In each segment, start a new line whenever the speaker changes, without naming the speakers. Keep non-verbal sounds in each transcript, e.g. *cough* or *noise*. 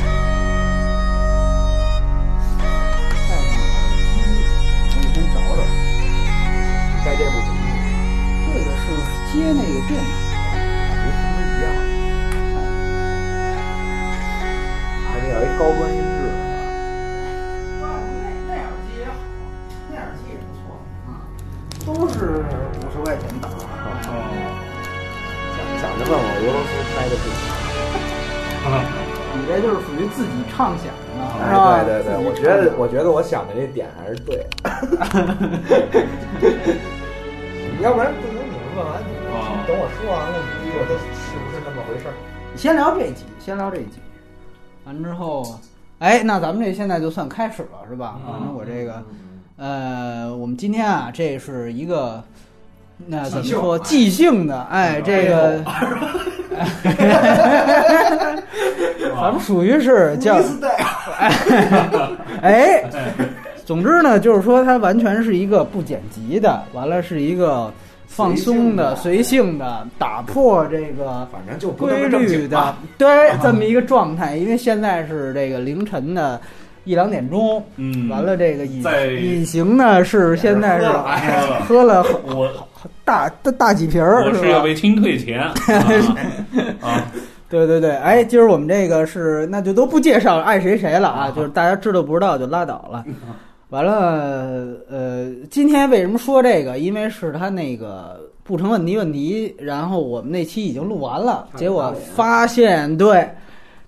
嗯的事情，
嗯，
你这就是属于自己畅想的，
哎，
是吧？
对对对，
自己
我觉得我觉得我想的这点还是对的，要不然不能你们问完，你
啊
等我说完了，你逼我都是不是那么回事儿？
你先聊这一集，先聊这一集，完之后，哎，那咱们这现在就算开始了，是吧？反正我这个，呃，我们今天啊，这是一个，那怎么说即兴的，哎，这个， *laughs* 咱们属于是叫， *laughs* 哎，总之呢，就是说它完全是一个不剪辑的，完了是一个放松的、随性的，打破这个。
反正就不那
规
么正
律
经
的
吧，，
对，这么一个状态。因为现在是这个凌晨的一两点钟，
嗯
完了这个隐
在
隐形呢是现在是
喝了
哎
喝了很
我
大大大几瓶儿，
我是要
吧？
被清
*laughs*
退钱啊啊，
对对对，哎，今儿我们这个是那就都不介绍爱谁谁了啊，就是大家知道不知道就拉倒了。完了，呃，今天为什么说这个？因为是他那个不成问题问题，然后我们那期已经录完了，结果发现对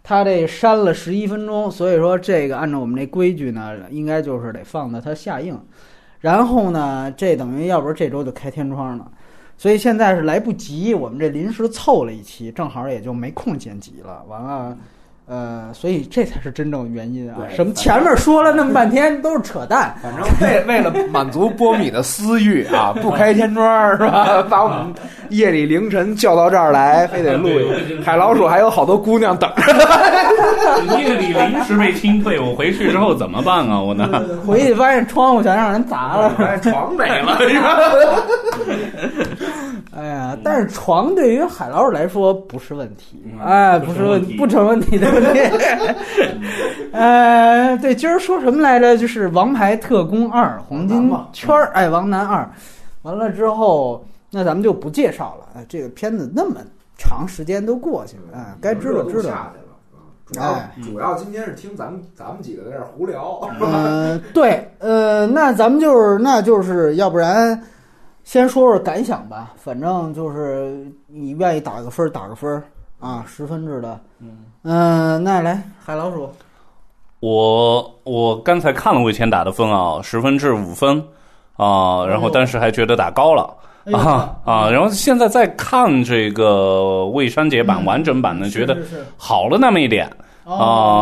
他这删了十一分钟，所以说这个按照我们这规矩呢，应该就是得放到它下映。然后呢，这等于要不然这周就开天窗了，所以现在是来不及，我们这临时凑了一期，正好也就没空剪辑了。完了，呃，所以这才是真正原因啊！
对
什么前面说了那么半天都是扯淡，
反正 *laughs*
为为了满足波米的私欲啊，不开天窗是吧？把我们夜里凌晨叫到这儿来，非得录一海老鼠，还有好多姑娘等着。
夜里临时被清退，我回去之后怎么办啊？我呢？
回去发现窗户全让人砸了。
哎，床
啊
没了是吧？
哎呀，但是床对于海老鼠来说不是问题，
嗯
哎，
不
不
成
是问
问题
不成问题的问题。呃，对，今儿说什么来着？就是《王牌特工二：黄金圈儿》，哎，《王楠二》。完了之后，那咱们就不介绍了。哎这个片子那么长时间都过去了，哎，该知道知道。
下去了啊主
嗯
要、
哎
主要今天是听咱们咱们几个在这儿胡聊，
呃，对，呃，那咱们就是，那就是，要不然先说说感想吧。反正就是你愿意打个分儿，打个分儿啊，十分制的。
嗯
嗯、那来海老鼠，
*laughs* 我我刚才看了我以前打的分啊，十分至五分啊，然后但是还觉得打高了。
哎呦
啊啊！然后现在再看这个未删节版、
嗯
完整版呢，觉得
是是是
好了那么一点啊、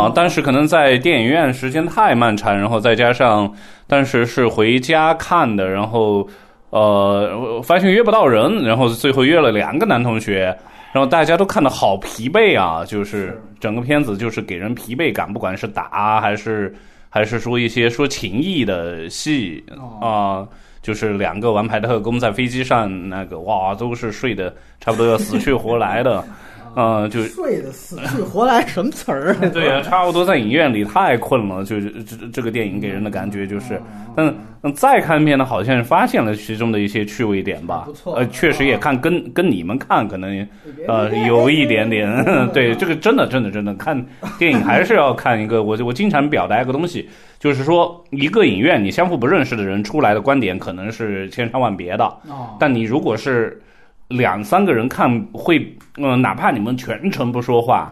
哦
但是可能在电影院时间太漫长，然后再加上当时是回家看的，然后呃我发现约不到人，然后最后约了两个男同学，然后大家都看的好疲惫啊，就是
是
整个片子就是给人疲惫感，不管是打还是还是说一些说情谊的戏啊、
哦
就是两个王牌特工在飞机上，那个哇，都是睡的差不多要死去活来的，
*laughs*
嗯、就
睡得死去活来，什么词儿啊？
*laughs* 对呀、差不多在影院里太困了，就是这这这个电影给人的感觉就是，但但再看片呢，好像发现了其中的一些趣味点吧，
不错
呃，确实也看跟跟你们看可能呃有一点点， *laughs* 对，这个真的真的真的看电影还是要看一个，我我经常表达一个东西，就是说一个影院你相互不认识的人出来的观点可能是千差万别的，
哦
但你如果是两三个人看，会嗯、呃，哪怕你们全程不说话，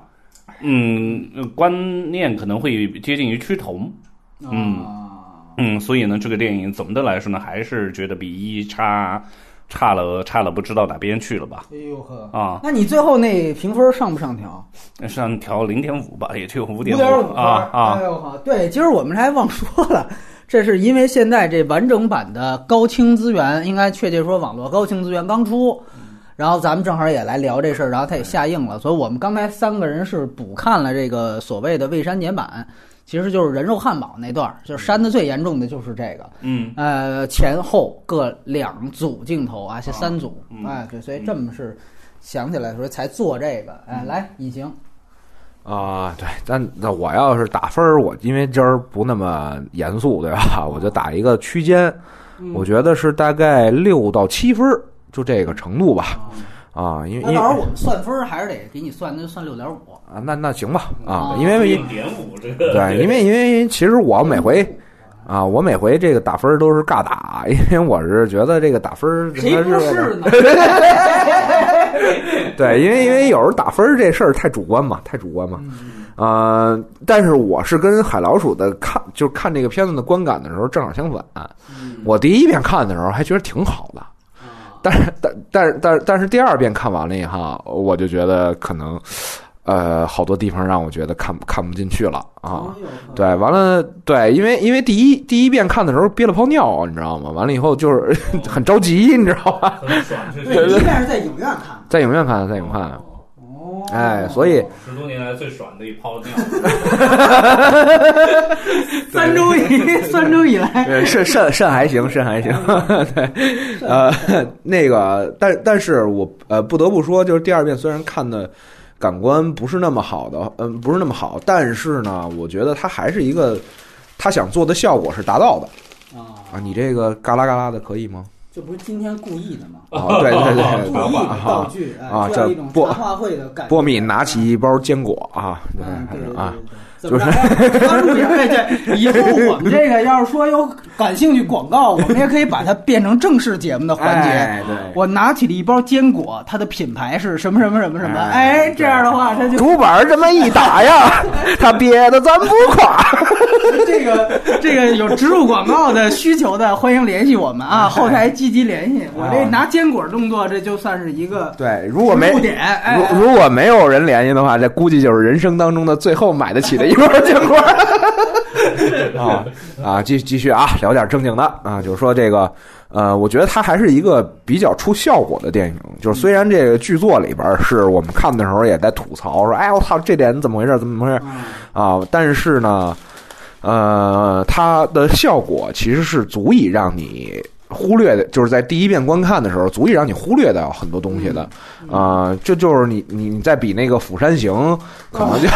嗯，呃观念可能会接近于趋同。嗯
哦
嗯，所以呢，这个电影总的来说呢，还是觉得比一差差了差了不知道哪边去了吧？
哎呦呵，
啊，
那你最后那评分上不上调？
上调零点五吧，也就五
五
点
五
啊啊
哎，呦呵，对，今儿我们还忘说了， *laughs* 这是因为现在这完整版的高清资源，应该确切说网络高清资源刚出，然后咱们正好也来聊这事儿，然后它也下映了，所以我们刚才三个人是补看了这个所谓的未删减版。其实就是人肉汉堡那段儿，就是删的最严重的就是这个，
嗯
呃，前后各两组镜头啊，是
啊
三组，
嗯嗯
哎，对，所以这么是想起来的时候才做这个，哎，来，已经，
啊，对，但那我要是打分儿，我因为今儿不那么严肃，对吧？我就打一个区间，
嗯
我觉得是大概六到七分儿，就这个程度吧。
嗯
哦
啊，因为
那
因
到时候
为
我们算分儿还是得给你算，那就算六点五。
啊，那那行吧，啊
哦
啊，
因为
点五这个
对，因为因为其实我每回啊，我每回这个打分儿都是尬打，因为我是觉得这个打分儿真的是为了
呢？
*laughs* 对，因为因为有时候打分儿这事儿太主观嘛，太主观嘛。呃，但是我是跟海老鼠的看，就是看这个片子的观感的时候正好相反。我第一遍看的时候还觉得挺好的，但是但但是但是但是第二遍看完了以后，我就觉得可能，呃，好多地方让我觉得看看不进去了啊。对，完了，对，因为因为第一第一遍看的时候憋了泡尿，你知道吗？完了以后就是 *laughs* 很着急，你知道吧？ *laughs*
很爽，是
对，一面是在影院看的。
在影院看的，在影院看的。
哦，
哎，所以
十多年来最爽的一泡尿。
*laughs* 三周以三周以来，
呃，肾肾肾还行，肾还行。对，呃， *laughs* 那个，但但是我呃不得不说，就是第二遍虽然看的感官不是那么好的，嗯、不是那么好，但是呢，我觉得它还是一个他想做的效果是达到的啊。
啊，
你这个嘎啦嘎啦的可以吗？
这不是今天故意的吗？
啊，对
*laughs*
对
故
对 *laughs*
意的
对，
道
啊，
具哎
啊
这样
这
一种
波
茶话会的感觉。
波米拿起一包坚果啊，对
嗯，对对对
*laughs* 啊，
对对
*laughs*
怎么着关注点儿这以后我们这个要是说有感兴趣广告，我们也可以把它变成正式节目的环节。
哎对，
我拿起了一包坚果，它的品牌是什么什么什么什么？
哎
哎，这样的话，它就 *laughs*
竹板这么一打 *laughs* 呀，他憋得咱不垮。
这个这个有植入广告的需求的，欢迎联系我们
哎
啊！后台积极联系。我这拿坚果动作，这就算是一个
对，啊如果没
触点。哎，
如如果没有人联系的话，这估计就是人生当中的最后买得起的一包坚 *laughs* 果。啊啊，继继续啊，聊点正经的啊，就是说这个，呃，我觉得它还是一个比较出效果的电影。就是虽然这个剧作里边是我们看的时候也在吐槽说，哎我操，这点怎么回事？怎么回事？
嗯
啊，但是呢，呃，它的效果其实是足以让你忽略的，就是在第一遍观看的时候，足以让你忽略掉很多东西的。啊、这就是你你你再比那个《釜山行》，可能就，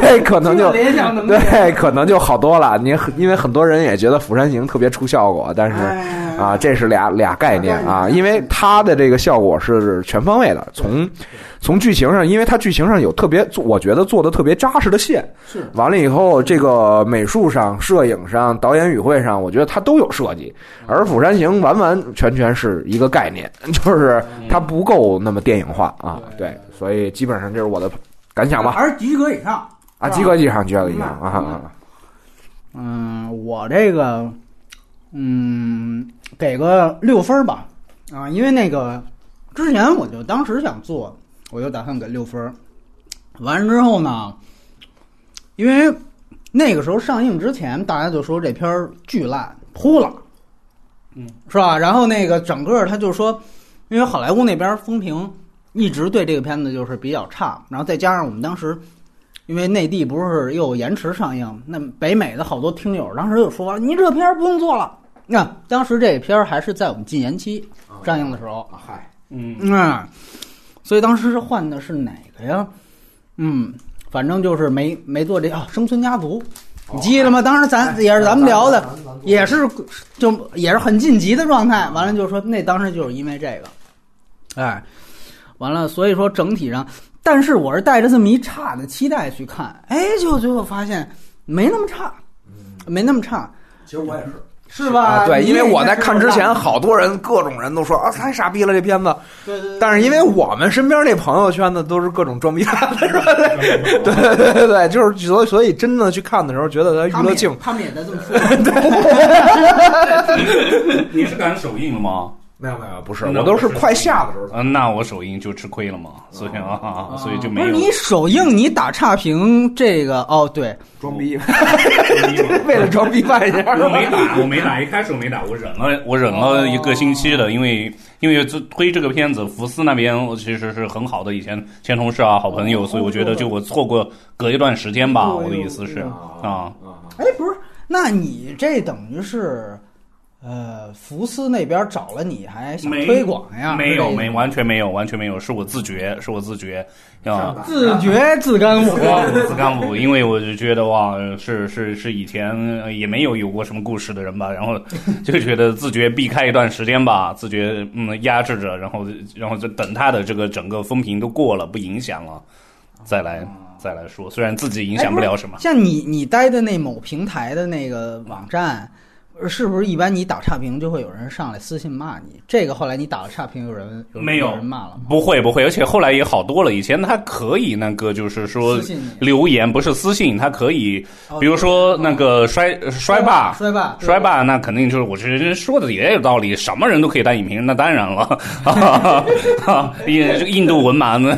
对， *laughs* 可能就。
联想
*laughs*
能力。
对，可能就好多了。你很因为很多人也觉得《釜山行》特别出效果，但是
哎
啊，这是俩俩概念啊，因为它的这个效果是全方位的，从从剧情上，因为它剧情上有特别，我觉得做的特别扎实的线。
是
完了以后，这个美术上、摄影上、导演语汇上，我觉得它都有设计。而《釜山行》完完全全是一个概念， *laughs* 就是它不够那么电影化啊。对，所以基本上这是我的感想吧。
还是及格以上
啊，
是吧
鸡哥机上觉得一样啊
明白
啊。
嗯，我这个，嗯，给个六分儿吧，啊，因为那个之前我就当时想做，我就打算给六分儿。完了之后呢，因为那个时候上映之前，大家就说这片儿巨烂，扑了，
嗯，
是吧？然后那个整个他就说，因为好莱坞那边风评一直对这个片子就是比较差，然后再加上我们当时因为内地不是又延迟上映，那北美的好多听友当时就说：“你这片儿不用做了。”那当时这片儿还是在我们禁延期上映的时候，
嗨，
*laughs* 嗯，
嗯，所以当时是换的是哪个呀？嗯，反正就是没没做这啊，《生存家族》，
哦
你记得吗？当时咱
哎
也是咱们聊的，，也是就也是很晋级的状态。完了就说那当时就是因为这个，哎，完了所以说整体上，但是我是带着这么一差的期待去看，哎，就最后发现没那么差，没那么差，
其实我也是，
是吧？
嗯啊，对，
你
因为
也
我
应
在
该知道
看之前，
吧
好多人各种人都说啊，太傻逼了这片子。
对对对，
但是因为我们身边这朋友圈子都是各种装逼蛋的，是
*laughs*
吧？对对对对对，就是所以所以真的去看的时候，觉得它
他
娱
们
乐
也
性
他们也在这么说，
你是赶首映了吗？
没有没有不是，
那
我都是
我是
快下的时候才。
嗯，那我首映就吃亏了嘛，所以啊，所以就没
不是
有
你首映你打差评这个哦，对，
装逼，
我
为了装逼办一下。
没打，我没打，一开始我没打，我忍了，我忍了一个星期的，因为因为这推这个片子，福斯那边我其实是很好的以前前同事啊、好朋友，所以我觉得就我错过隔一段时间吧，我的意思是啊，
哎，不是，那你这等于是，呃，福斯那边找了你，还想
没
推广呀？
没有
对
没完全没有完全没有，是我自觉，是我自觉啊。
自觉自干我。
哇，五子干部，因为我就觉得哇，是是是以前呃也没有有过什么故事的人吧，然后就觉得自觉避开一段时间吧，自觉嗯压制着，然后然后就等他的这个整个风评都过了，不影响了，再
嗯
来再来说，虽然自己影响不了什么。
像你你待的那某平台的那个网站，是不是一般你打差评就会有人上来私信骂你？这个后来你打了差评，有人有人
没有
人骂了吗？
不会不会，而且后来也好多了。以前他可以那个就是说
私信你，
留言，不是私信，他可以，
哦
比如说
对
那个摔摔霸。
哦摔霸，对
摔，霸那肯定就是，我是人说的也有道理，什么人都可以当影评，那当然了， *laughs* 啊，印印度文盲 *laughs* 呢，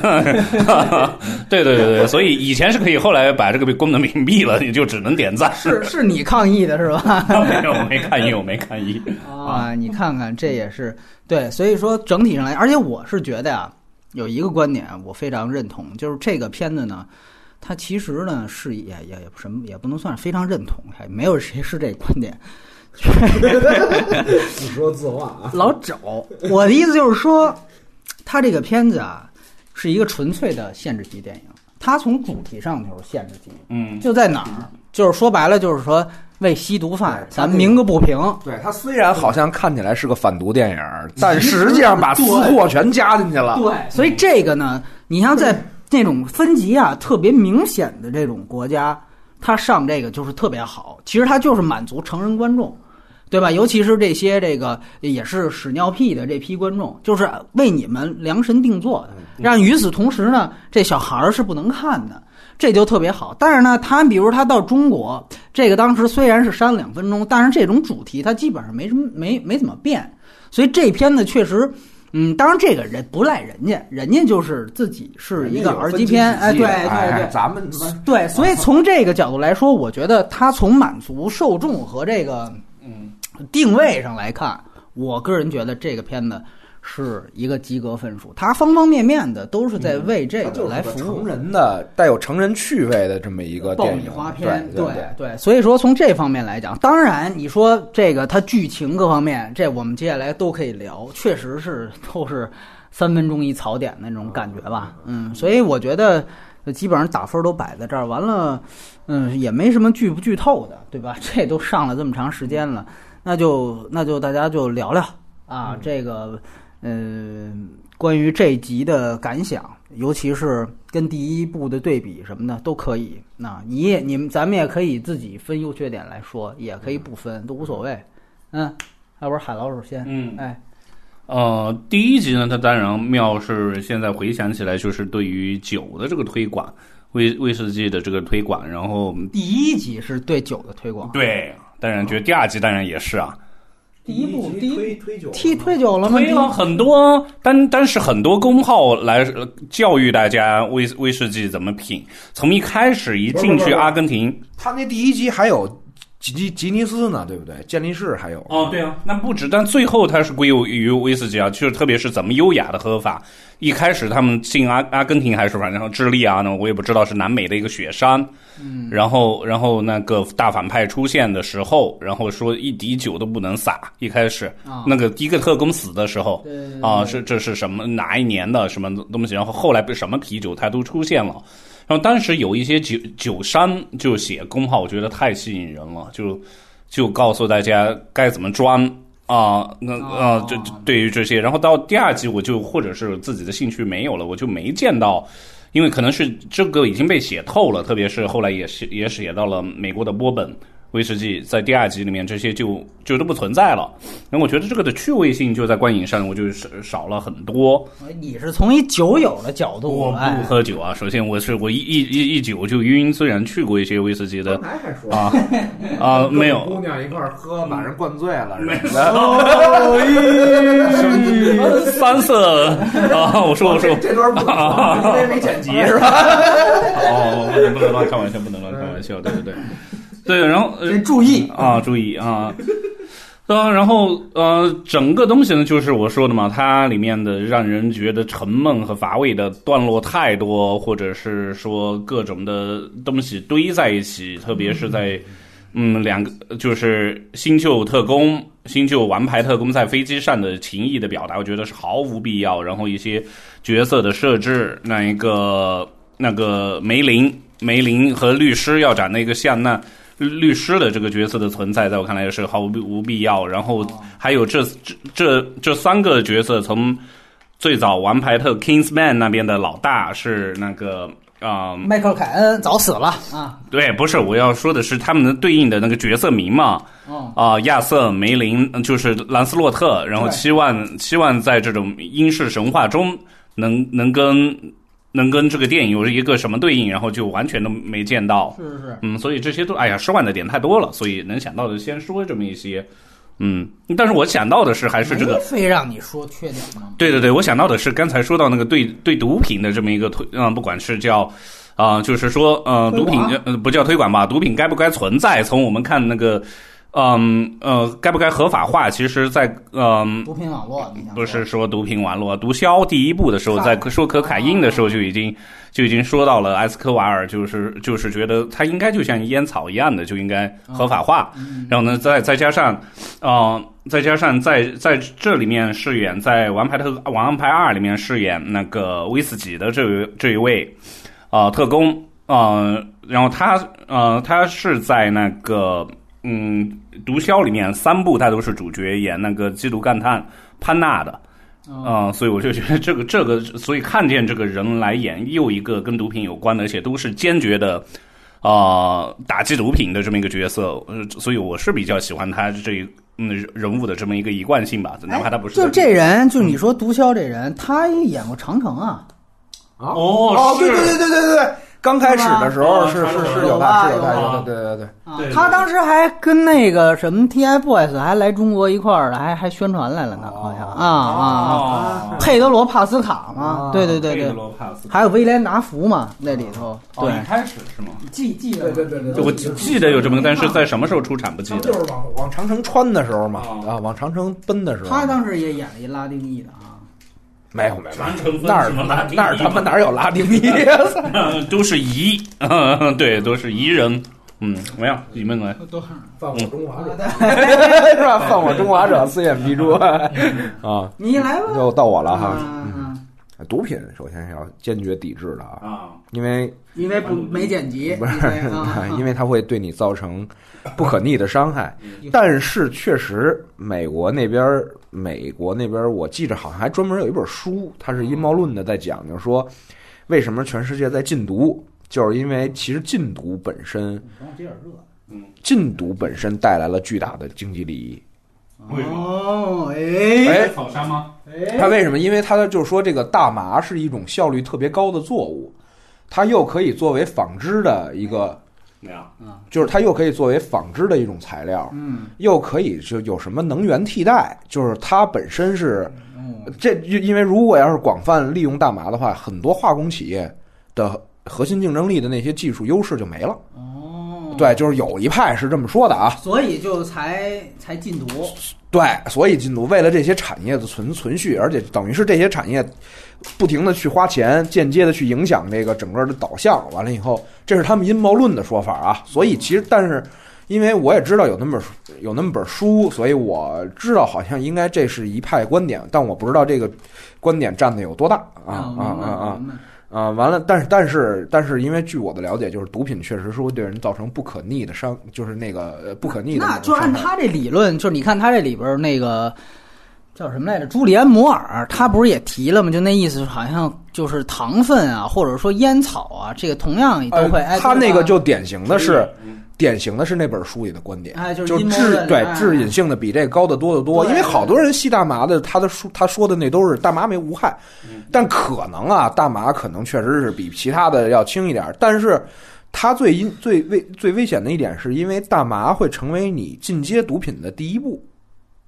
对对对对，所以以前是可以，后来把这个功能屏蔽了，你就只
*laughs*
能点赞，
是是你抗议的是吧？
没有没抗议，我没抗议，
啊，你看看，这也是对，所以说整体上来，而且我是觉得呀、有一个观点我非常认同，就是这个片子呢，它其实呢是也也也不什么也不能算是非常认同，还没有谁是这个观
*laughs*
点，
你说自话啊，
老找。我的意思就是说，它这个片子啊是一个纯粹的限制级电影，它从主题上就是限制级，
嗯，
就在哪儿，就是说白了就是说为吸毒犯
对它
咱们
这个
鸣个不平，
对他虽
虽然好像看起来是个反毒电影，但实际上把私货全加进去了。
对，所以这个呢，你像在那种分级啊特别明显的这种国家，它上这个就是特别好。其实它就是满足成人观众，对吧？尤其是这些这个也是屎尿屁的这批观众，就是为你们量身定做的。让与此同时呢，这小孩儿是不能看的。这就特别好，但是呢，他比如他到中国，这个当时虽然是删了两分钟，但是这种主题它基本上没什么没没怎么变，所以这片子确实，嗯，当然这个人不赖人家，人家就是自己是一个
人家有
R
分
级
级
片，哎，
体
对
系的
对对，
咱们
对，所以从这个角度来说，我觉得它从满足受众和这个嗯定位上来看，我个人觉得这个片子是一个及格分数，它方方面面的都是在为这个
他嗯就是
来
个
服务
成。
人的带有成人趣味的这么一个
爆
电
米
影，
花片，
对
对，所以说从这方面来讲，当然你说这个它剧情各方面，这我们接下来都可以聊，确实是都是三分钟一槽点的那种感觉吧，嗯，所以我觉得呃基本上打分都摆在这儿，完了，嗯，也没什么剧不剧透的，对吧？ *laughs* 这都上了这么长时间了，那就那就大家就聊聊啊，这个呃，关于这一集的感想，尤其是跟第一部的对比什么的都可以。那你也你们咱们也可以自己分优缺点来说，也可以不分，都无所谓。嗯，要不然海老鼠先。
嗯，
哎，
呃，第一集呢，它当然妙是现在回想起来，就是对于酒的这个推广，威威士忌的这个推广，然后
第一集是对酒的推广，
对，当然觉得第二集当然也是啊，
第一部第
集
一
推推酒
踢推啊酒了吗？
推了
第
啊很多，但但是很多公号来呃教育大家威威士忌怎么品，从一开始一进
不是不
去
是
阿根廷，
他那第一集还有吉吉吉尼斯呢，对不对？健力士还有
哦，对啊，那不止，但最后它是归于威士忌啊，就是特别是怎么优雅的喝法。一开始他们进阿阿根廷还是反正智利啊，那我也不知道是南美的一个雪山，嗯，然后然后那个大反派出现的时候，然后说一滴酒都不能洒，一开始、
啊
那个第一个特工死的时候，
对对对
啊，是这是什么哪一年的什么东西？然后后来被什么啤酒它都出现了。然后当时有一些酒酒商就写公号，我觉得太吸引人了，就就告诉大家该怎么装啊、那啊、
哦
这这对于这些，然后到第二季我就或者是自己的兴趣没有了，我就没见到。因为可能是这个已经被写透了，特别是后来也是也写到了美国的波本威士忌，在第二集里面这些就就都不存在了。那我觉得这个的趣味性就在观影上，我就少少了很多。
一你是从一酒友的角
我
度，
不
哎，
喝酒啊，首先我是我一一一一酒就晕，虽然去过一些威士忌 *laughs* 的
刚才还说
啊啊没
跟姑
有，
娘一块儿喝，把人灌醉了，是吧
哦三色啊，我说我说
哦
啊
这这段不能说，因为没剪辑是吧？
哦，不能不能乱开玩笑，不能乱开玩笑，对对对对，然后呃
得注意
啊，注意啊。啊，然后呃，整个东西呢，就是我说的嘛，它里面的让人觉得沉闷和乏味的段落太多，或者是说各种的东西堆在一起，特别是在嗯两个就是新旧特工、新旧王牌特工在飞机上的情谊的表达，我觉得是毫无必要。然后一些角色的设置，那一个那个梅林梅林和律师要长得一个像，那律师的这个角色的存在，在我看来是毫无必无必要。然后还有这这这这三个角色，从最早王牌特 Kingsman 那边的老大是那个啊、
迈克尔·凯恩早死了啊，
对，不是，我要说的是他们的对应的那个角色名嘛，
嗯，
啊、亚瑟、梅林嗯就是兰斯洛特，然后
对
期望期望在这种英式神话中能能跟能跟这个电影有一个什么对应，然后就完全都没见到。
是是是，
嗯，所以这些都哎呀，失望的点太多了，所以能想到的先说这么一些。嗯，但是我想到的是还是这个
没非让你说缺点吗？
对对对，我想到的是刚才说到那个对对毒品的这么一个推，嗯、不管是叫啊、就是说呃，
推
毒品
广
呃不叫推广吧，毒品该不该存在？从我们看那个，嗯呃，该不该合法化？其实在，嗯。
毒品网络，你想
不是说毒品网络毒枭第一部的时候，在说可卡因的时候就已经就已经说到了埃斯科瓦尔，就是就是觉得它应该就像烟草一样的就应该合法化。
嗯
然后呢，再再加上，呃，再加上在在这里面饰演在《王牌特王牌二》里面饰演那个威士忌的这位这一位，呃，特工，呃，然后他呃他是在那个嗯毒枭里面三部他都是主角，演那个缉毒干探潘娜的，
嗯
嗯、所以我就觉得这个这个，所以看见这个人来演又一个跟毒品有关的，而且都是坚决的，呃，打击毒品的这么一个角色，呃，所以我是比较喜欢他这一嗯人物的这么一个一贯性吧，哪怕他不是
哎就这人，
嗯
就你说毒枭这人，他也演过长城啊，
啊，
哦
对对对对对对，刚开始的时候
是
是
吧
是是
有
有
吧
他是有他
有
有
吧
他，对对对。
啊
对对
他当时还跟那个什么 TFBOYS 还来中国一块儿了，还还宣传来了呢，好像啊啊啊，
哦，
佩德罗·帕斯卡嘛
啊，
对对对
佩德
对，
罗帕斯
还有威廉·达福嘛，那里头，
哦，
对，
一开始是吗？
记记
对对对对，
就我记记得有这么个，但是在什么时候出场不记
他们就
得。
是往
往长城穿的时候嘛，
哦
啊，往长城奔的时候，
他当时也演了一拉丁裔的啊，
没有没有，
长城
那儿
什么拉丁
那儿他妈哪儿有拉丁裔？
*laughs* 都是彝，对，都是彝人。嗯，怎么样？你们来。
呃
都
放
嗯
我中华里，
是吧？犯我中华者，四眼必诛 *laughs* 啊！
你来吧，
又到我了
啊
哈。
嗯
啊，
毒品首先是要坚决抵制的啊，
啊，
因为
因为
嗯
不没剪辑，
不是 *laughs*
因为
*laughs*
啊
因为它会对你造成不可逆的伤害。
嗯
*laughs* 但是确实，美国那边儿，美国那边儿，我记着好像还专门有一本书，它是阴谋论的，在讲，就是说为什么全世界在禁毒，就是因为其实禁毒本
嗯
身，禁毒本身带来了巨大的经济利益。
为什么？
哦，哎，
哎，
草山吗？
它为什么？因为它就是说，这个大麻是一种效率特别高的作物，它又可以作为纺织的一个，
没有，
就是它又可以作为纺织的一种材料，
嗯，
又可以就有什么能源替代？就是它本身是
嗯
这，因因为如果要是广泛利用大麻的话，很多化工企业的核心竞争力的那些技术优势就没了。
哦，
对，就是有一派是这么说的啊。
所以就才才禁毒，
对，所以禁毒为了这些产业的存存续，而且等于是这些产业不停的去花钱，间接的去影响这个整个的导向。完了以后，这是他们阴谋论的说法啊。所以其实，但是因为我也知道有那么本书有那么本书，所以我知道好像应该这是一派观点，但我不知道这个观点站的有多大
嗯
啊啊啊啊！
明白
啊，
嗯
完了，但是但是但是，因为据我的了解，就是毒品确实是会对人造成不可逆的伤，就是那个呃不可逆的
那
种
就是按
伤害
他这理论，就是你看他这里边儿那个叫什么来着？朱利安·摩尔，他不是也提了吗？就那意思，好像就是糖分啊，或者说烟草啊，这个同样都会。哎
呃、他那
对吧
个就典型的是，典型的是那本书里的观点，
哎，就是
就
阴谋
致
论
对
哎
致瘾性的比这高得多得多。
对
因为好多人吸大麻的，他的书他说的那都是大麻没无害，但可能啊，大麻可能确实是比其他的要轻一点儿，但是。它最因最危最危险的一点，是因为大麻会成为你进阶毒品的第一步，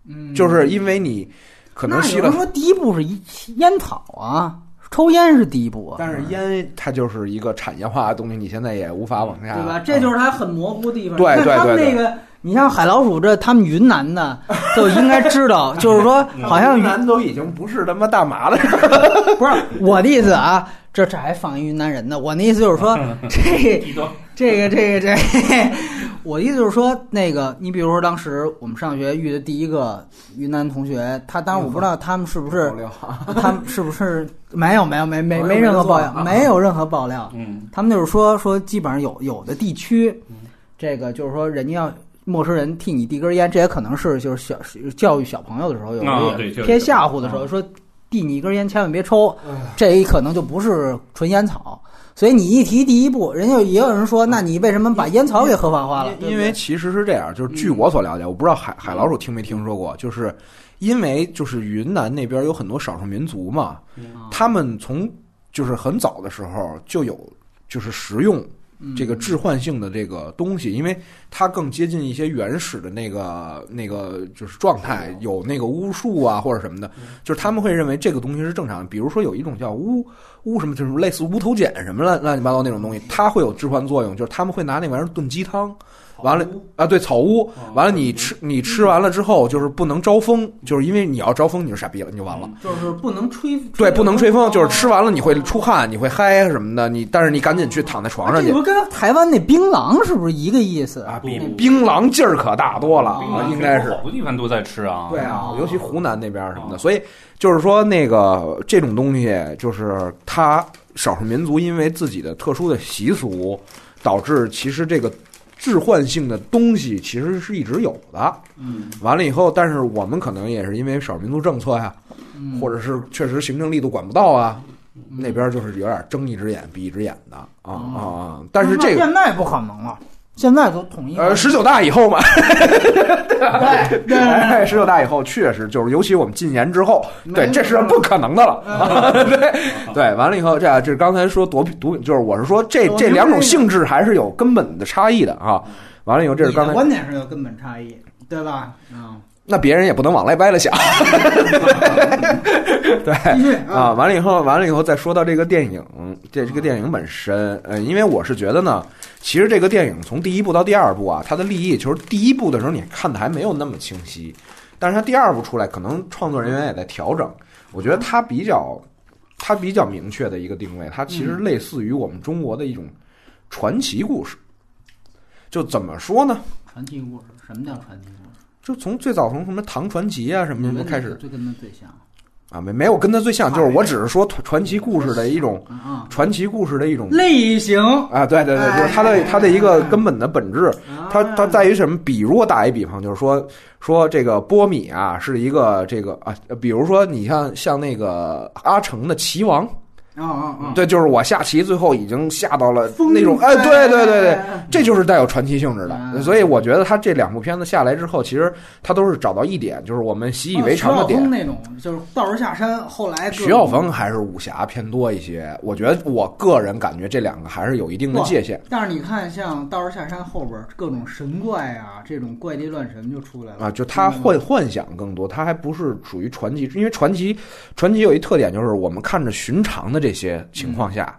嗯，
就是因为你可能
那
吸
有
了
人，说第一步是一烟草啊，抽烟是第一步啊，
但是烟它就是一个产业化的东西，你现在也无法往下，
对吧？这就是它很模糊的地方。
啊对
你看他们
对对
那个，你像海老鼠这，他们云南的就应该知
*laughs*
道，就是说好像
云南都已经不是他妈大麻了，
不是我的意思啊，这这还放一云南人呢。我的意思就是
*laughs*
说，这
低端
这个这个这个， *laughs* 我的意思就是说，那个你比如说当时我们上学遇的第一个云南同学，他当然我不知道他们是不是 *laughs* 他们是不是没有没有没没
没有
没任何
人做
爆
啊
*laughs*
料，没有任何爆料。
嗯，
他们就是说说，基本上有有的地区，这个就是说人家要陌生人替你递根烟，这也可能是就是小教育小朋友的时候，有
啊
的
对
也
教育
偏
小
吓
嗯
唬的时候说递你一根烟千万别抽，
哎
这一可能就不是纯烟草。所以你一提第一部，人家也有人说，那你为什么把烟草给合法化了？对不对嗯
因为其实是这样，就是据我所了解，我不知道海海老鼠听没听说过，就是因为就是云南那边有很多少数民族嘛，
嗯
他们从就是很早的时候就有就是食用
嗯
这个置换性的这个东西，因为它更接近一些原始的那个那个就是状态，有那个巫术啊或者什么的，就是他们会认为这个东西是正常的。比如说有一种叫巫巫什么，就是类似无头碱什么乱乱七八糟那种东西，它会有置换作用，就是他们会拿那玩意儿炖鸡汤。完了啊，对草屋，完了你吃你吃完了之后，就是不能招风，就是因为你要招风你就傻逼了，你就完了。
就是不能吹，
对，不能吹风，就是吃完了你会出汗，你会嗨什么的，你但是你赶紧去躺在床上
这
去
不跟台湾那槟榔是不是一个意思
啊，比
不
槟榔劲儿可大多
嗯
了
槟
啊
榔，
应该是
好多地方都在吃啊。
对啊
哦，
尤其湖南那边儿什么的，所以就是说那个这种东西，就是它少数民族因为自己的特殊的习俗，导致其实这个置换性的东西其实是一直有的。
嗯，
完了以后，但是我们可能也是因为少数民族政策呀、
嗯
或者是确实行政力度管不到啊，那边就是有点睁一只眼闭一只眼的啊啊
哦
啊！但是这
那
个
现在不可能了，现在都统一了
呃，啊十九大以后嘛，
对 *laughs* 对
哎，十九大以后确实就是，尤其我们禁言之后，对，
没
这是不可能的了。啊 *laughs* 对对，完了以后，这啊样这是刚才说毒品毒品，就是我是说这
我
这
明白
两种
了
性质还是有根本的差异的啊。完了 *laughs* 以后，这是
你的
刚才
观点是有根本差异，对吧？
*laughs*
嗯，
那别人也不能往赖歪了想，对。
继续
啊，，完了以后，完了以后再说到这个电影，嗯这这个电影本身，呃，因为我是觉得呢，其实这个电影从第一部到第二部啊，它的立意就是第一部的时候你看的还没有那么清晰，但是它第二部出来，可能创作人员也在调整，我觉得它比较，它比较明确的一个定位，它其实类似于我们中国的一种传奇故事，就怎么说呢？
传奇故事，什么叫传奇故事？
就从最早从什么唐传奇啊什么什么开始
就跟他最像
啊，没没有跟它最像，就是我只是说传传奇故事的一种
啊啊，
传奇故事的一种
类型，
啊，对对
哎
对，就是它的它的一个根本的本质，它
嗯
它在于什么？比如我打一比方，就是说说这个波米啊，是一个这个啊，比如说你像像那个阿城的棋王，
啊啊啊，
对，就是我下棋最后已经下到了
风哎
那种，哎，
采
对对对对，这就是带有传奇性质的。
嗯
所以我觉得他这两部片子下来之后，其实他都是找到一点，就是我们习以为常的点
啊徐晓。峰那种，就是道士下山，后来各种
徐晓峰还是武侠偏多一些，我觉得我个人感觉这两个还是有一定的界限。
但是你看，像《道士下山》后边儿各种神怪啊，这种怪力乱神就出来了
啊，就他
明白
幻幻想更多，他还不是属于传奇，因为传奇传奇有一特点就是我们看着寻常的这些情况
嗯
下，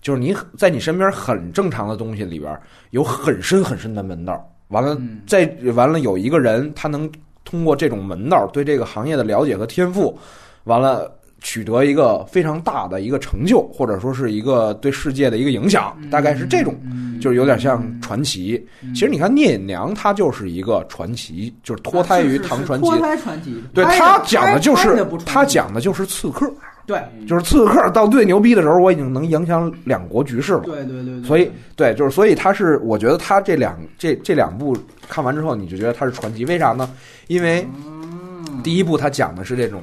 就是你很在你身边很正常的东西里边儿有很深很深的门道儿，完了
嗯
再完了有一个人他能通过这种门道儿对这个行业的了解和天赋，完了。取得一个非常大的一个成就，或者说是一个对世界的一个影响，啊大概是这种，
嗯
就是有点像传奇。其实你看聂隐娘，她就是一个传奇，就是脱胎于唐传奇
啊是是是脱。胎传奇，
对
拍
她讲的就
拍
是
也不传奇
她讲的就是刺客，
哎
对
嗯
就是刺客到最牛逼的时候，我已经能影响两国局势了。
对对对对，
所以，对，就是所以他是，我觉得他这两这这两部看完之后，你就觉得他是传奇，为啥呢？因为
嗯
第一部他讲的是这种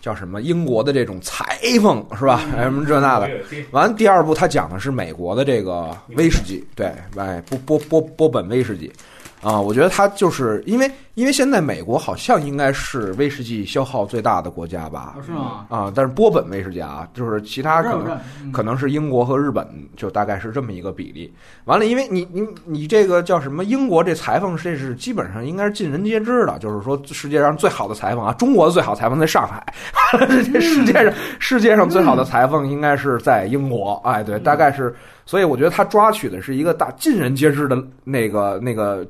叫什么英国的这种裁缝是吧？什么这那的，完，第二部他讲的是美国的这个威士忌，对，哎，波波波波本威士忌，啊，我觉得他就是因为因为现在美国好像应该是威士忌消耗最大的国家吧
啊，是吗？
啊，但是波本威士忌啊，就是其他可
这
能
这嗯
可能是英国和日本就大概是这么一个比例。完了，因为你你你这个叫什么？英国这裁缝这是基本上应该是尽人皆知的，就是说世界上最好的裁缝啊，中国的最好裁缝在上海， *laughs* 这世界上世界上最好的裁缝应该是在英国。哎，
嗯
对，大概是，所以我觉得他抓取的是一个大尽人皆知的那个那个。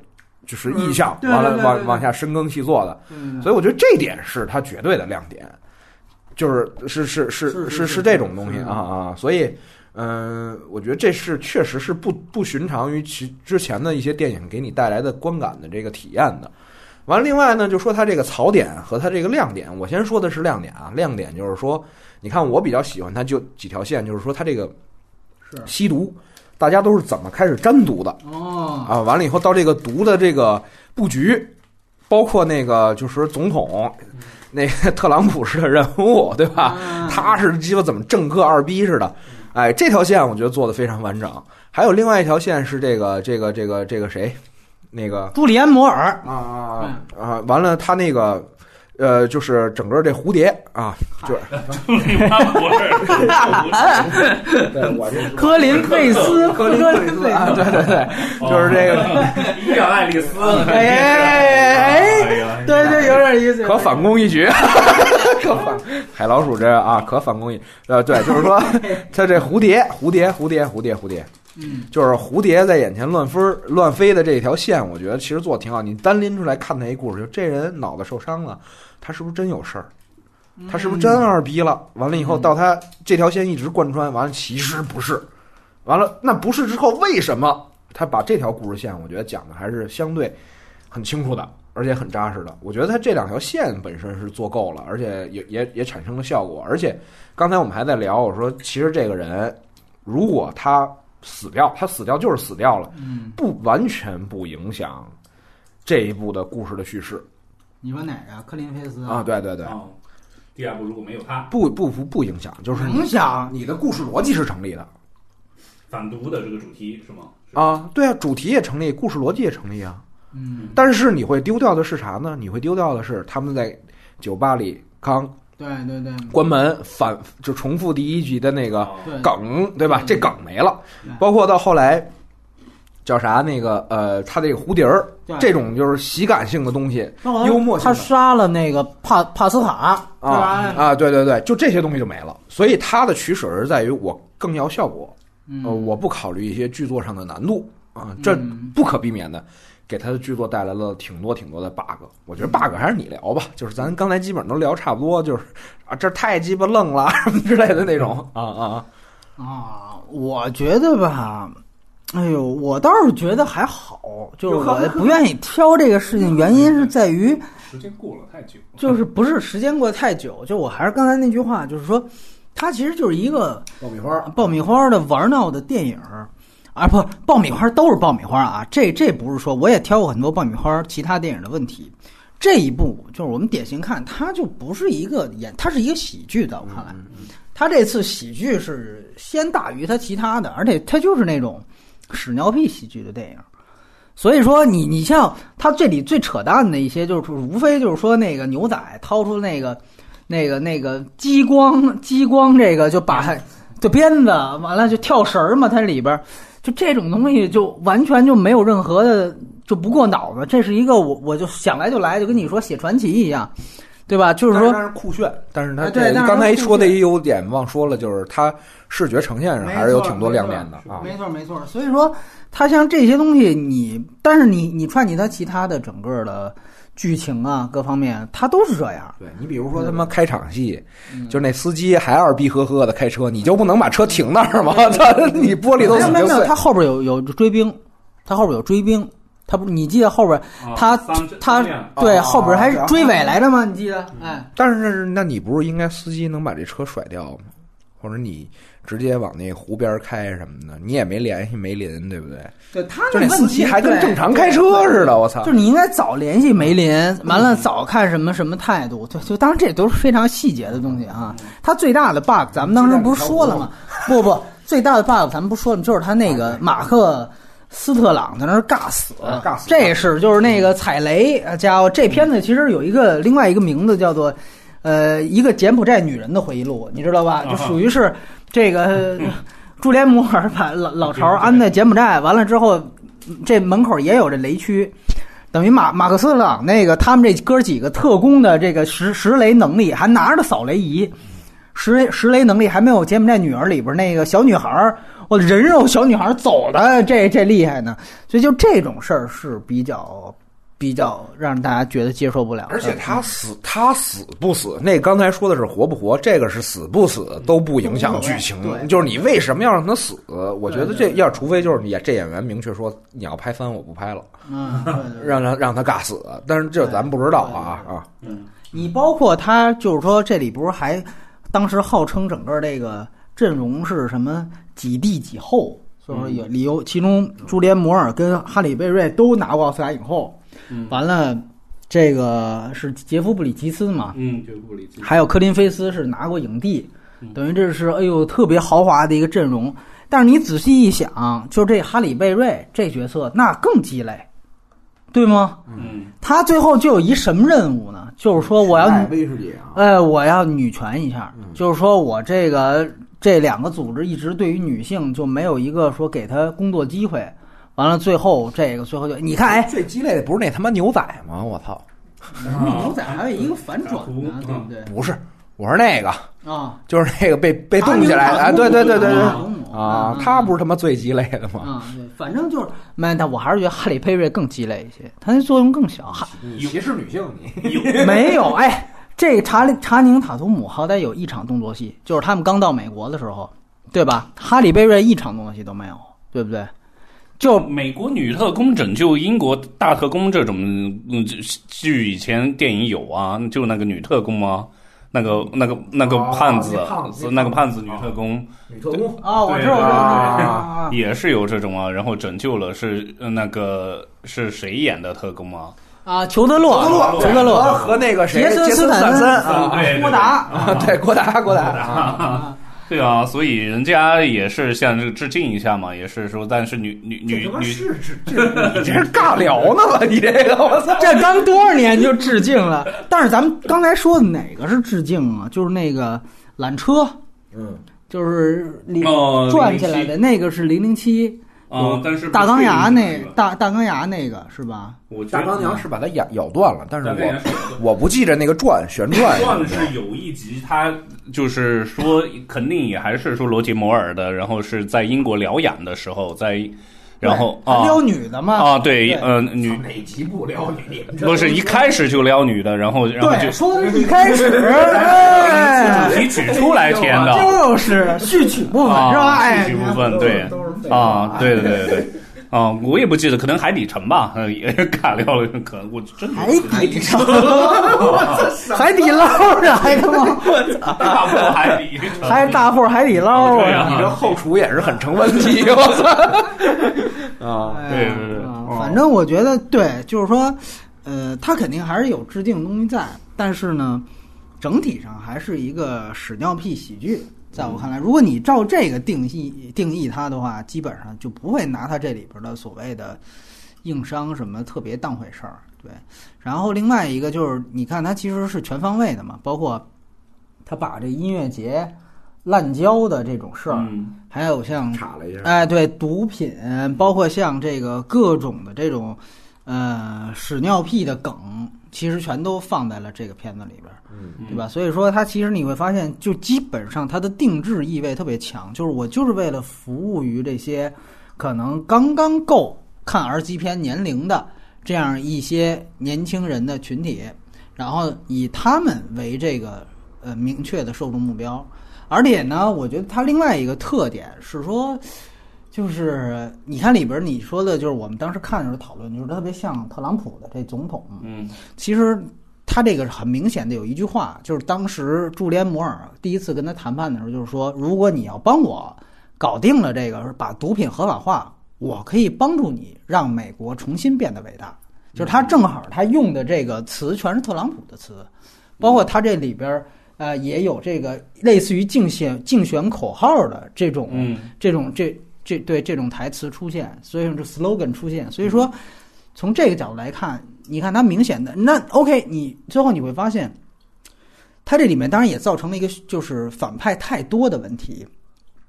就是意象，
嗯对
完
对
了
对
往
对
往下深耕细作的，
对对对
所以我觉得这点是他绝对的亮点，就是是是
是
是
是
是
是
这种东西
是
啊啊！所以，嗯，我觉得这是确实是不不寻常于其之前的一些电影给你带来的观感的这个体验的。完，了，另外呢，就说它这个槽点和它这个亮点，我先说的是亮点啊，亮点就是说，你看我比较喜欢它就几条线，就是说它这个
是
吸毒，大家都是怎么开始沾毒的。
哦，
啊，完了以后到这个毒的这个布局，包括那个就是总统，那个特朗普式的人物，对吧？
啊
他是鸡巴怎么政客二逼似的哎，这条线我觉得做的非常完整。还有另外一条线是这个这个这个这个谁，那个
朱利安·摩尔，
啊啊啊啊！完了，他那个呃，就是整个这蝴蝶啊，就是对我这
科林·佩斯，科林·佩
啊，
斯，
对对对，就是这个
一秒爱丽丝，
哎哎哎，
呀，
对对，有点意思。
可反攻一局，可反海老鼠这啊，可反攻一呃，对，就是说他这蝴蝶，蝴蝶，蝴蝶，蝴蝶，蝴蝶，
嗯，
就是蝴蝶在眼前乱飞乱飞的这一条线，我觉得其实做的挺好。你单拎出来看他一故事，就这人脑子受伤了，他是不是真有事儿？他是不是真二逼了？完了以后，
嗯
到他这条线一直贯穿，完了其实不是，完了那不是之后为什么？他把这条故事线，我觉得讲的还是相对很清楚的，而且很扎实的。我觉得他这两条线本身是做够了，而且也也也产生了效果。而且刚才我们还在聊，我说其实这个人如果他死掉，他死掉就是死掉了，
嗯，
不完全不影响这一部的故事的叙事
你说哪个？科林·佩斯
啊。，对对对，
哦第二部如果没有他，
不不不不影响，就是你
影响
你的故事逻辑是成立的
反毒的这个主题是吗？是吧，
啊，对啊，主题也成立，故事逻辑也成立啊。
嗯，
但是你会丢掉的是啥呢？你会丢掉的是他们在酒吧里刚
对对对
关门反就重复第一集的那个
哦
对，
梗，对吧？
嗯
这梗没了
嗯，
包括到后来叫啥那个呃，他这个蝴蝶儿
对
这种就是喜感性的东西
那我
幽默性
他
的
杀了那个帕帕斯卡，对
啊
吧？
啊，对对对，就这些东西就没了。所以它的取舍是在于我更要效果，
嗯
呃，我不考虑一些剧作上的难度啊，这
嗯
不可避免的，给他的剧作带来了挺多挺多的 bug。我觉得 bug 还是你聊吧，就是咱刚才基本上都聊差不多，就是啊，这太鸡巴愣了什么之类的
*laughs*
那种啊啊啊！
啊，我觉得吧，哎呦，我倒是觉得还好，就是我不愿意挑这个事情，原因是在于，
时间过了太久，
就是不是时间过得太久，就我还是刚才那句话，就是说，它其实就是一个
爆米花，
爆米花的玩闹的电影儿，啊，不，爆米花都是爆米花啊，这这不是说我也挑过很多爆米花其他电影的问题。这一部就是我们典型看，它就不是一个演，它是一个喜剧的。我
嗯
看来，它这次喜剧是先大于它其他的，而且它就是那种屎尿屁喜剧的电影。所以说你，你像它这里最扯淡的一些，就是无非就是说那个牛仔掏出那个、那个、那个激光、激光，这个就把就鞭子，完了就跳绳儿嘛，它里边儿就这种东西就完全就没有任何的，就不过脑子。这是一个我我就想来就来，就跟你说写传奇一样，对吧？就是说
但是酷炫，但是他
哎对但是它
刚才一说的
酷炫
一优点忘说了，就是它视觉呈现上还是有挺多亮点的啊。
没错没错，所以说它像这些东西你，但是你你串起它其他的整个的剧情啊各方面，它都是这样。
对你比如说
嗯
他妈开场戏，就那司机还二逼呵呵的开车，你就不能把车停那儿吗？ *laughs* 他你玻璃都
没有
怎
没有
么就
没
碎
有，
了？
它后边有有追兵，它后边有追兵，它不你记得后边
哦
他
丧尸
他
丧尸样
对
哦
后边还是
对啊
追尾来着吗？你记得？哎，
但是那你不是应该司机能把这车甩掉吗？或者你直接往那湖边开什么的，你也没联系梅林，对不对？
对他
就那司机还跟正常开车似的，我操嗯
就！是你应该早联系梅林，完了早看什么什么态度，对，就当然这都是非常细节的东西啊。它最大的 bug，咱们当时不是说
*laughs*
了吗？不不，最大的 bug 咱们不说了，就是他那个马克。斯特朗在那儿尬死
啊，尬死嗯
这是就是那个踩雷，啊家伙，这片子其实有一个另外一个名字叫做，呃，一个柬埔寨女人的回忆录，你知道
啊
吧？就属于是这个
嗯
朱连摩尔把老老巢安在柬埔寨，完了之后，这门口也有这雷区，等于马马克思特朗那个他们这哥几个特工的这个识识雷能力，还拿着扫雷仪，识雷识雷能力还没有《柬埔寨女儿》里边那个小女孩儿，我人肉小女孩儿走的这这厉害呢。所以就这种事儿是比较比较让大家觉得接受不了的，
而且他死，他死不死？那刚才说的是活不活，这个是死不死都不影响剧情。
对
就是你为什么要让他死？我觉得
对
这要除非就是你这演员明确说你要拍三我不拍了，
嗯，对对对
让让让他尬死。但是这咱不知道啊啊！
嗯，
你包括他，就是说这里不是还当时号称整个这个阵容是什么几帝几后，所以说有理由，其中朱连摩尔跟哈里贝瑞都拿过奥斯卡影后，
嗯
完了这个是杰夫布里吉斯嘛，啊
嗯，就不理解。
还有科林菲斯是拿过影帝，等于这是哎呦特别豪华的一个阵容。但是你仔细一想，就这哈里贝瑞这角色，那更鸡肋，对吗？
嗯，
他最后就有一什么任务呢？就是说我要
爱威士忌啊，
哎，我要女权一下，
嗯
就是说我这个这两个组织一直对于女性就没有一个说给她工作机会，完了最后这个最后就你看，哎，
最鸡肋的不是那他妈牛仔吗？我操，
嗯
牛仔还有一个反转呢，对不对？
不是，我是那个，
啊，
就是那个被被冻起来的，哎，对对对对对，
对
啊，他不是他妈最鸡肋的吗？
啊，对，反正就是，没，但我还是觉得哈里佩瑞更鸡肋一些，它那作用更小。哈，
你歧视女性你？
没有，哎，这个查理查宁塔图姆好歹有一场动作戏，就是他们刚到美国的时候，对吧？哈里贝瑞一场动作戏都没有，对不对？就
美国女特工拯救英国大特工这种嗯这剧以前电影有啊，就那个女特工啊，那个那个那个
哦
胖子
那胖子
那个胖子女特工
女特工
啊，我知道，我知道，我知道啊，
也是有这种啊，然后拯救了是呃那个是谁演的特工啊？
啊，裘德洛，裘德
哎
和
洛，
和那个谁，
杰森
杰
斯
森
坦
坦
森
森啊，
对对
郭达，
啊对，郭达郭达，
啊
对啊，所以人家也是向这个致敬一下嘛，也是说，但是女女女
这他妈
女
是是这
你这是尬聊呢吧？你这个我操，
这刚多少年就致敬了？但是咱们刚才说的哪个是致敬啊？就是那个缆车，
嗯，
就是里
哦
转起来的那个是零零七，
啊，但是
大钢牙那
个，
大大钢牙那个是吧？
啊我觉
大
得
钢牙是把它咬咬断了，但是
大概也
我
是
我不记着那个转旋转什么
算
的。
是有一集，他就是说，肯定也还是说罗杰摩尔的，然后是在英国疗养的时候，在然后
对他
啊
撩女的嘛？
啊，对，
对
呃，女
哪集不聊你？
不是一开始就撩女的，然后然后就啊
对，说的是一开始，哎
提取出来填的
就是序曲部分是吧？
啊，戏
哎
剧，部分对
都是
啊，对对对对。啊、我也不记得，可能海底城吧，呃也尬聊了，可能我真的
海底捞，哎海底捞是还他妈，我操，
大不了海底城，
还大户海底捞
对
啊！
啊
哦你这后厨也是很成问题，我操！啊，
哎
对
呀
对对
啊
哦
反正我觉得对，就是说，呃，他肯定还是有致敬的东西在，但是呢，整体上还是一个屎尿屁喜剧。在
嗯
我看来，如果你照这个定义定义它的话，基本上就不会拿它这里边的所谓的硬伤什么特别当回事儿。对，然后另外一个就是，你看它其实是全方位的嘛，包括他把这音乐节滥交的这种事儿，
嗯，
还有像
岔了一下，
哎，对，毒品，包括像这个各种的这种，呃，屎尿屁的梗，其实全都放在了这个片子里边儿，
嗯，
嗯
对吧？所以说，它其实你会发现，就基本上它的定制意味特别强，就是我就是为了服务于这些可能刚刚够看 R 级片年龄的这样一些年轻人的群体，然后以他们为这个呃明确的受众目标。而且呢，我觉得它另外一个特点是说，就是你看里边儿你说的，就是我们当时看的时候讨论，就是特别像特朗普的这总统，
嗯，
其实他这个很明显的有一句话，就是当时朱利安·摩尔第一次跟他谈判的时候，就是说，如果你要帮我搞定了这个，把毒品合法化，我可以帮助你让美国重新变得伟大。就是他正好他用的这个词全是特朗普的词，包括他这里边儿呃也有这个类似于竞选竞选口号的这种
嗯
这种这这对这种台词出现，所以说这 slogan 出现，所以说从这个角度来看，你看它明显的那 OK，你最后你会发现，它这里面当然也造成了一个就是反派太多的问题，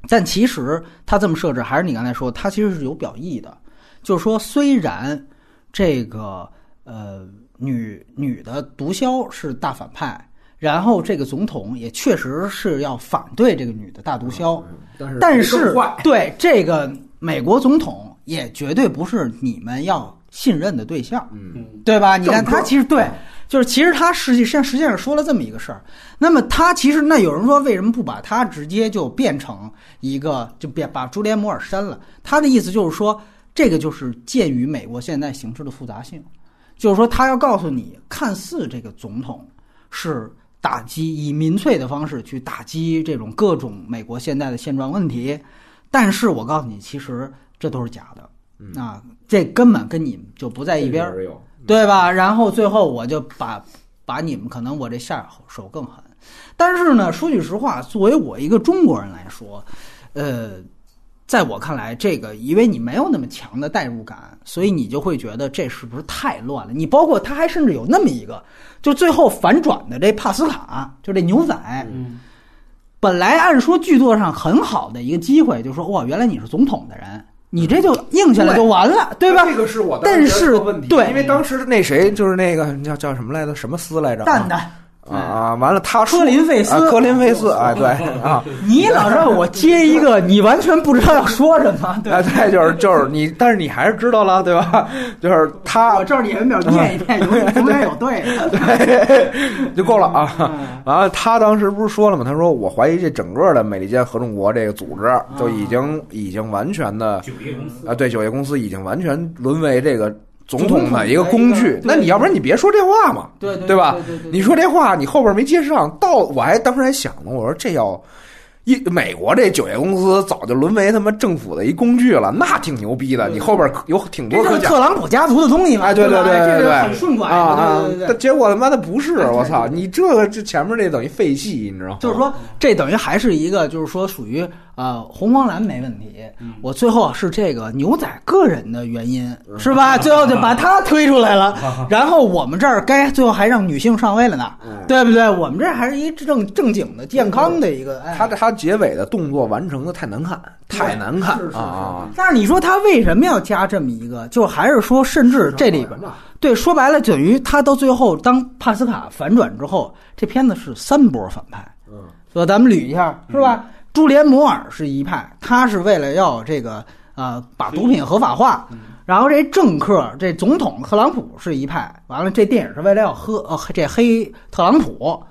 但其实它这么设置还是你刚才说，它其实是有表意的，就是说虽然这个呃女女的毒枭是大反派。然后这个总统也确实是要反对这个女的大毒枭，
嗯但是
但
更
是
坏
对这个美国总统也绝对不是你们要信任的对象，
嗯，
对吧？你看
政客
他其实对，就是其实他实际上实际上说了这么一个事儿。那么他其实那有人说为什么不把他直接就变成一个就变把朱连摩尔删了？他的意思就是说，这个就是鉴于美国现在形势的复杂性，就是说他要告诉你，看似这个总统是打击以民粹的方式去打击这种各种美国现在的现状问题，但是我告诉你，其实这都是假的。啊，这根本跟你们就不在一边儿，
嗯
这里边有
对吧？然后最后我就把把你们可能我这下手更狠，但是呢，说句实话，作为我一个中国人来说，呃，在我看来，这个因为你没有那么强的代入感，所以你就会觉得这是不是太乱了？你包括他还甚至有那么一个，就最后反转的这帕斯卡，就这牛仔，
嗯
本来按说剧作上很好的一个机会，就说哇，原来你是总统的人，你这就硬下来就完了，对吧？
这个是我当时
但是
的问题，
对
因为当时那谁就是那个叫叫什么来着，什么斯来着？
蛋蛋，
啊啊！完了，他说
科林费斯
啊科林费斯，哎，对啊，
*laughs* 你老让我接一个你完全不知道要说什么，对吧
哎，对，就是就是你，但是你还是知道了，对吧？ *laughs* 就是他
我这儿你们表念一遍，有从来有对的。
就够了啊。
嗯
*laughs* 然后他当时不是说了吗？他说我怀疑这整个的美利坚合众国这个组织就已经已经完全的
酒业公司
啊，对，酒业公司已经完全沦为这个总统
总统
的
的
一个
一
工
个
具
对。
那你要不然你别说这话嘛，
对
对吧？
对对
你说这话，你后边没接上，到我还当时还想呢，我说这要一美国这酒业公司早就沦为他妈政府的一工具了，那挺牛逼的，
*laughs* 对
你后边可有挺
这
多
就是
可讲
特朗普家族的东西嘛？
哎对
吧
对对
这
对
是
对
很顺
啊
拐
啊
的，对！对对。
但结果他妈的不是，
对对
我操！你这个这前面这等于废戏，你知道吗？
就是说，这等于还是一个，就是说属于啊红黄蓝没问题。我最后是这个牛仔个人的原因是吧？最后就把他推出来了， *laughs* 然后我们这儿该最后还让女性上位了呢，对不对？我们这儿还是一正正经的、健康的一个。哎
他他结尾的动作完成的太难看，太难看
是是是
啊！
但是你说他为什么要加这么一个？就还是说，甚至这里边，对，说白了，等于他到最后当帕斯卡反转之后，这片子是三波反派。
嗯，
所以咱们捋一下，是吧？朱连摩尔是一派，他是为了要这个呃把毒品合法化。然后这政客，这总统特朗普是一派，完了这电影是为了要喝呃这黑特朗普，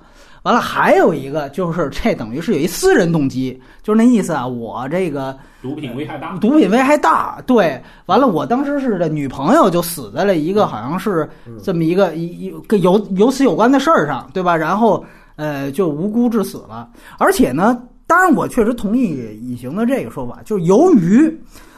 完了还有一个就是这等于是有一私人动机，就是那意思啊，我这个
毒品危害大，
毒品危害大。对，完了，我当时是的女朋友就死在了一个好像是这么一个一一跟有有死有关的事儿上，对吧？然后呃，就无辜致死了。而且呢，当然我确实同意以行的这个说法，就是由于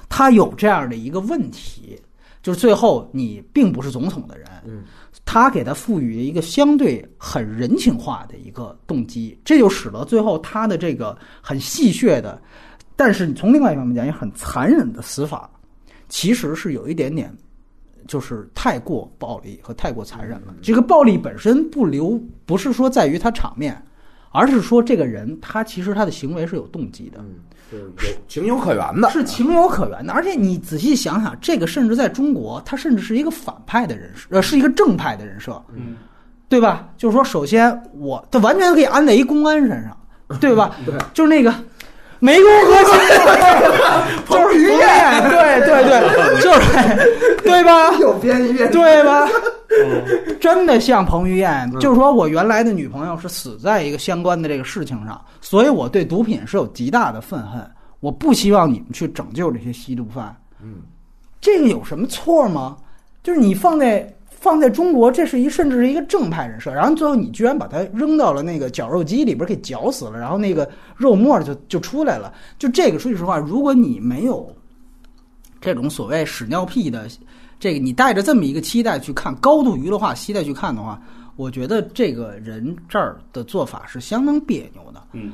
他有这样的一个问题，就是最后你并不是总统的人，
嗯，
他给他赋予一个相对很人情化的一个动机，这就使得最后他的这个很戏谑的，但是你从另外一方面讲也很残忍的死法，其实是有一点点。就是太过暴力和太过残忍了。这个暴力本身不留，不是说在于他场面，而是说这个人他其实他的行为是有动机的，
有情有可原的，
是情有可原的。而且你仔细想想，这个甚至在中国，他甚至是一个反派的人设，呃，是一个正派的人设，
嗯，
对吧？就是说，首先我这完全可以安在一公安身上，对吧？
对，
就是那个。湄公河心，就是于晏，对对对，就是，对吧？
*laughs*
有编一遍
对吧？真的像彭于晏，就是说我原来的女朋友是死在一个相关的这个事情上，所以我对毒品是有极大的愤恨。我不希望你们去拯救这些吸毒犯。
嗯，
这个有什么错吗？就是你放在放在中国，这是一甚至是一个正派人设，然后最后你居然把它扔到了那个绞肉机里边给绞死了，然后那个肉沫儿就就出来了。就这个，说句实话，如果你没有这种所谓屎尿屁的这个，你带着这么一个期待去看，高度娱乐化期待去看的话，我觉得这个人这儿的做法是相当别扭的，
嗯，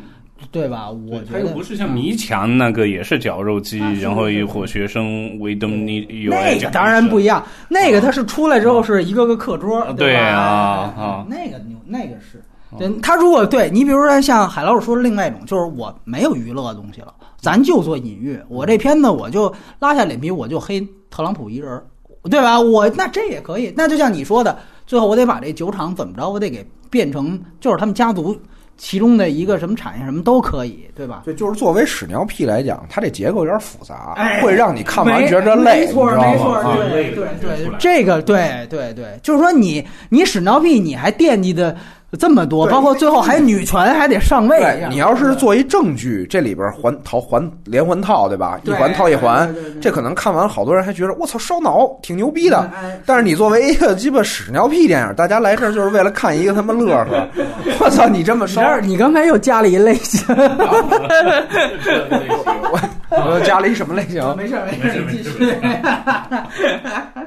对吧？我
对
觉
他又
得
不是像你
迷墙那个也是绞肉机
啊，是
然后
是
以
是
火学生为灯，你有
那个当然不
*laughs*
一样，那个他是出来之后是一个个课桌，
啊对
吧哎
啊啊
那个牛，那个是。对他如果对你，比如说像海老鼠说的另外一种，就是我没有娱乐的东西了，咱就做隐喻。我这片子我就拉下脸皮，我就黑特朗普一人儿，对吧？我那这也可以。那就像你说的，最后我得把这酒厂怎么着，我得给变成就是他们家族其中的一个什么产业，什么都可以，对吧？
对，就是作为屎尿屁来讲，它这结构有点复杂，会让你看完觉着
哎没
累，
错
你知道
没错
吗啊
对
对
对对对
这个对对对，就是说你你屎尿屁你还惦记的这么多，
对
包括最后还女权还得上位一
对
样，
你要是做一正剧，这里边环套环连环套，对吧？一
对
环套一环
对对对，对
这可能看完好多人还觉得我操烧脑，挺牛逼的。
哎
但是你啊作为一个鸡巴屎尿屁电影，大家来这儿就是为了看一个他妈乐
*laughs*
呵。我操，你这么
你
烧
这，儿你刚才又加了一类型，
我呃加了一什么
*laughs*
类型
没事没
没事没事，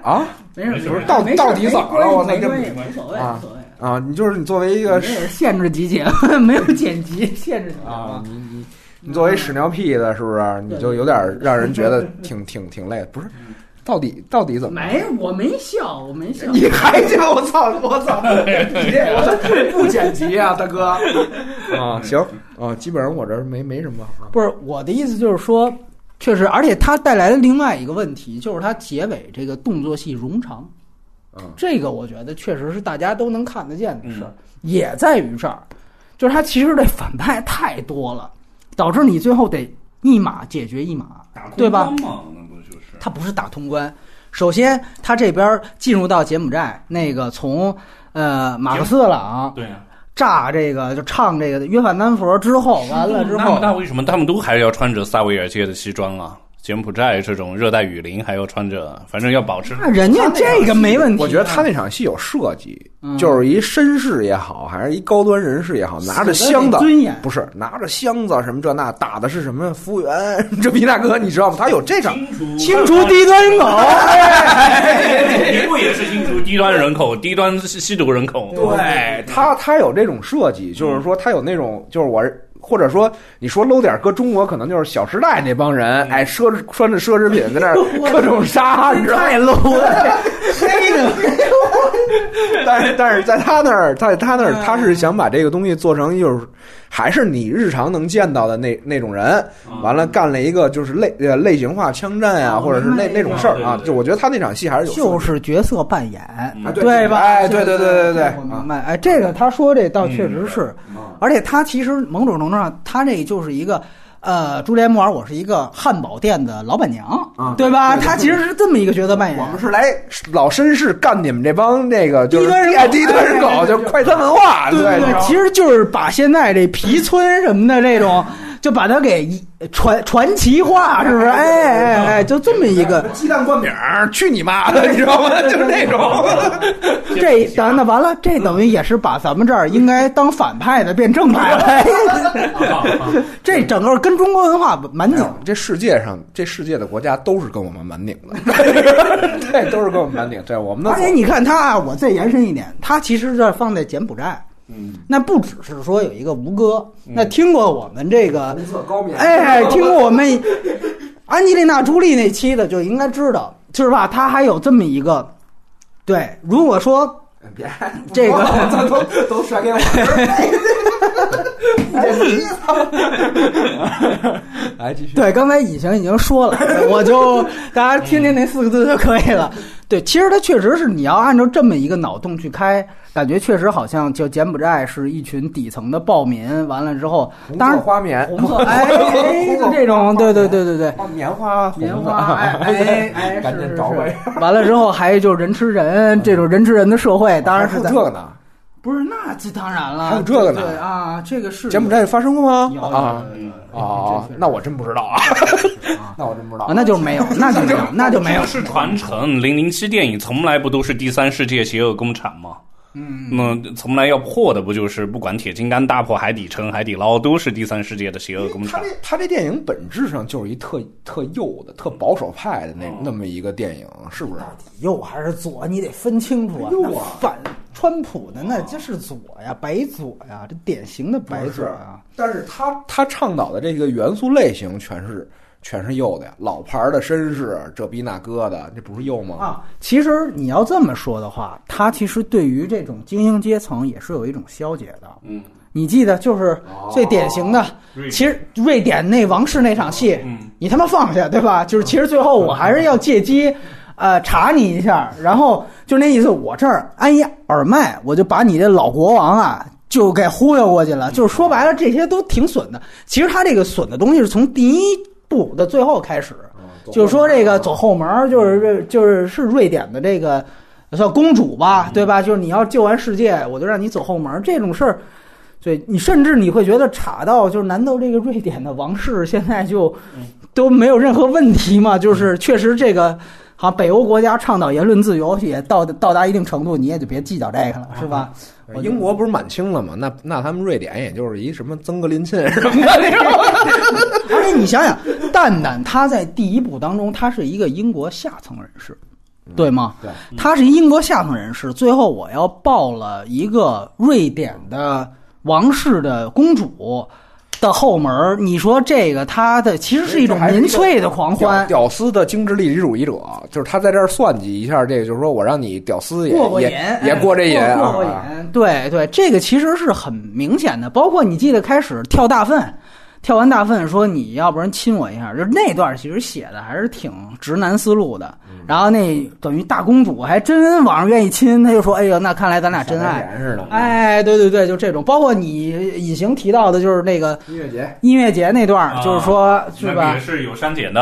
啊？
没
事没事不
不是
是
到到底怎么了我操
没
这
关系
么
无所谓
啊
无所谓。
啊，你就是你作为一
这
个
是限制级节目， *laughs* 没有剪辑，限制级节目
啊，。你你
嗯
你作为屎尿屁的，是不是？你就有点让人
*laughs*
觉得挺挺挺累，不是？
嗯
到底到底怎么？
没，我没笑，我没
*laughs*
笑。
你还鸡巴我操我操！你这我这不剪辑啊，大哥啊，行啊，基本上我这儿没没什么啊
不是我的意思，就是说，确实，而且它带来的另外一个问题，就是它结尾这个动作戏冗长，
嗯
这个我觉得确实是大家都能看得见的事儿，也在于这儿，就是它其实这反派太多了，导致你最后得一码解决一码，
打
对吧
光嘛，那不就是
它不是打通关。首先，他这边进入到柬埔寨，那个从呃马克思朗
对啊？
炸这个就唱这个约翰丹佛之后，完了之
那么
后，
那为什么他们都还要穿着萨维尔街的西装啊？柬埔寨这种热带雨林还要穿着，反正要保持
那人家这个没问题啊。
我觉得他那场戏有设计，
嗯
就是一绅士也好，还是一高端人士也好，拿着箱
死得
子
得，尊严，
*laughs* 不是拿着箱子什么这那，打的是什么服务员 *laughs* 这逼大哥，你知道吗？他有这场，
楚
清除低端人
*laughs* 哎
口。哎
你哎不也是清除低端人口、低端吸吸毒人口？嗯
对他他有这种设计，就是说他有那种，就是我。或者说，你说 low 点儿，搁中国可能就是《小时代》那帮人，哎，奢侈穿着奢侈品在那儿各种杀，你知道吗？
太 low 了，黑的。
*laughs* 但是但是在他那儿，在他那儿
嗯，
他是想把这个东西做成就是还是你日常能见到的那那种人，
嗯
完
*laughs*
了干了一个就是类呃类型化枪战啊，
哦
或者是那
明白
那种事儿啊
对对，对
就我觉得他那场戏还是有
就
说服
是角色扮演，
啊
对
吧？
哎对对对对对嗯对
我明白。哎，这个他说这倒确实是，
啊
而且他其实某种程度上，他这就是一个。呃，朱帘木儿，我是一个汉堡店的老板娘，
啊
对吧？ *laughs* 他其实是这么一个角色扮演。
我们是来老绅士干你们这帮那个就是
低端人口
哎低端人口，
哎
就快餐文化，
对
你
对，
知道吗
其实就是把现在这皮村什么的这种，就把它给一传传奇化，是不是？哎哎哎，就这么一个。
鸡蛋灌饼儿，去你妈的，你知道
*laughs*
吗？就是那种，
这等那完了，这等于也是把咱们这儿应该当反派的变正派了。这整个跟中国文化蛮拧。
这世界上这世界的国家都是跟我们蛮拧
*laughs*
的，对，都是跟我们蛮拧，对，我们的
而且你看他啊，我再延伸一点，他其实这放在柬埔寨，嗯，那不只是说有一个吴哥，那听过我们这个
红色高棉，
哎，听过我们安吉丽娜·朱莉那期的就应该知道，就是吧？她还有这么一个，对，如果说
哎别
这个
都都都甩给我，
来继续。
*laughs* 对，刚才以前已经说了，我
*laughs*
就大家听听那四个字就可以了。对，其实它确实是你要按照这么一个脑洞去开，感觉确实好像就柬埔寨是一群底层的暴民，完了之后，当然
花棉，
红色哎哎就这种，对对对对对。
哦，棉花，红色
棉花，
*laughs*
哎哎哎，
赶
是
紧
是
找回。
是。完了之后，还有就是人吃人这种人吃人的社会，当然
还
是
有
在
这个呢。
不是那这当然了，
还有这个呢
对对啊，这个是
柬埔寨发生过吗
有？有
啊
有有有
哦，那我真不知道啊， *laughs* 那我真不知
啊
道。
那就没有，那就没
*laughs*
有，那就没有
这。是传承。零零七电影从来不都是第三世界邪恶工厂吗？嗯，那从来要破的不就是不管铁金刚大破海底城、海底捞，都是第三世界的邪恶工
哎他
厂
这。他这电影本质上就是一特特右的、特保守派的那
哦
那么一个电影，是不是？
右还是左，你得分清楚啊。
右啊
那反川普的那这是左呀，白左呀，这典型的白左啊。
但是他他倡导的这个元素类型全是全是右的呀，老牌儿的绅士，这逼那哥的，这不是右吗？
啊，其实你要这么说的话，他其实对于这种精英阶层也是有一种消解的。
嗯，
你记得就是最典型的，
瑞
其实瑞典那王室那场戏，
嗯
你他妈放下，对吧？就是其实最后我还是要借机，呃，查你一下，然后就那意思，我这儿安一耳麦，我就把你这老国王啊。就给忽悠过去了，就是说白了，这些都挺损的。其实他这个损的东西是从第一部的最后啊嗯开始，就是说这嗯个走后门儿，就是这就是是瑞典的这个算公主吧，对吧？就是你要救完世界，我就让你走后门儿这种事儿。对你，甚至你会觉得查到，就是难道这个瑞典的王室现在就都没有任何问题吗？就是确实这个，好像北欧国家倡导言论自由也到到达一定程度，你也就别计较这个了，是吧？我
英国不是满清了吗？那那他们瑞典也就是一什么曾格林沁什么的那种。
*laughs* 而且你想想，蛋蛋他在第一部当中，他是一个英国下层人士，嗯对吗？
对，
他是一英国下层人士，最后我要抱了一个瑞典的王室的公主的后门儿，你说这个他的其实是一种民粹的狂欢，
屌丝的精致利己主义者，就是他在这儿算计一下，这个就是说我让你屌丝也
过过瘾哎
也，也过这瘾
过过
啊，
瘾，对对，这个其实是很明显的。包括你记得开始跳大粪，跳完大粪说你要不然亲我一下，就是那段其实写的还是挺直男思路的。
嗯
然后那等于大公主还真往上愿意亲，他就说：“哎呦，那看来咱俩真爱。
钱似”的。
哎，对对对，就这种。包括你隐形提到的，就是那个
音乐节，
音乐节那段，
啊
就是说是
那
吧
也？是有删减的，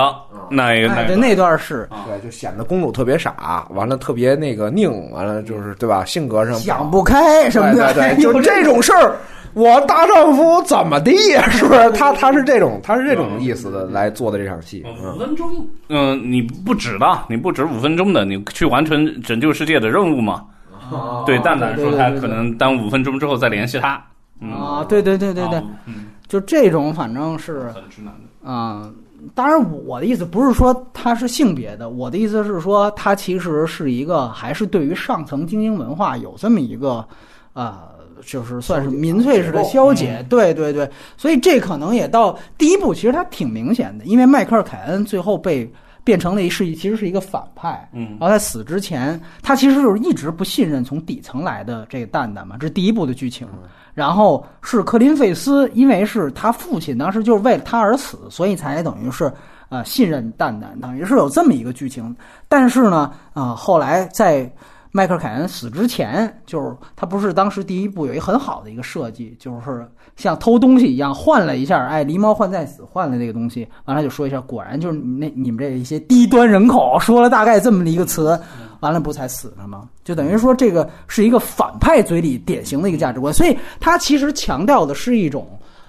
那也
哎，对，
那
那段是
对，就显得公主特别傻，完了特别那个拧，完了就是对吧？性格上
想不开什么的，
对对
*laughs*
对，就这种事儿，我大丈夫怎么地呀？ *laughs* 是不是？他他是这种，他是这种意思
嗯
的来做的这场戏，
五
嗯，
分钟，嗯，你不止的，你不止五分钟的，你去完成拯救世界的任务嘛？
哦
哦
对，蛋蛋说
对对
他
对对
可能耽误五分钟之后再联系他。嗯，
啊，对对对对对，
嗯，
就这种反正是。
很直男的。
啊、当然我的意思不是说他是性别的，我的意思是说他其实是一个还是对于上层精英文化有这么一个呃。就是算是民粹式的消解，对对对，所以这可能也到第一步，其实它挺明显的，因为迈克尔·凯恩最后被变成了一是一其实是一个反派，
嗯
然后在死之前，他其实就是一直不信任从底层来的这个蛋蛋嘛，这是第一部的剧情，然后是克林费斯，因为是他父亲当时就是为了他而死，所以才等于是呃信任蛋蛋，等于是有这么一个剧情。但是呢，啊，后来在迈克尔凯恩死之前，就是他不是当时第一部有一很好的一个设计，就是像偷东西一样换了一下，哎，狸猫换太子换了这个东西，完了就说一下，果然就是你那你们这一些低端人口说了大概这么一个词，完了不才死了吗？就等于说这个是一个反派嘴里典型的一个价值观，所以他其实强调的是一种。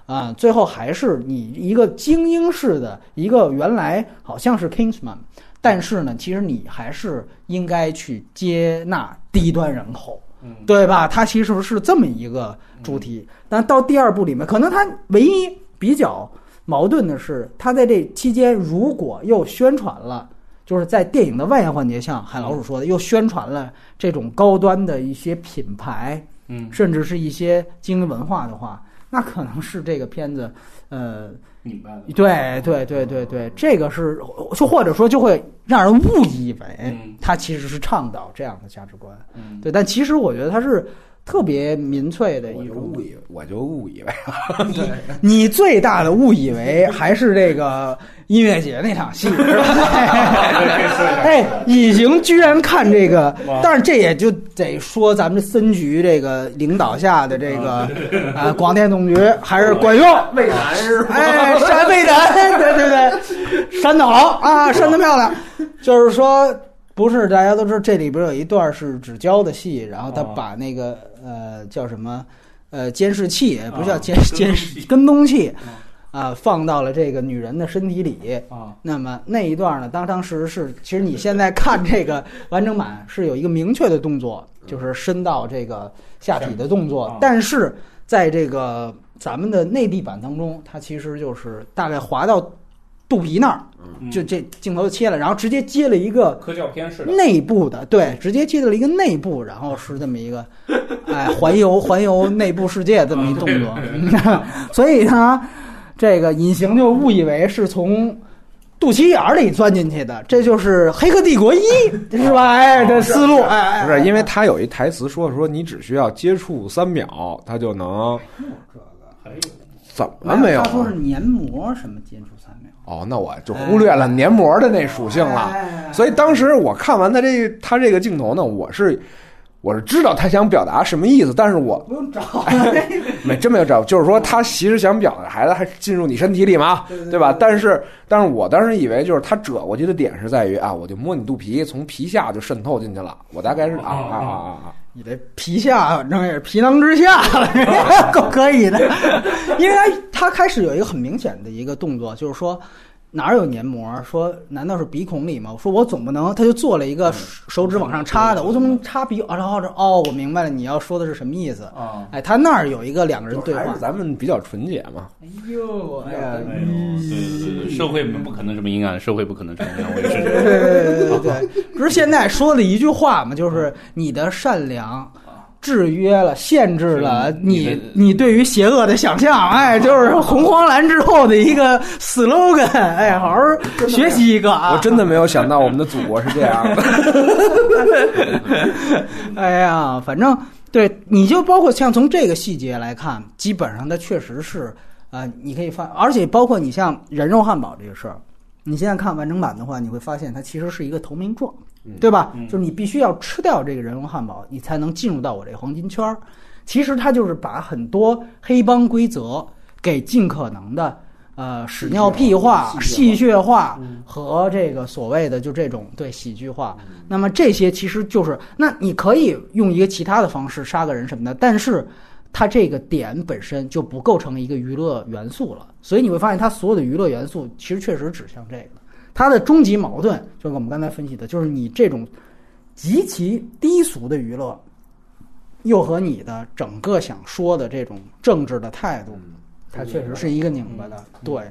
啊，最后还是你一个精英式的一个原来好像是 Kingsman，但是呢，其实你还是应该去接纳低端人口，对吧？它其实是这么一个主题。但到第二部里面，可能它唯一比较矛盾的是，它在这期间如果又宣传了。就是在电影的外延环节，像海老鼠说的，又宣传了这种高端的一些品牌，
嗯，
甚至是一些精英文化的话，那可能是这个片子，呃，
明白了。
对对对对对，这个是就或者说就会让人误以为
嗯
他其实是倡导这样的价值观，
嗯
对，但其实我觉得他是特别民粹的
我
一
就
种
误。以我就误以为
你最大的误以为还是这个音乐节那场
*laughs*
戏，是吧？哎，隐形居然看这个，但是这也就得说咱们森局这个领导下的这个啊，广电总局还是管用，
蔚蓝是吧？
哎，山北南，对对对，山的好啊，山的漂亮。就是说，不是大家都知道，这里边有一段是纸胶的戏，然后他
啊
把那个呃叫什么呃监视器，不是叫
啊
监
跟踪
监视
器
跟踪器啊，放到了这个女人的身体里。
啊，
那么那一段呢，当当时是，其实你现在看这个完整版是有一个明确的动作，就是伸到这个下体的动
嗯下
作
体啊，
但是在这个咱们的内地版当中，它其实就是大概滑到肚皮那儿，
嗯
就这镜头就切了，然后直接接了一个
科教片式的，
内部的，对，直接接了一个内部，然后是这么一 *laughs* 个，哎，环游环游内部世界这么一动作， *laughs* 所以呢，这个隐形就误以为是从。肚脐眼儿里钻进去的，这就是《黑客帝国一》， *laughs* 是吧？哎，这思路，哎哎，
不
哎
是，因为他有一台词说说你只需要接触三秒，他就能
还有
怎么没有
他说
啊
是？黏膜什么接触三秒，
哦，那我就忽略了黏膜的那属性了。
了
所以当时我看完他这他这个镜头呢，我是我是知道他想表达什么意思，但是我
不用找， *laughs*
没真没有找，就是说他其实想表达孩子还是进入你身体里嘛，对吧？但是但是我当时以为就是他折过去的点是在于啊，我就摸你肚皮，从皮下就渗透进去了，我大概
哦
是啊啊啊啊啊。
你这皮下反正也是皮囊之下 *laughs* 了，够可以的。因为他他开始有一个很明显的一个动作，就是说，哪有黏膜？说难道是鼻孔里吗？我说我总不能，他就做了一个手指往上插的，我总不能插鼻？啊，然后这哦，我明白了，你要说的是什么意思？
啊，
哎，他那儿有一个两个人对啊
还
话
是，咱们比较纯洁嘛。
哎呦，哎呀，
哎呦对对对，社会不可能这么阴暗，社会不可能这么阴暗，我也
对
是这
对
样。
对对对对， *laughs* 不是现在说的一句话嘛，就是你的善良。制约了，限制了你你对于邪恶的想象，哎，就是红黄蓝之后的一个 slogan，哎，好好学习一个啊！
我真的没有想到我们的祖国是这样
*laughs*
的。
哎呀，反正对，你就包括像从这个细节来看，基本上它确实是，呃，你可以发，而且包括你像人肉汉堡这个事儿，你现在看完整版的话，你会发现它其实是一个投名状，对吧？就是你必须要吃掉这个人肉汉堡，你才能进入到我这黄金圈儿。其实它就是把很多黑帮规则给尽可能的。呃，屎尿屁化、戏谑化嗯和这个所谓的就这种对喜剧化，那么这些其实就是，那你可以用一个其他的方式杀个人什么的，但是它这个点本身就不构成一个娱乐元素了，所以你会发现它所有的娱乐元素其实确实指向这个。它的终极矛盾就是我们刚才分析的，就是你这种极其低俗的娱乐，又和你的整个想说的这种政治的态度，它嗯确实嗯是一个拧巴的。对，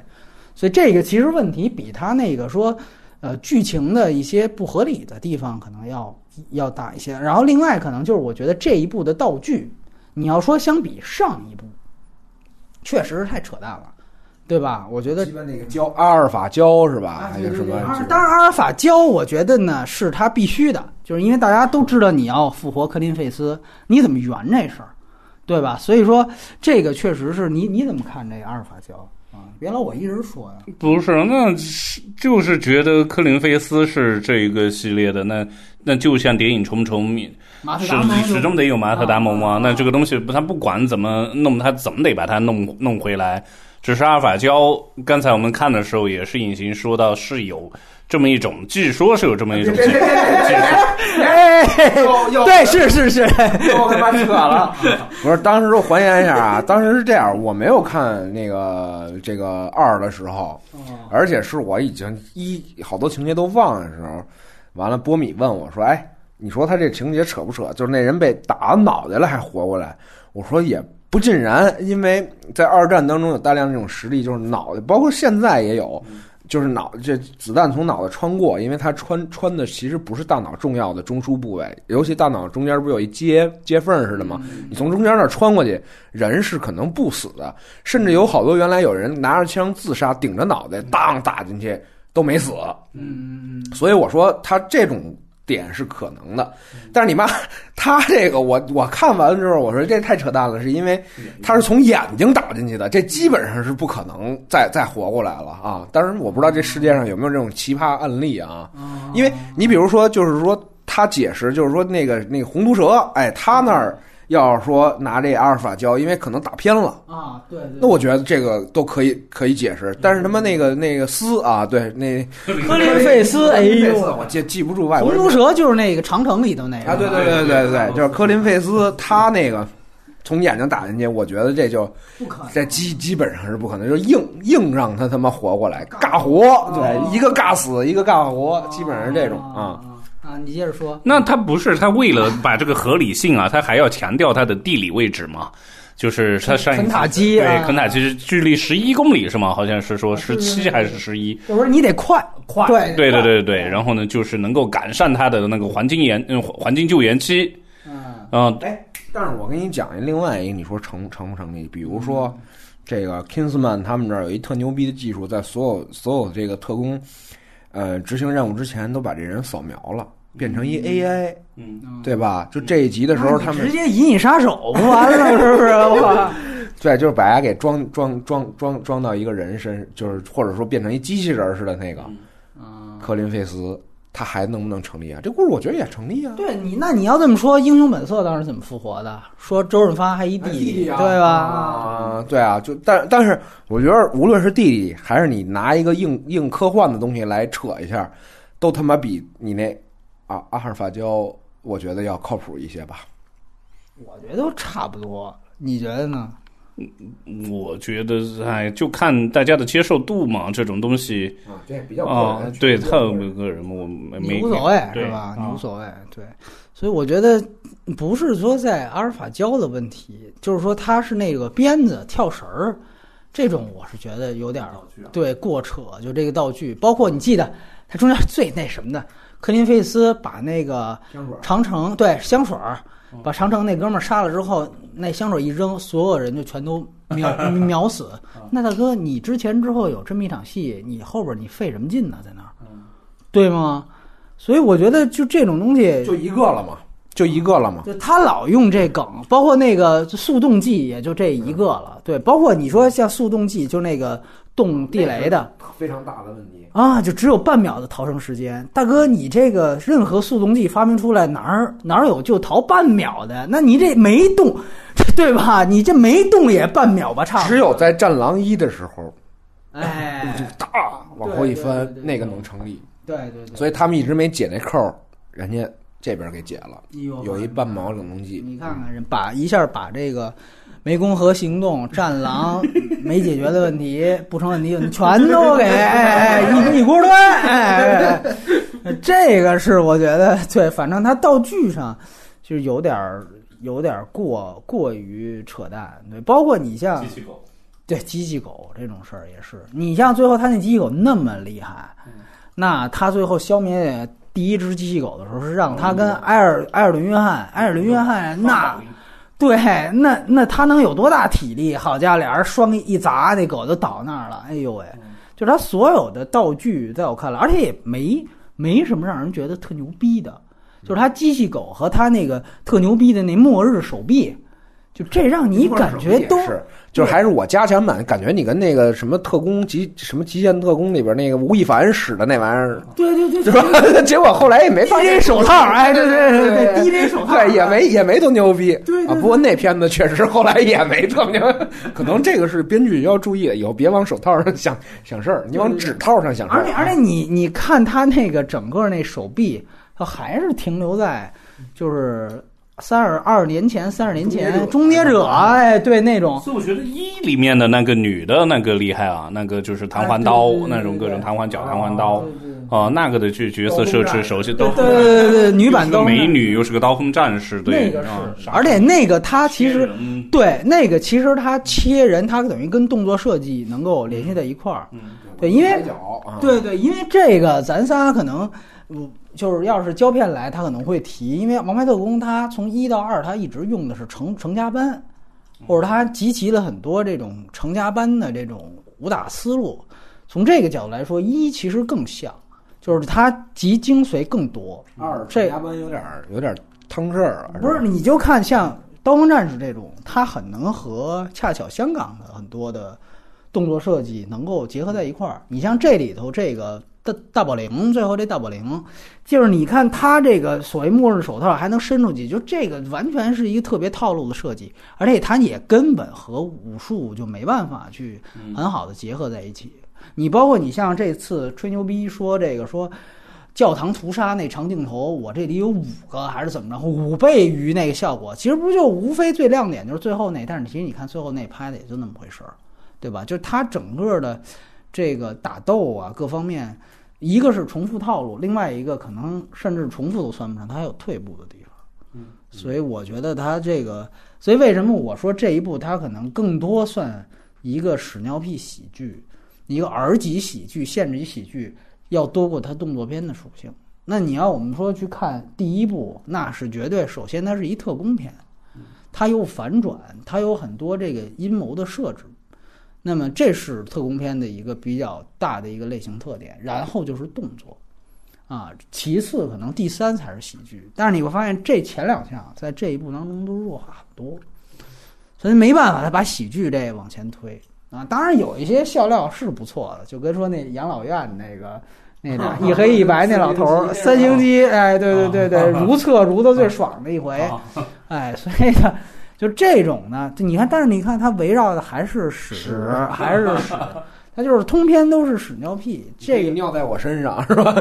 所以这个其实问题比他那个说，呃，剧情的一些不合理的地方可能要要大一些。然后另外可能就是我觉得这一部的道具，你要说相比上一部，确实是太扯淡了，对吧？我觉得
基本那个胶阿尔法胶是吧？
啊
还
对
有
对
什么
对阿尔？当然，阿尔法胶，我觉得呢是它必须的，就是因为大家都知道你要复活科林费斯，你怎么圆这事儿，对吧？所以说这个确实是你你怎么看这个阿尔法胶啊？原来我一直说呀，
*laughs* 不是，那是就是觉得科林菲斯是这个系列的，那那就像《谍影重重》
马特达蒙啊
始始终得有马特达蒙嘛。那这个东西，他不管怎么弄，他怎么得把它弄弄回来。只是阿尔法胶，刚才我们看的时候也是隐形说到是有这么一种，据说是有这么一种技术。
哎，
*laughs*
又又
对，是是是，
又他妈扯
啊
了，
不是，当时我还原一下啊，当时是这样，我没有看那个这个二的时候，而且是我已经一好多情节都忘的时候，完了波米问我说：“哎，你说他这情节扯不扯？就是那人被打脑袋了还活过来？”我说也不尽然，因为在二战当中有大量这种实例，就是脑袋，包括现在也有。就是脑这子弹从脑袋穿过，因为它穿穿的其实不是大脑重要的中枢部位，尤其大脑中间不是有一接接缝似的吗？你从中间那儿穿过去，人是可能不死的，甚至有好多原来有人拿着枪自杀，顶着脑袋当打进去都没死。
嗯，
所以我说他这种点是可能的，但是你妈他这个我我看完了之后，我说这太扯淡了，是因为他是从眼睛打进去的，这基本上是不可能再再活过来了啊！当然我不知道这世界上有没有这种奇葩案例啊，
哦嗯
因为你比如说就是说他解释就是说那个那个红毒蛇，哎，他那儿要是说拿这阿尔法胶，因为可能打偏了。
啊，对对，
那我觉得这个都可以可以解释，但是他妈那个那个丝啊，对，那
科林费斯，哎
这次
呦，
哎我记记不住外国
红
人
毒蛇就是那个长城里头那个
啊，对对对对对，就是科林费斯他那个从眼睛打进去，我觉得这就
不可能
这基基本上是不可能，就硬硬让他他妈活过来，尬活，
哦
对，一个尬死，一个尬活，基本上是这种啊。
啊，你接着说，
那他不是他为了把这个合理性啊，他还要强调它的地理位置嘛？就是他上一
肯塔
次
基
对
啊
肯塔基是距离十一公里是吗？好像是说十七还是十一？
就是你得快快，对
对对对对对。然后呢，就是能够赶上它的那个环境延嗯环境救援期，
嗯，
嗯，
但是我跟你讲另外一个，你说成成不成立？比如说，这个 Kingsman 他们这儿有一特牛逼的技术，在所有所有这个特工，呃，执行任务之前都把这人扫描了，变成一 AI，
嗯，
对吧？就这一集的时候，他
直
们
接引你杀手不完了是不是？我
对，就是把它给装装装装装到一个人身，就是或者说变成一机器人儿似的那个科林费斯，他还能不能成立啊？这故事我觉得也成立啊。
对你，那你要这么说，《英雄本色》当时怎么复活的？说周润发还一弟
还弟弟啊
对吧？
啊，对啊，就但但是，我觉得无论是弟弟还是你拿一个硬硬科幻的东西来扯一下，都他妈比你那啊阿尔法胶，我觉得要靠谱一些吧。
我觉得都差不多，你觉得呢？
我觉得哎，就看大家的接受度嘛，这种东西
啊，这比较
啊
个人，
对，
比较
他
个人
个人我
你
没呃没
无所谓
对
哎是吧？
啊
你无所谓，对。所以我觉得不是说在阿尔法教的问题，就是说它是那个鞭子跳绳儿这种，我是觉得有点儿对过扯。就这个道具，包括你记得它中间最那什么的，科林费斯把那个
香水儿
长城对香水儿，把长城那哥们儿杀了之后，那香水一扔，所有人就全都秒秒死。那大哥，你之前之后有这么一场戏，你后边你费什么劲呢？在那儿，对吗？所以我觉得就这种东西，
就一个了嘛，就一个了嘛。
就他老用这梗，包括那个速冻剂，也就这一个了。对，包括你说像速冻剂，就那个冻地雷的，
非常大的问题。
啊，就只有半秒的逃生时间。大哥，你这个任何速冻剂发明出来，哪儿哪儿有就逃半秒的？那你这没动， *laughs* 对吧？你这没动也半秒吧，差不
只
多。
有在《战狼一》的时候，
哎，
大往后一翻
对对对，对
那个能成立。
对对对，
所以他们一直没解那扣儿，人家这边给解了，
以
有一
哎
半毛冷冻剂。
你看看人把一下把这个湄公河行动、战狼没解决的问题、不成问题，你全都给哎哎一一锅端，哎，哎哎这个是我觉得对，反正它道具上就是有点儿有点儿过过于扯淡，对，包括你像
机器狗，
对机器狗这种事儿也是，你像最后他那机器狗那么厉害，那他最后消灭第一只机器狗的时候，是让他跟埃尔埃尔顿约翰，埃尔顿约
嗯
翰那对那那他能有多大体力？好家伙，俩人双一砸，那狗就倒那儿了。哎呦喂，就是他所有的道具，在我看来，而且也没没什么让人觉得特牛逼的，就是他机器狗和他那个特牛逼的那末日手臂。就这让你感觉都
是，就是还是我加强版，感觉你跟那个什么特工极什么极限特工里边那个吴亦凡使的那玩意儿， *laughs*
对对对
是吧？结果后来也没发现
DJ 手套，哎，对对对
对
对对，DJ 手套，啊
对，也没也没多牛逼。
对对
啊，
对
不过那片子确实后来也没特别牛，可能这个是编剧要注意，以后别往手套上想想事儿，你往指套上想事
而且
儿。啊
而且你你看他那个整个那手臂，他还是停留在就是三十二年前、三十年前终结者，哎，对那种
所以我觉得一里面的那个女的那个厉害啊，那个就是弹簧刀、
哎对对对哦
那种各种弹簧脚、
啊
弹簧刀，啊、那个的角角色设置熟悉都
对对对对对，女版
又
都
是美女又是个刀锋战士，
那
对，
个
啊
是，而且那个他其实
嗯
对那个其实他切人，他等于跟动作设计能够联系在一块儿。
嗯
对因为
拐角啊，
对对，因为这个咱仨可能，嗯，就是要是胶片来，他可能会提，因为《王牌特工》他从一到二，他一直用的是成成家班，
嗯
或者他集齐了很多这种成家班的这种武打思路。从这个角度来说，一其实更像，就是它集精髓更多。
二
这
加班有点
*laughs*
儿啊有点儿汤事儿，啊
不是，你就看像《刀锋战士》这种，它很能和恰巧香港的很多的动作设计能够结合在一块儿。你像这里头这个大大宝铃，最后这大宝铃，就是你看它这个所谓末日手套还能伸出去，就这个完全是一个特别套路的设计，而且它也根本和武术就没办法去很好的结合在一起。你包括你像这次吹牛逼说这个说教堂屠杀那长镜头，我这里有五个还是怎么着，五倍于那个效果，其实不就无非最亮点就是最后那，但是其实你看最后那拍的也就那么回事儿，对吧？就是它整个的这个打斗啊各方面，一个是重复套路，另外一个可能甚至重复都算不上，它还有退步的地方。所以我觉得它这个，所以为什么我说这一部它可能更多算一个屎尿屁喜剧，一个 R 级喜剧、限制级喜剧，要多过它动作片的属性。那你要我们说去看第一部，那是绝对，首先它是一特工片，它有反转，它有很多这个阴谋的设置。那么这是特工片的一个比较大的一个类型特点，然后就是动作，啊，其次可能第三才是喜剧，但是你会发现这前两项在这一部当中都弱化很多，所以没办法，他把喜剧这往前推啊。当然有一些笑料是不错的，就跟说那养老院那个那俩 *laughs* 一黑一白那老头儿三星机，哎，对对对对，如厕如的最爽的一 *laughs* 回，哎，所以呢。就这种呢，就你看，但是你看它围绕的还是屎，还是屎，他就是通篇都是屎尿屁，这
可以
个
尿在我身上 *laughs* 是吧？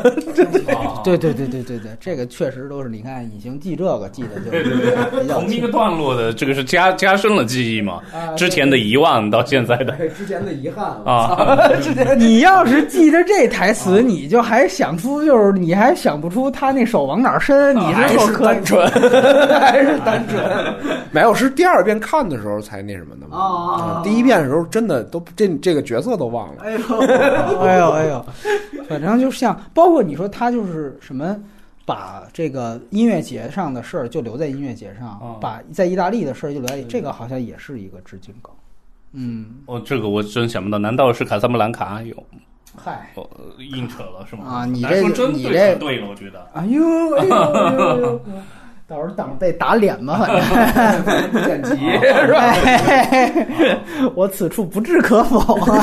啊
*laughs* 对对对对对对，这个确实都是你看《隐形记》这个记得就
对对
是比较
同一
清
个段落的这个是加加深了记忆嘛，
啊
之前的遗忘到现在的
之前的遗憾
*laughs*
*laughs* 了。
啊，
你要是记着这台词，你就还想出，就是你还想不出他那手往哪儿伸，你
还
这够
是
可
单纯，
*laughs* 还是单纯。
没有，是第二遍看的时候才那什么的嘛。
哦
嗯第一遍的时候真的都这这个角色都忘
*laughs*
了。
哎呦，哎呦，哎呦，反正就像，包括你说他就是什么，把这个音乐节上的事儿就留在音乐节上
哦，
把在意大利的事儿就留在，这个好像也是一个致敬梗。嗯，
哦，这个我真想不到，难道是卡萨布兰卡有
嗨，
哦呃硬扯了是吗？
啊你
男
这
生
个
真
你
对
这
可对了，我觉得。
哎呦，哎呦，哎呦，哎呦 *laughs* 到时候等着被打脸吧，反正。 *laughs*
剪辑
是吧？哎 *laughs*
啊
我此处不置可否啊！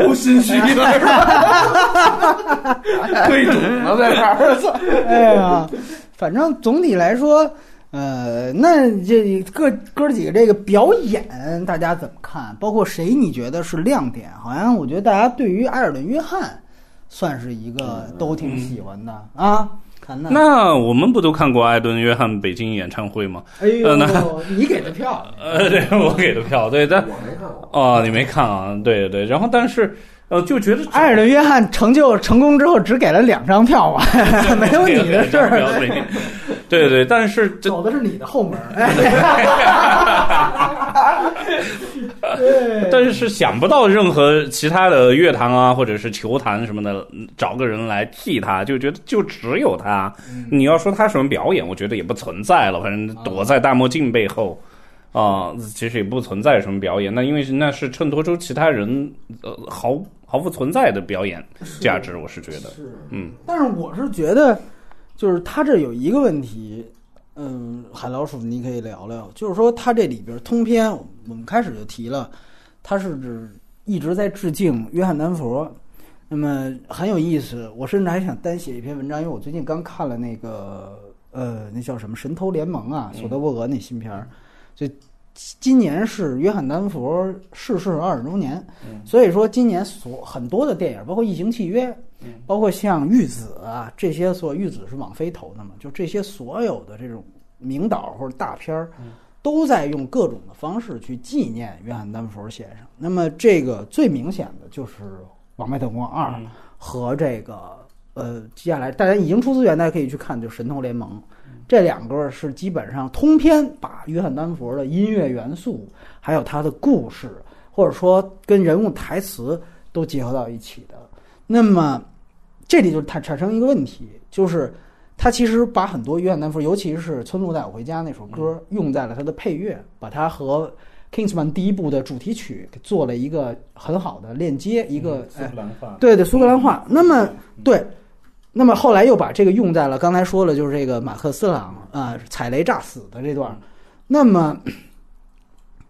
都心虚
*laughs*
了，是吧？对准了在这儿， *laughs* 操！
*laughs* 哎呀，反正总体来说，呃，那这各哥几个这个表演大家怎么看？包括谁你觉得是亮点？好像我觉得大家对于埃尔顿·约翰算是一个都挺喜欢的啊。谈谈，
那我们不都看过艾顿·约翰北京演唱会吗？
哎呦
呃那，
你给的票，
呃， *laughs* 对我给的票，对，但
我没看过。
哦，你没看啊？对对，然后但是呃，就觉得
埃尔顿·约翰成就成功之后只给了两张票啊， *laughs* 没有你的事
不
儿，
要北京，对对，但是这
走的是你的后
*laughs*
门。对，
但是想不到任何其他的乐坛啊，或者是球坛什么的，嗯找个人来替他，就觉得就只有他。你要说他什么表演，我觉得也不存在了，反正躲在大墨镜背后。啊、其实也不存在什么表演，那因为是那是衬托出其他人呃毫毫不存在的表演价值，我是觉得，
是，
嗯，
但是我是觉得，就是他这有一个问题，嗯，海老鼠你可以聊聊，就是说他这里边通篇我们开始就提了，他是指一直在致敬约翰丹佛。那么很有意思，我甚至还想单写一篇文章，因为我最近刚看了那个呃，那叫什么《神偷联盟》啊，
嗯
索德伯格那新片儿。就今年是约翰丹佛逝世二十周年，所以说今年所很多的电影，包括《异形契约》，包括像《玉子》啊这些所，《玉子》是网飞投的嘛，就这些所有的这种名导或者大片儿，都在用各种的方式去纪念约翰·丹佛先生。那么这个最明显的就是《王牌特工二》
嗯
和这个呃，接下来大家已经出资源，大家可以去看，就是《神偷联盟》这两个是基本上通篇把约翰·丹佛的音乐元素，还有他的故事，或者说跟人物台词都结合到一起的。那么这里就产产生一个问题，就是他其实把很多约翰·丹佛，尤其是《村路带我回家》那首歌，用在了他的配乐，把它和 Kingsman 第一部的主题曲给做了一个很好的链接，一个、哎
兰化
对对，苏格兰话。那么对，那么后来又把这个用在了刚才说了，就是这个马克思朗啊、呃踩雷炸死的这段儿。那么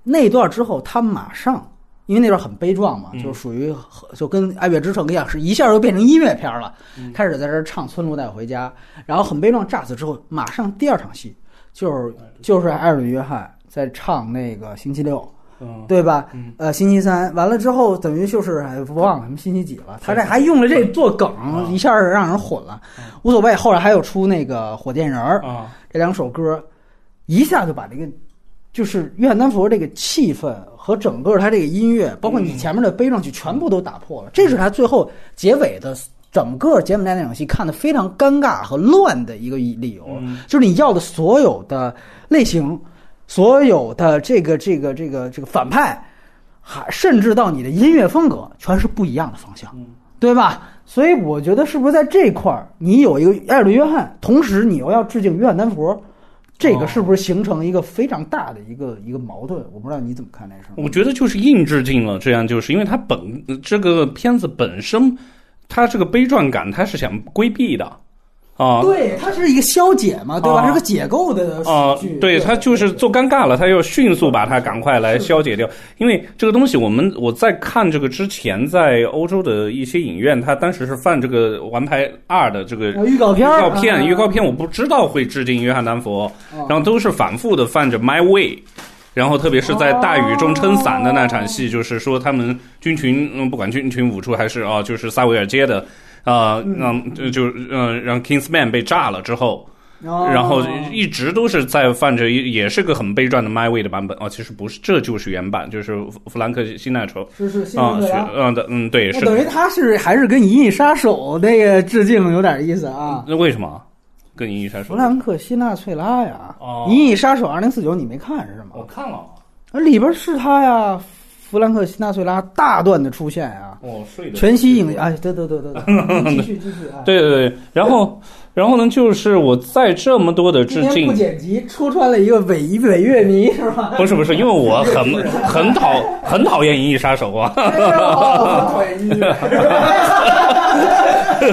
那段之后，他马上。因为那段很悲壮嘛，
嗯
就是属于和就跟《爱乐之城》一样，是一下又变成音乐片儿了。
嗯
开始在这儿唱《村路带我回家》，然后很悲壮炸死之后，马上第二场戏就是就是艾尔顿·约翰在唱那个星期六，
嗯，
对吧
嗯？
呃，星期三完了之后，等于就是哎忘了什么星期几了，他这还用了这做梗，
啊
一下儿让人混了，无所谓。后来还有出那个火箭人儿
啊，
这两首歌，一下就把这个就是约翰丹佛这个气氛和整个他这个音乐，包括你前面的悲壮曲，全部都打破
嗯
了。这是他最后结尾的整个柬埔寨那场戏看得非常尴尬和乱的一个理
嗯
由。就是你要的所有的类型，所有的这个这个这个这个反派，还甚至到你的音乐风格，全是不一样的方向，对吧？所以我觉得是不是在这块儿，你有一个艾尔顿·约翰，同时你又要致敬约翰·丹佛，这个是不是形成一个非常大的一个一个矛盾？哦我不知道你怎么看这事儿。
我觉得就是硬致敬了，这样就是因为它本这个片子本身，它这个悲壮感，它是想规避的，啊，
对，它是一个消解嘛，对吧？
啊
是个解构的
啊、
剧，
对他就是做尴尬了，他要迅速把它赶快来消解掉，因为这个东西我们我在看这个之前，在欧洲的一些影院，他当时是放这个《王牌二》的这个
呃预告
预
片儿，哦
告片，
啊
预告片我不知道会致敬约翰·丹佛，然后都是反复的放着 My Way。然后特别是在大雨中撑伞的那场
哦
戏，就是说他们军群，嗯，不管军群五处还是啊，就是萨维尔街的，啊，让就就嗯让 Kingsman 被炸了之后，
哦
然后一直都是在放着，也是个很悲壮的 My Way 的版本哦，其实不是，这就是原版，就是弗弗兰克辛纳仇
是是新
啊，
闻
是
的啊
嗯的嗯对
那
是
等于
的，
他是还是跟《银翼杀手》 *laughs* 那个致敬有点意思啊。
那为什么跟银翼杀
弗
手？
兰克·希纳翠拉呀，
哦
《银翼杀手二零四九》你没看是吗
我？看了，
啊里边是他呀，弗兰克·希纳翠拉大段的出现啊，
我睡的
全息影，哎，对对对对对，
*laughs*
你继续继续啊。
对对对，然后然后呢，就是我在这么多的
今
致
天
敬
不，剪辑，戳穿了一个伪伪乐迷是吧？
不是不是，因为我很很讨很讨厌银翼杀手啊，
哎
啊
*laughs*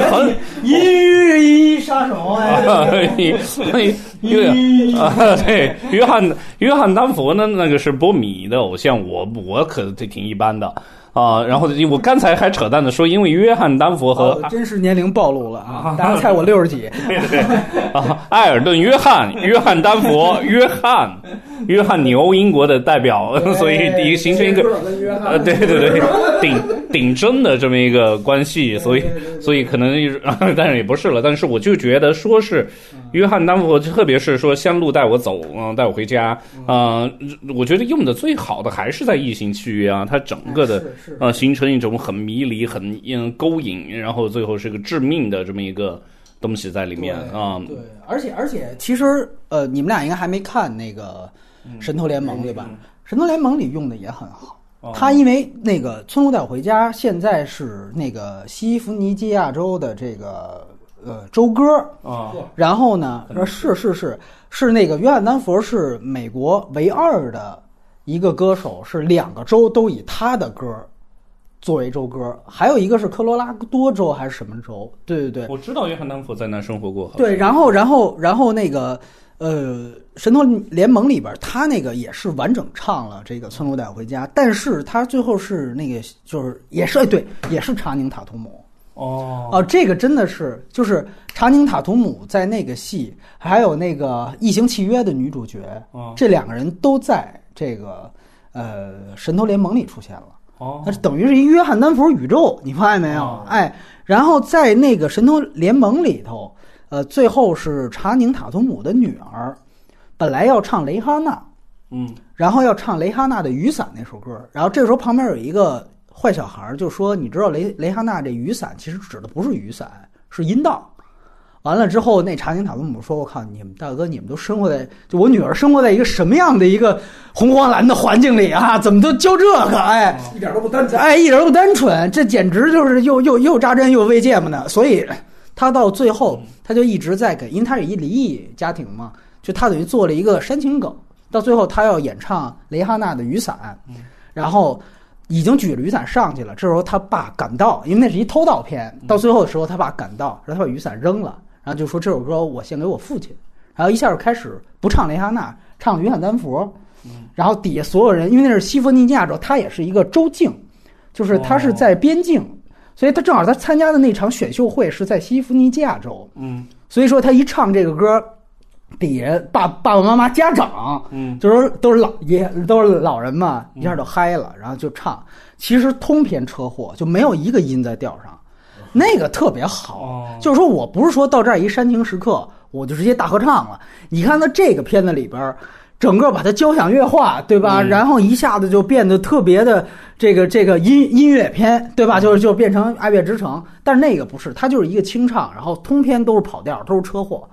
很
一一杀手哎，
因为因为啊，对，约翰约翰丹佛呢，那个是波米的偶像，我我可这挺一般的啊。然后我刚才还扯淡的说，因为约翰丹佛和
哦真实年龄暴露了
*laughs*
啊！大家猜我六十几，
啊，埃尔顿·约翰、约翰·丹佛、约翰、约翰牛，英国的代表，所以你形成一个 *laughs*
哦
呃，对对对，顶顶针的这么一个关系，所以所以可能也是，但是也不是了。但是我就觉得说是
嗯
约翰·丹佛，特别是说香路带我走，嗯、带我回家，嗯、我觉得用的最好的还是在异形契约啊，它整个的
哎是
呃，形成一种很迷离、很嗯勾引，然后最后是个致命的这么一个东西在里面啊。
对，而且而且，其实呃，你们俩应该还没看那个
嗯
《神偷联盟》对吧？《神偷联盟》里用的也很好。
哦
他因为那个《村路带我回家》现在是那个西弗尼基亚州的这个呃州歌，
啊
然后呢，
嗯
呃是是是是那个约翰丹佛是美国唯二的一个歌手，是两个州都以他的歌作为州歌，还有一个是科罗拉多州还是什么州？对对对，
我知道约翰丹佛在那生活过，好像
对，然后然后然后那个呃，《神偷联盟》里边，他那个也是完整唱了这个《村落带我回家》，但是他最后是那个就是也是哎对，也是查宁塔图姆。
哦
哦，这个真的是，就是查宁塔图姆在那个戏，还有那个《异形契约》的女主角，
哦
这两个人都在这个呃《神偷联盟》里出现了。
哦
它等于是一约翰丹佛宇宙，你发现没有？
哦
哎，然后在那个神偷联盟里头，呃，最后是查宁塔图姆的女儿，本来要唱蕾哈娜，
嗯
然后要唱蕾哈娜的《雨伞》那首歌，然后这时候旁边有一个坏小孩儿就说：“你知道蕾蕾哈娜这雨伞其实指的不是雨伞，是阴道。”完了之后，那查宁塔图姆说：“我靠，你们大哥，你们都生活在就我女儿生活在一个什么样的一个红黄蓝的环境里啊？怎么都教这个？哎，
一点都不单纯。
哎，一点都不单纯，这简直就是又又又扎针又喂芥末呢。所以他到最后，他就一直在给，因为他是一离异家庭嘛，就他等于做了一个煽情梗。到最后，他要演唱蕾哈娜的《雨伞》，然后已经举着雨伞上去了。这时候他爸赶到，因为那是一偷盗片。到最后的时候，他爸赶到，然后他把雨伞扔了，然后就说这首歌我献给我父亲。然后一下就开始不唱蕾哈娜，唱《雨伞丹佛》。然后底下所有人，因为那是西弗尼亚州，它也是一个州境，就是它是在边境，所以他正好他参加的那场选秀会是在西弗尼亚州，
嗯
所以说他一唱这个歌，底下爸爸爸妈妈家长
嗯
就是都是老爷都是老人嘛，一下就嗨了，然后就唱。其实通篇车祸就没有一个音在调上，那个特别好。
哦
就是说我不是说到这儿一煽情时刻我就直接大合唱了。你看到这个片子里边儿。整个把它交响乐化，对吧？
嗯
然后一下子就变得特别的这个这个音音乐片，对吧？就是哎就变成《爱乐之城》，但是那个不是，它就是一个清唱，然后通篇都是跑调，都是车祸，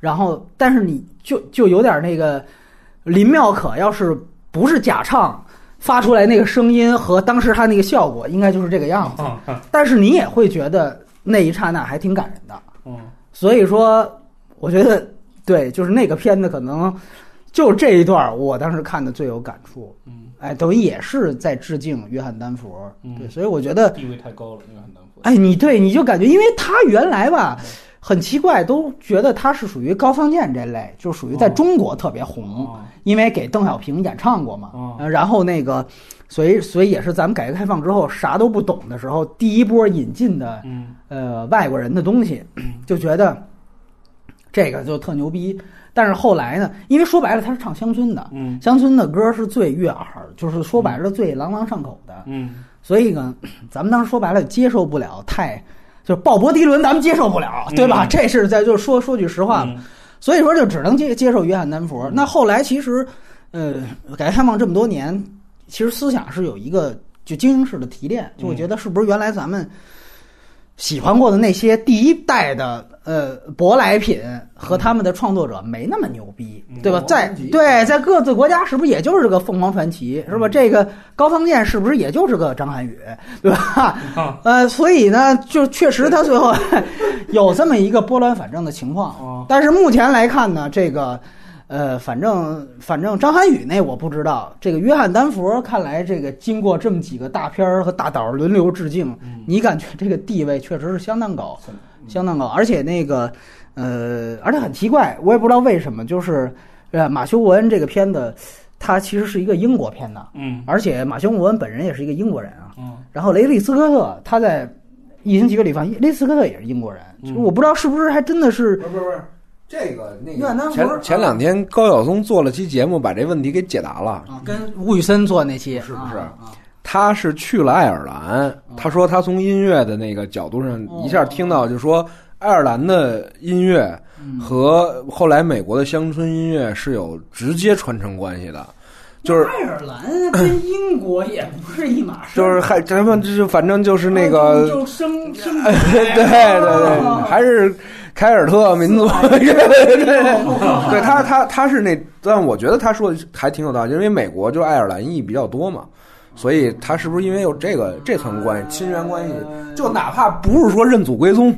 然后但是你就就有点那个林妙可要是不是假唱发出来那个声音和当时他那个效果，应该就是这个样子。但是你也会觉得那一刹那还挺感人的。
嗯，
所以说，我觉得对，就是那个片子可能就这一段儿，我当时看的最有感触。
嗯，
哎，等于也是在致敬约翰丹佛。
嗯
对，所以我觉得
地位太高了，约翰丹佛。
哎，你对，你就感觉，因为他原来吧，
嗯
很奇怪，都觉得他是属于高仓健这类，就属于在中国特别红，
哦
因为给邓小平演唱过嘛。
哦
呃然后那个，所以所以也是咱们改革开放之后啥都不懂的时候，第一波引进的
嗯
*clears throat* 呃外国人的东西，就觉得这个就特牛逼。但是后来呢，因为说白了他是唱乡村的，
嗯
乡村的歌是最悦耳，就是说白了最朗朗上口的，
嗯，
所以呢， *clears throat* 咱们当时说白了接受不了太。就是鲍勃迪伦，咱们接受不了，对吧？
嗯
这是在就是说说句实话吧，所以说就只能接接受约翰丹佛。那后来其实，呃，改革开放这么多年，其实思想是有一个就精英式的提炼，就我觉得是不是原来咱们喜欢过的那些第一代的呃舶来品和他们的创作者没那么牛逼，对吧？
凤凰
在
传奇
对在各自国家是不是也就是个凤凰传奇，是吧？这个高仓健是不是也就是个张涵予，对吧？
嗯
呃，所以呢，就确实他最后 *laughs* 有这么一个拨乱反正的情况
哦。
但是目前来看呢，这个，呃，反正反正张涵予那我不知道，这个约翰丹佛看来这个经过这么几个大片儿和大导轮流致敬，你感觉这个地位确实是相当高，相当高，而且那个，呃，而且很奇怪，我也不知道为什么，就是呃，马修·文这个片子，它其实是一个英国片的，
嗯
而且马修·文本人也是一个英国人啊。
嗯
然后雷利·斯科特他在《异形：极恶里方》，雷利·斯科特也是英国人，
嗯
就是我不知道是不是还真的是
不是不是，这个那
约翰丹
前
佛
前两天高晓松做了期节目，把这问题给解答了。
啊，跟吴宇森做那期
是不是
啊啊
他是去了爱尔兰，
哦
他说他从音乐的那个角度上一下听到，就说爱尔兰的音乐
嗯
和后来美国的乡村音乐是有直接传承关系的，就是
爱尔兰跟英国也不是一码事
就
儿，
是还咱们就是反正就是那
啊就
个，
就生生
*laughs* 对对对，还是凯尔特民族，对对。 *laughs* 对他，他他是那，但我觉得他说的还挺有道理，因为美国就爱尔兰裔比较多嘛，所以他是不是因为有这个这层关系、亲缘关系，就哪怕不是说认祖归宗，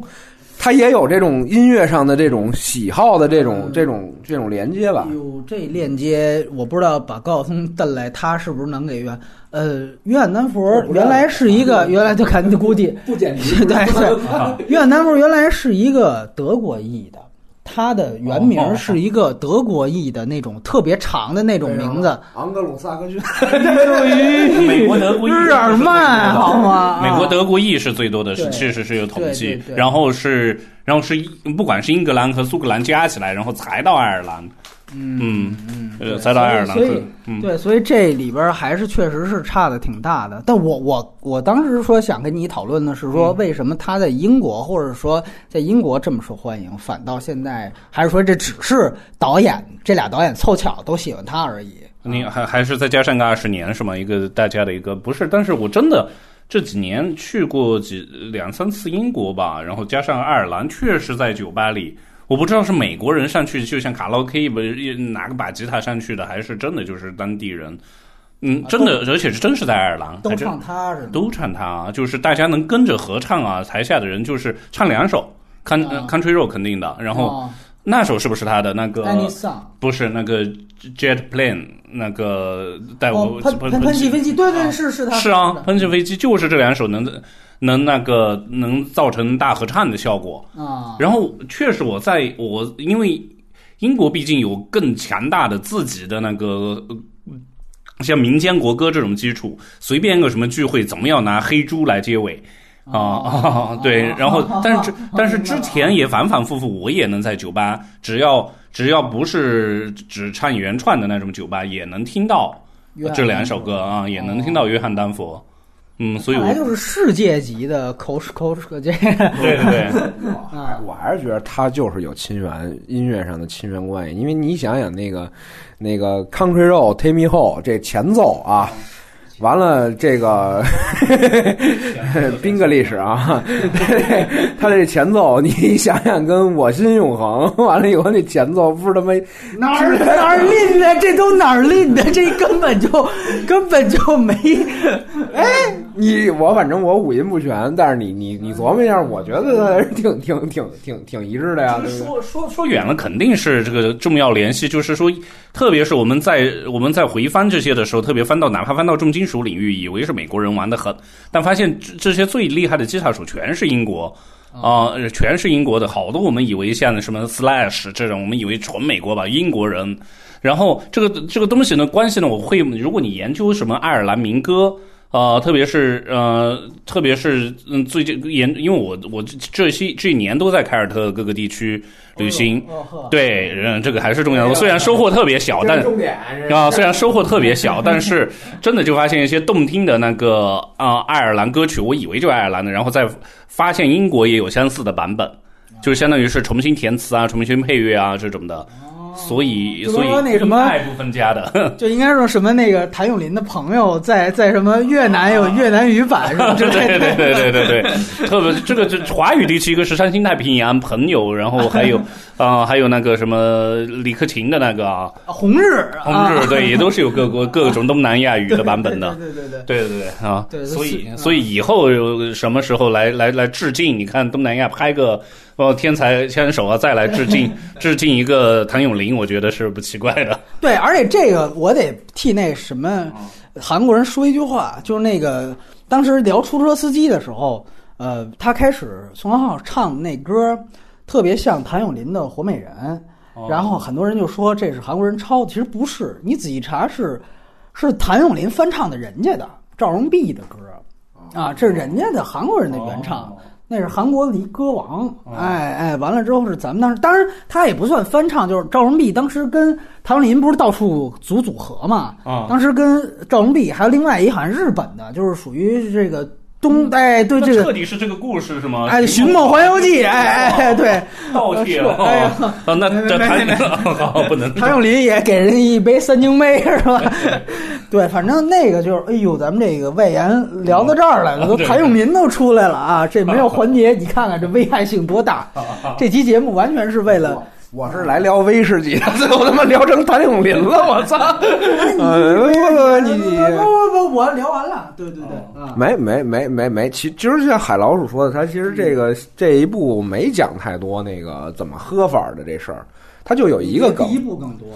他也有这种音乐上的这种喜好的这种这种这种连接吧
哎？呦，这链接我不知道把高晓松带来，他是不是能给约翰？呃，约翰丹佛原来是一 *laughs* 个，原来就看估计，
不
*laughs*
简直
对
*laughs*
对，约翰丹佛原来是一个德国裔的，他的原名是一个德国裔的那种特别长的那种名字，
昂格鲁萨克逊，
美国德国裔
日耳曼好吗？
美国德国裔是最多的，是
啊对
确实是有统
对
计
对，对
然后是然后是不管是英格兰和苏格兰加起来，然后才到爱尔兰，嗯
嗯
呃，才到爱尔兰
所以所以，
嗯，
对，所以这里边还是确实是差的挺大的。但我我我当时说想跟你讨论的是说，为什么他在英国或者说在英国这么受欢迎，反倒现在还是说这只是导演这俩导演凑巧都喜欢他而已。
你还还是再加上个二十年是吗？一个大家的一个不是，但是我真的这几年去过几两三次英国吧，然后加上爱尔兰，确实在酒吧里，我不知道是美国人上去就像卡拉 OK 不是拿个把吉他上去的，还是真的就是当地人，嗯，
啊
真的，而且是真是在爱尔兰，
都
还真
唱他是吗？
都唱它，就是大家能跟着合唱啊，台下的人就是唱两首。Country
啊
Country Road 肯定的，然后
哦
那首是不是他的那个？
Any Song，
不是那个 jet plane 那个带
哦
我
喷喷喷气飞机，对对是是他
是啊，喷气飞机就是这两首能能那个能造成大合唱的效果。
啊，
然后确实我在我因为英国毕竟有更强大的自己的那个。呃像民间国歌这种基础，随便一个什么聚会，怎么样拿黑猪来结尾啊
哦
啊？ *laughs* 对，然后
*laughs*
但是但是之前也反反复复，我也能在酒吧，只要只要不是只唱原创的那种酒吧，也能听到
约翰哦
这两首歌啊，也能听到约翰丹佛。嗯，所以
看
我
来就是世界级的口水口水这个
对
*laughs*
对对，
啊
我还是觉得他就是有亲缘音乐上的亲缘关系，因为你想想那个那个 Country Road Take Me Home 这前奏啊，完了这个 *laughs* 宾格历史啊，他这前奏你想想跟我心永恒 *laughs* 完了以后那前奏不是他妈
哪儿哪儿拎的？这都哪儿拎的？这根本就根本就没
你我反正我五音不全，但是你你你琢磨一下，我觉得还是挺挺挺挺挺一致的呀，对不对？
说说说远了，肯定是这个重要联系，就是说，特别是我们在我们在回翻这些的时候，特别翻到哪怕翻到重金属领域，以为是美国人玩的很，但发现这这些最厉害的吉他手全是英国。啊、呃全是英国的，好多我们以为像什么 Slash 这种，我们以为纯美国吧，英国人。然后这个这个东西呢，关系呢，我会，如果你研究什么爱尔兰民歌，呃，特别是呃，特别是嗯，最近严，因为我我这这些这一年都在凯尔特各个地区 *laughs* 旅行，
哦呵
对，嗯，这个还是重要的。虽然收获特别小，
这
但
是重点这是
啊，虽然收获特别小，但是真的就发现一些动听的那个啊、爱尔兰歌曲，我以为就爱尔兰的，然后再发现英国也有相似的版本，就是相当于是重新填词啊、重新配乐啊这种的，所以
哦就
所以
说那什么
爱不分
*laughs*
家的，
就应该说什么那个谭咏麟的朋友在在什么越南有越南语版什么之
对
类
啊对
的，
对对对
*laughs*
对对，特别这个这华语地区，一个是山新太平洋朋友，然后还
*laughs*
有啊、还有那个什么李克勤的那个啊，
红日
同
啊
志，对，也都是有各国各种东南亚语的版本的。
对对对对对。
啊对对对啊，
对
所
是
以
嗯
所以以后有什么时候来来来致敬？你看东南亚拍个哦天才牵手啊，再来致 *laughs* 敬致敬一个谭咏麟，我觉得是不奇怪
*laughs*
的。
对，而且这个我得替那什么韩国人说一句话，就是那个当时聊出租车司机的时候，呃，他开始宋康昊唱那歌，特别像谭咏麟的《活美人》，然后很多人就说这是韩国人抄的，其实不是，你仔细查是是谭咏麟翻唱的人家的赵荣弼的歌，啊，这是人家的韩国人的原唱。那是韩国的一歌王，哎哎，完了之后是咱们当时，当然他也不算翻唱，就是赵荣弼当时跟谭咏麟不是到处组组合嘛，
啊
当时跟赵荣弼还有另外一好像日本的，就是属于这个东哎对这
那
个
彻底是这个故事是吗？
哎《寻梦环游记》哎哎对，
*laughs* 盗窃
是哎呀
哦啊，那这
没
谭 *laughs* 好不能
谭咏麟也给人一杯三更杯是吧？对，反正那个就是，哎呦，咱们这个外延聊到这儿来了，都谭咏麟都出来了啊，这没有环节，你看看这危害性多大！ *laughs* 这期节目完全是为了，
我是来聊威士忌的，最后他妈聊成谭咏麟 *laughs* 了，我操！呃，不不，
不
你你
不不，我聊完了，对对对，啊，
没没没没没，其其实就像海老鼠说的，他其实这个这一部没讲太多那个怎么喝法的这事儿，他就有一个梗
第，一部更多，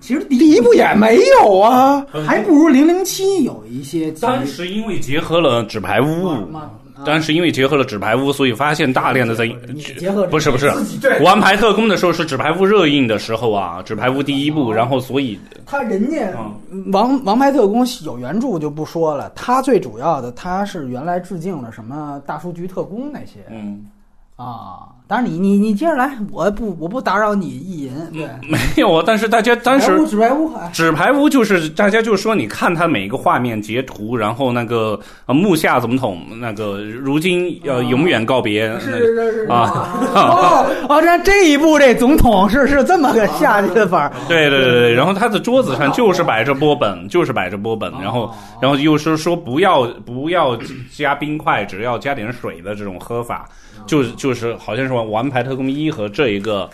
其实第
第一部也没有啊。
还不如零零七有一些集
当时因为结合了纸牌屋，
嘛，啊
当时因为结合了纸牌屋，所以发现大量的在
也结合
不是不是
自己
《王牌特工》的时候是纸牌屋热映的时候啊，纸牌屋第一
哦
部，然后所以
他人家
嗯
王王牌特工有原著就不说了，他最主要的他是原来致敬了什么大数据特工那些
嗯，
啊。当然你你你接着来，我不我不打扰你意淫。对，
没有啊，但是大家当时啊
纸牌
*laughs*
屋哎
纸牌屋就是大家就说，你看他每一个画面截图，然后那个呃木下总统那个如今要
啊
永远告别，那个
是
啊
哦哦，这这一部这总统是是这么个
啊
下去的法儿。
对对对对，然后他的桌子上就是摆着波本，就是摆着波本，然后然后又是说不要不要加冰块，只要加点水的这种喝法，就是就是好像是玩《王牌特工一》和这一个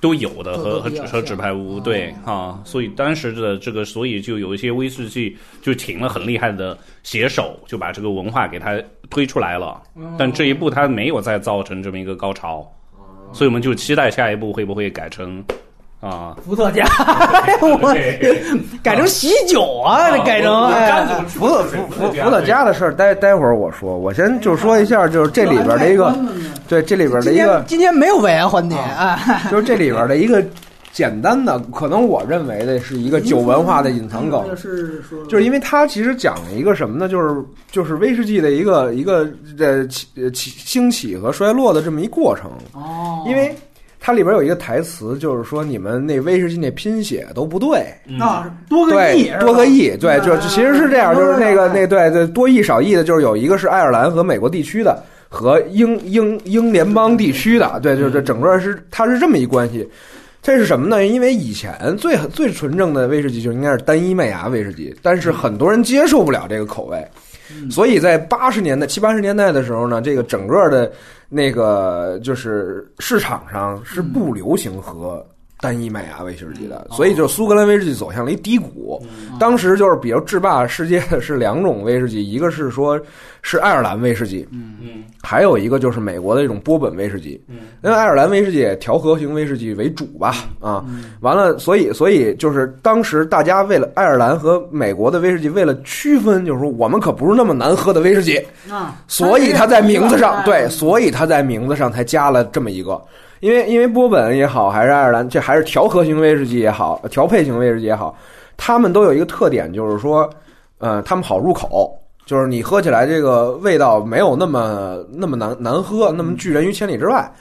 都有的，和和和纸牌屋对啊，所以当时的这个，所以就有一些威士忌就请了很厉害的写手，就把这个文化给它推出来了，但这一步它没有再造成这么一个高潮，所以我们就期待下一步会不会改成。啊，
伏特 *laughs* 加，哎我改成喜酒啊，这改成哎，
伏特伏伏伏特加的事儿，待待会儿我说，我先就说一下，就是这里边的一个，对这里边的
今
一
天
个，
今天没有委员环节啊，
就是这里边的一个简单的，可能我认为的是一个酒文化的隐藏
哦
梗，
是说
就是因为它其实讲了一个什么呢？就是就是威士忌的一个一个呃起呃起兴起和衰落的这么一过程。
哦
因为它里边有一个台词，就是说你们那威士忌那拼写都不对，
啊，多个亿
嗯对，，多个，亿，对，
嗯
就是其实是这样，
嗯
就是那个
嗯
那对对多亿少亿的，就是有一个是爱尔兰和美国地区的。和英英英联邦地区的，对，
嗯
就是这整个是它是这么一关系，这是什么呢？因为以前最最纯正的威士忌就应该是单一麦芽威士忌，但
嗯
是很多人接受不了这个口味，所以在八十年代七八十年代的时候呢，这个整个的那个就是市场上是
嗯
不流行喝单一麦芽威士忌的，所以就
哦
苏格兰威士忌走向了一低谷。当时就是，比如制霸世界的是两种威士忌， *laughs* 一个是说是爱尔兰威士忌，
嗯
还有一个就是美国的这种波本威士忌。
嗯
因为爱尔兰威士忌也调和型威士忌为主吧，啊，完了，所以所以就是当时大家为了爱尔兰和美国的威士忌，为了区分，就是说我们可不是那么难喝的威士忌，
啊，
*laughs* 所以他在名字上，对，所以他在名字上才加了这么一个。因为因为波本也好，还是爱尔兰，这还是调和型威士忌也好，调配型威士忌也好，他们都有一个特点，就是说，呃，他们好入口。就是你喝起来这个味道没有那么那么难难喝，那么拒人于千里之外。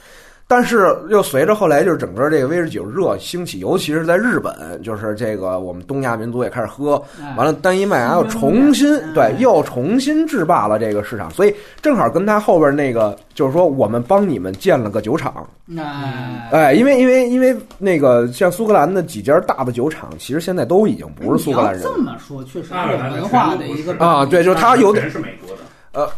但是又随着后来就是整个这个威士忌热兴起，尤其是在日本，就是这个我们东亚民族也开始喝，
哎
完了单一麦芽又重新对又重新制霸了这个市场，所以正好跟他后边那个就是说我们帮你们建了个酒厂，
那
哎，因为因为因为那个像苏格兰的几家大的酒厂，其实现在都已经不是苏格兰人
这么说，确实是
爱尔兰的
文化的一个
全部
啊，对，就是他有点
全是美国的，
呃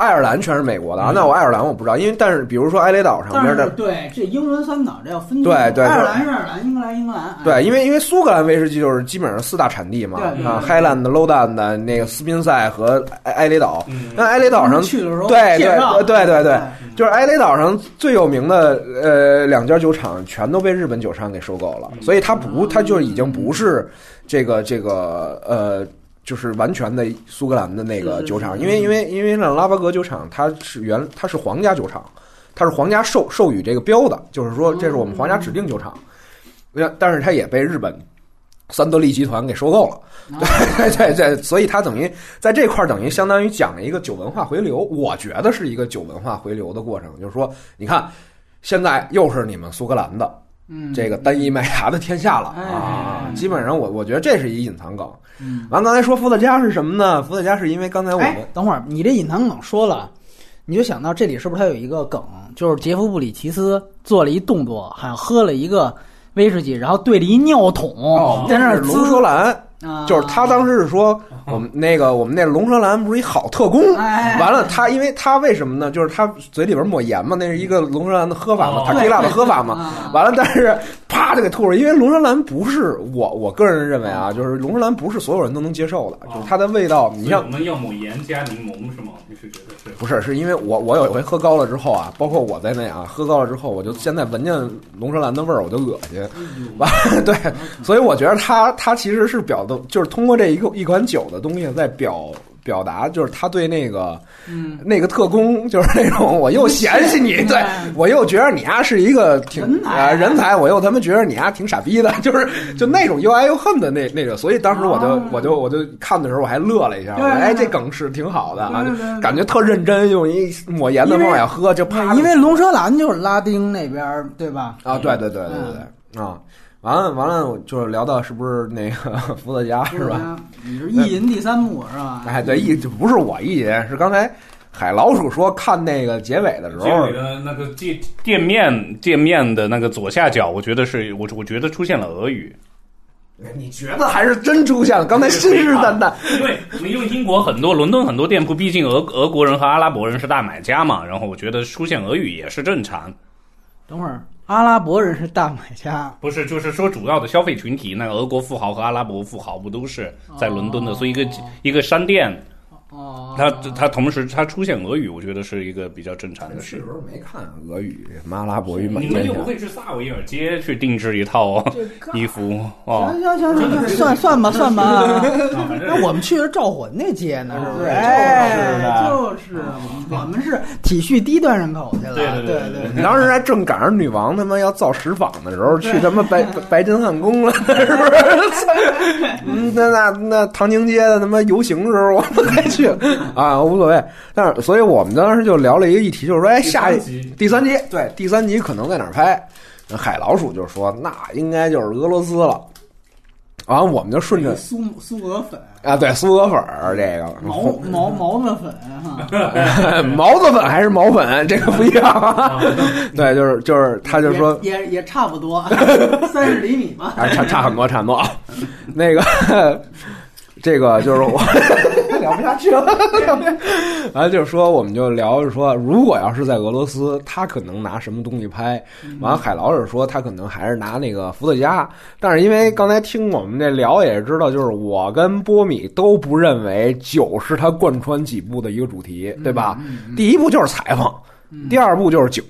爱尔兰全是美国的啊。那我爱尔兰我不知道，因为但是比如说埃雷岛上
但
边
是
的，
对这英伦三岛这要分清
对对
爱尔
对
兰是爱尔兰，英格兰英格兰。哎
对，因为因为苏格兰威士忌就是基本上四大产地嘛
对对，
啊，
对
海兰的、楼丹的、那个斯宾塞和埃埃雷岛。
嗯，
那埃雷岛上
去的时候
对
介绍
对对对对
哎
就是埃雷岛上最有名的呃两家酒厂，全都被日本酒商给收购了，所以它不，它就已经不是这个这个呃，就是完全的苏格兰的那
是
个
是
酒厂，
是
因为因为因为那拉巴格酒厂它是原它是皇家酒厂，它是皇家授授予这个标的，就是说这是我们皇家指定酒厂，那但是它也被日本。三得利集团给收购了， *laughs*
啊
对对对，所以它等于在这块儿等于相当于讲了一个酒文化回流，我觉得是一个酒文化回流的过程，就是说，你看现在又是你们苏格兰的
嗯，
这个单一麦芽的天下了
哎
啊，基本上我我觉得这是一隐藏梗。
嗯
完，刚才说伏特加是什么呢？伏特加是因为刚才我
哎
们，
等会儿你这隐藏梗说了，你就想到这里是不是它有一个梗，就是杰夫布里奇斯做了一动作，好像喝了一个威士忌，然后对着一尿桶、在那儿
哦是龙舌兰，
啊
就是他当时是说我们那个我们那龙舌兰不是一好特工。
哎
完了，他因为他为什么呢？就是他嘴里边抹盐嘛，那是一个龙舌兰的喝法嘛
哦，
塔基拉的喝法嘛。
嘛
完了，但是啪就给吐了，因为龙舌兰不是我我个人认为啊，就是龙舌兰不是所有人都能接受的，
哦
就是它的味道，你
所以
像
我们要抹盐加柠檬是吗？你是觉得是？
不是，是因为我我有一回喝高了之后啊，包括我在内啊，喝高了之后，我就现在闻见龙舌兰的味儿，我就恶心。完，对，所以我觉得他他其实是表的，就是通过这一个一款酒的东西在表表达，就是他对那个
嗯，
*laughs* 那个特工，就是那种我又嫌
*laughs*
弃你，对我又觉得你呀、是一个挺
人才
啊、人才，我又他妈觉得你呀、挺傻逼的，就是就那种又爱又恨的那那个，所以当时我就、
啊
我就我就看的时候我还乐了一下，我
对
说哎，
对
这梗是挺好的啊，
对对对
感觉特认真，用一抹盐的
因为
往下喝，就啪，
因为龙舌兰就是拉丁那边儿对吧？
啊，对对对对对对
嗯
啊，完了完了，我就是聊到是不是那个 *laughs* 伏特加是吧？？
你是意淫第三幕是吧？
哎，对，一就不是我意淫，是刚才海老鼠说看那个结尾的时候
结，尾的那个
界店面店面的那个左下角，我觉得是我我觉得出现了俄语，
你觉得还是真出现了？刚才信誓旦旦，
因为因为英国很多伦敦很多店铺，毕竟俄俄国人和阿拉伯人是大买家嘛，然后我觉得出现俄语也是正常。
等会儿，阿拉伯人是大买家，
不是，就是说主要的消费群体，那俄国富豪和阿拉伯富豪不都是在伦敦的？
哦
所以一个一个商店，
哦，
它它同时它出现俄语，我觉得是一个比较正常的
是
事
不。是没看俄语、马拉伯语、
你
满
们
天
又
下
不？会去萨维尔街？
街去定制一套 *laughs*
这
衣服哦，
行行行行行，算算吧算吧。
*laughs*
啊反正
那我们去的赵魂那街呢，是不是？
对
哎，就是我们是体恤低端人口去了，
对对对
对
对
你当时还正赶上女王他妈要造石坊
*laughs*
的时候，去他妈白白白金汉宫了，是 *laughs* 不是？嗯，那那那唐宁街的他妈游行的时候，我们还
*laughs*
去啊，无所谓。但是，所以我们当时就聊了一个议题，就是说，哎，下一
第三集
第三集，对，第三集可能在哪儿拍？海老鼠就说，那应该就是俄罗斯了。完、我们就顺 *laughs* 着
苏苏俄粉、
啊，对苏俄粉儿这个
毛毛毛子粉哈，
*laughs* 毛子粉还是毛粉，这个不一样。对，就是就是，他就
*laughs*
说
也也也差不
*laughs*
多，三十厘米吧。
啊，差差很多，差很多啊。那个， *laughs* 这个就是我 *laughs* 聊不下去了。然后就是说，我们就聊着说，如果要是在俄罗斯，他可能拿什么东西拍？完了，海老师说他可能还是拿那个伏特加。但是因为刚才听我们这聊也知道，就是我跟波米都不认为酒是他贯穿几部的一个主题，对吧？第一部就是裁缝，第二部就是酒，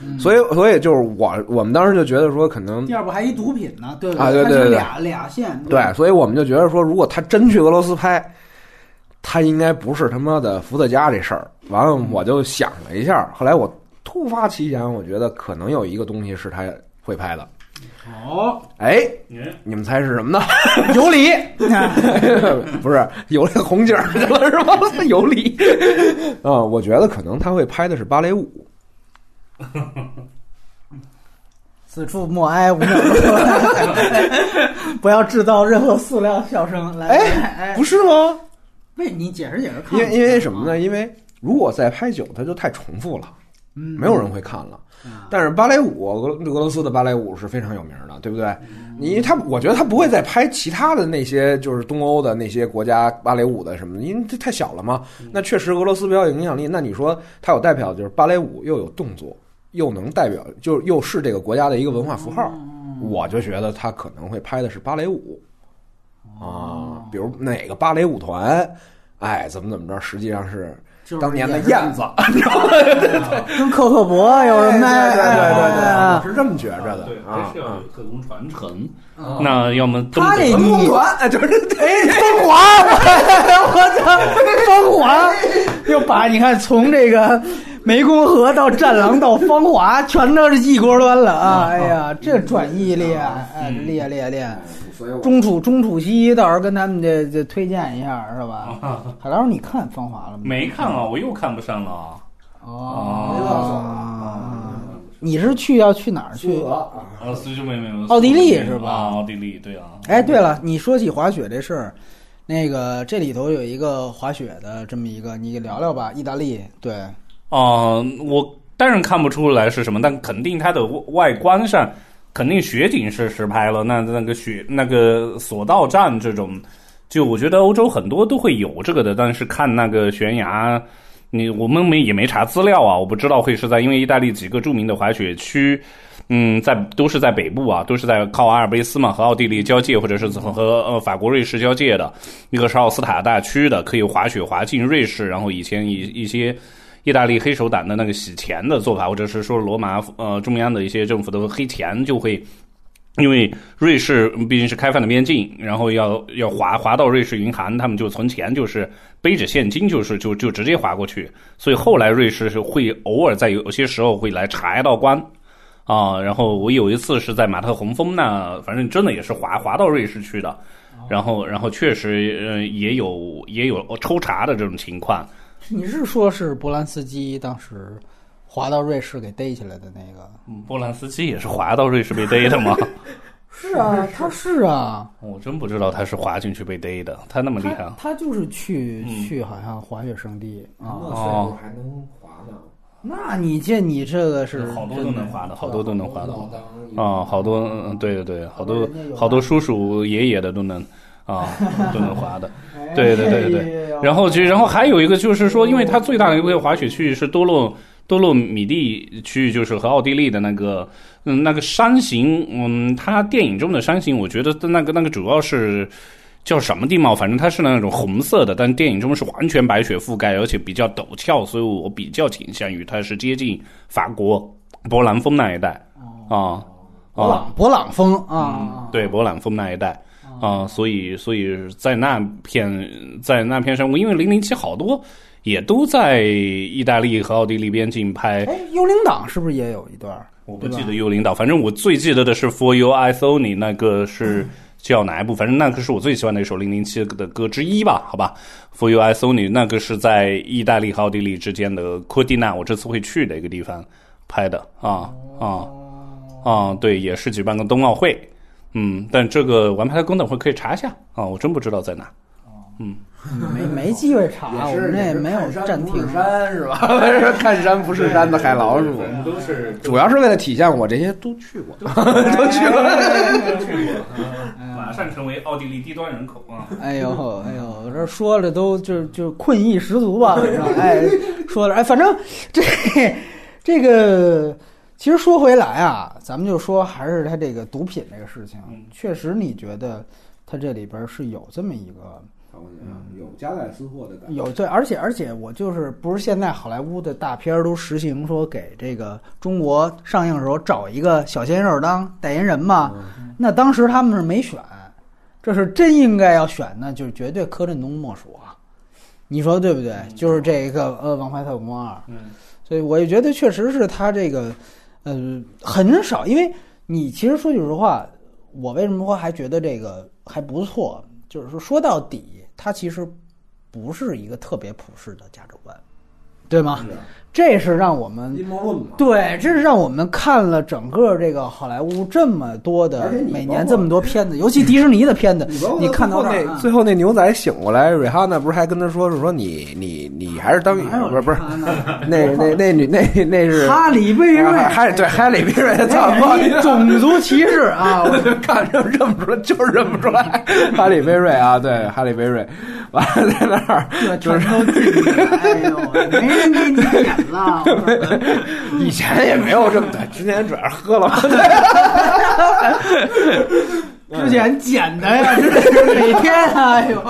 嗯
所以所以就是我我们当时就觉得说，可能
第二部还一毒品呢，对吧？
啊对
它是
对对对
俩俩线，
对，所以我们就觉得说，如果他真去俄罗斯拍，他应该不是他妈的伏特加这事儿。完了，我就想了一下，后来我突发奇想，我觉得可能有一个东西是他会拍的，
好，
哎，
嗯，
你们猜是什 *laughs* 么呢？有理，不是有那红警儿去了是 *laughs* 吗？有理啊、我觉得可能他会拍的是芭蕾舞。
此处默哀五秒 *laughs* 钟，不要制造任何塑料笑声。来，哎，
不是吗？
为你解释解释看。
因为因为什么？呢？因为如果再拍久，它就太重复了，
嗯，
没有人会看了。但是芭蕾舞，俄俄罗斯的芭蕾舞是非常有名的，对不对？你他，我觉得他不会再拍其他的那些，就是东欧的那些国家芭蕾舞的什么的，因为这太小了嘛。那确实俄罗斯比较有影响力。那你说它有代表，就是芭蕾舞又有动作，又能代表，就又是这个国家的一个文化符号。我就觉得他可能会拍的是芭蕾舞啊，比如哪个芭蕾舞团，哎，怎么怎么着，实际上是
就是
当年的燕子，你知道吗？
嗯跟克克伯有什么？
哎对对对对对，
哎
我是这么觉着的
对，还
啊
是。要有各种传承。
啊
那要么这
嗯
么
他这
文工
你
团，哎，就是哎，
*laughs* 疯狂，我操，芳华又把你看从这个湄公河到战狼到芳华，全都是一锅端了啊！哎呀，这转译厉害，哎，厉害厉害厉害！
所以我
钟楚钟楚曦，到时候跟他们这这推荐一下是吧？海老师，你看芳华了吗？
没看啊，我又看不上了啊。
哦，
啊
你是去要去哪儿去？
啊，苏州没没有，
奥地利是吧
啊，奥地利，对啊。
哎，对了，你说起滑雪这事儿，那个这里头有一个滑雪的这么一个，你聊聊吧。意大利，对，
哦、我当然看不出来是什么，但肯定它的外观上，肯定雪景是实拍了。那那个雪那个索道站这种，就我觉得欧洲很多都会有这个的，但是看那个悬崖。你我们没也没查资料啊，我不知道会是在因为意大利几个著名的滑雪区，嗯，在都是在北部啊，都是在靠阿尔卑斯嘛和奥地利交界，或者是和呃法国、瑞士交界的，一个是奥斯塔大区的，可以滑雪滑进瑞士，然后以前一一些意大利黑手党的那个洗钱的做法，或者是说罗马呃中央的一些政府的黑钱就会。因为瑞士毕竟是开放的边境，然后要要划划到瑞士银行，他们就存钱，就是背着现金，就是就就直接划过去。所以后来瑞士是会偶尔在有些时候会来查一道关，啊，然后我有一次是在马特洪峰那，反正真的也是滑滑到瑞士去的，然后然后确实呃也有也有抽查的这种情况，
*laughs* 你是说是波兰斯基当时滑到瑞士给逮起来的那个？
嗯波兰斯基也是滑到瑞士被逮的吗？ *laughs*
是啊，他是啊，
我真不知道他是滑进去被逮的，他那么厉害啊
他。他就是去
嗯
去好像滑雪圣地啊。
哦，
还能滑呢，
那你这你这个是
好多都能滑的，好多都能滑的。
当
啊，好多，嗯，对对对，好多
人家有
好多叔叔爷爷的都能啊，都能滑的。
哎
对对对对
呦
然后就然后还有一个就是说，因为它最大的一个滑雪区域是多洛多洛米蒂区域，就是和奥地利的那个嗯那个山形，嗯，它电影中的山形，我觉得那个那个主要是。叫什么地貌？反正它是那种红色的，但电影中是完全白雪覆盖，而且比较陡峭，所以我比较倾向于它是接近法国勃朗峰那一带啊
哦勃
啊，
朗勃朗峰啊，
对勃朗峰那一带，啊、所以所以在那片在那片山谷，因为零零七好多也都在意大利和奥地利边境拍，
哎，幽灵党是不是也有一 *laughs* 段？
我不
对吧
记得幽灵岛，反正我最记得的是 For You I s o n y 那个
嗯
是叫哪一部？反正那个是我最喜欢的一首零零七的歌之一吧，好吧？For You I s o n y 那个是在意大利和奥地利之间的科蒂纳，我这次会去的一个地方拍的啊啊啊！对，也是举办个冬奥会，嗯，但这个玩拍的功能会可以查一下啊，我真不知道在哪。
没没机会查，我们这没有暂停。
山是吧？ *laughs* 看山不是山的海老鼠，
我们都是
主要是为了体现我这些都去过。
*laughs*
都去了。
都去过，马上成为奥地利低端人口啊！
哎呦哎呦，我这说了都就就困意十足吧，反正哎说了哎，反正这这个其实说回来啊，咱们就说还是他这个毒品这个事情
嗯，
确实你觉得他这里边是有这么一个
嗯有夹带私货的感觉。
有对，而且而且我就是不是现在好莱坞的大片儿都实行说给这个中国上映的时候找一个小鲜肉当代言人嘛？
嗯
那当时他们是没选，这是真应该要选那就是绝对柯震东莫属啊！你说对不对？
嗯
就是这一个呃，《王牌特工二》，
嗯，
所以我也觉得确实是他这个呃很少，因为你其实说句实话，我为什么说还觉得这个还不错？就是说说到底，它其实不是一个特别普世的价值观，对吗？这是让我们
阴谋论嘛。
对，这是让我们看了整个这个好莱坞这么多的
而且你
每
包
年
括
这么多片子，尤其迪士尼的片子
你包括，
你看到这儿
最后那
啊
最后那牛仔醒过来，瑞哈娜不是还跟他说是说你你你还是当
哪有
不是不是
他呢
那那那女那那
*laughs*
是
哈里贝
*laughs*
瑞，哎
啊还对海里边 *laughs* 瑞，操！不好意思
种族歧视啊！我
我就 *laughs* 看认认不出来，就是认不出来。哈利·贝瑞啊，对，哈利·贝瑞，完了在那儿
这
就
全
是
都记住了，哎呦，没人给你点了。
以前也没有这么的，之前主要是喝了嘛。
之前捡的呀，这是每天啊，哎呦，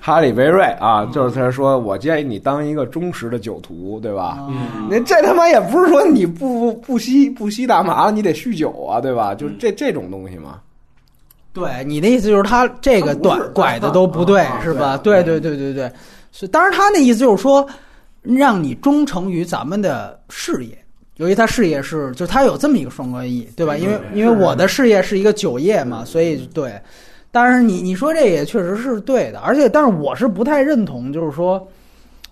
哈利·贝瑞啊，就是他说，我建议你当一个忠实的酒徒，对吧？
嗯
那这他妈也不是说你不不吸不吸大麻，你得酗酒啊，对吧？就是这这种东西嘛。
对你的意思就是他这个短
他不是
拐的都不对
啊啊
是吧？
对
对对对对对，是。当然他那意思就是说，让你忠诚于咱们的事业。由于他事业是，就他有这么一个双关意，对吧？因为因为我的事业是一个酒业嘛，所以对。但是你你说这也确实是对的，而且但是我是不太认同，就是说，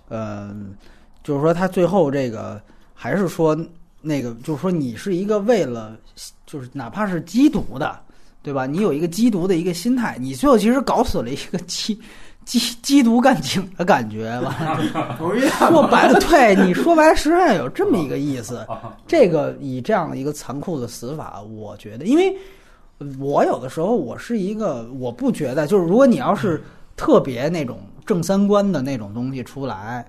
呃，就是说他最后这个还是说那个，就是说你是一个为了，就是哪怕是缉毒的，对吧？你有一个缉毒的一个心态，你最后其实搞死了一个缉 *laughs* 缉缉毒干警的感觉吧。说白了，对你说白了，实际上有这么一个意思。这个以这样一个残酷的死法，我觉得，因为我有的时候我是一个，我不觉得，就是如果你要是特别那种正三观的那种东西出来，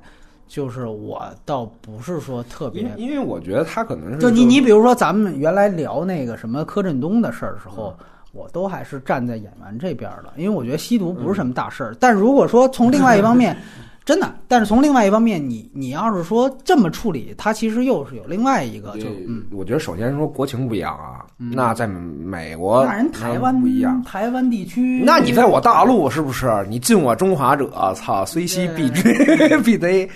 就是我倒不是说特别
因为因为我觉得他可能是
就你你比如说，咱们原来聊那个什么柯震东的事儿的时候，
嗯
我都还是站在演员这边儿的，因为我觉得吸毒
嗯
不是什么大事儿。但如果说从另外一方
*laughs*
面，真的，但是从另外一方面，你你要是说这么处理，它其实又是有另外一个，就嗯，
我觉得首先说国情不一样啊，
嗯
那在美国
那人台湾
不一样。
台湾地区，
那你在我大陆是不是？你敬我中华者，操，虽西必追 *laughs* 必贼。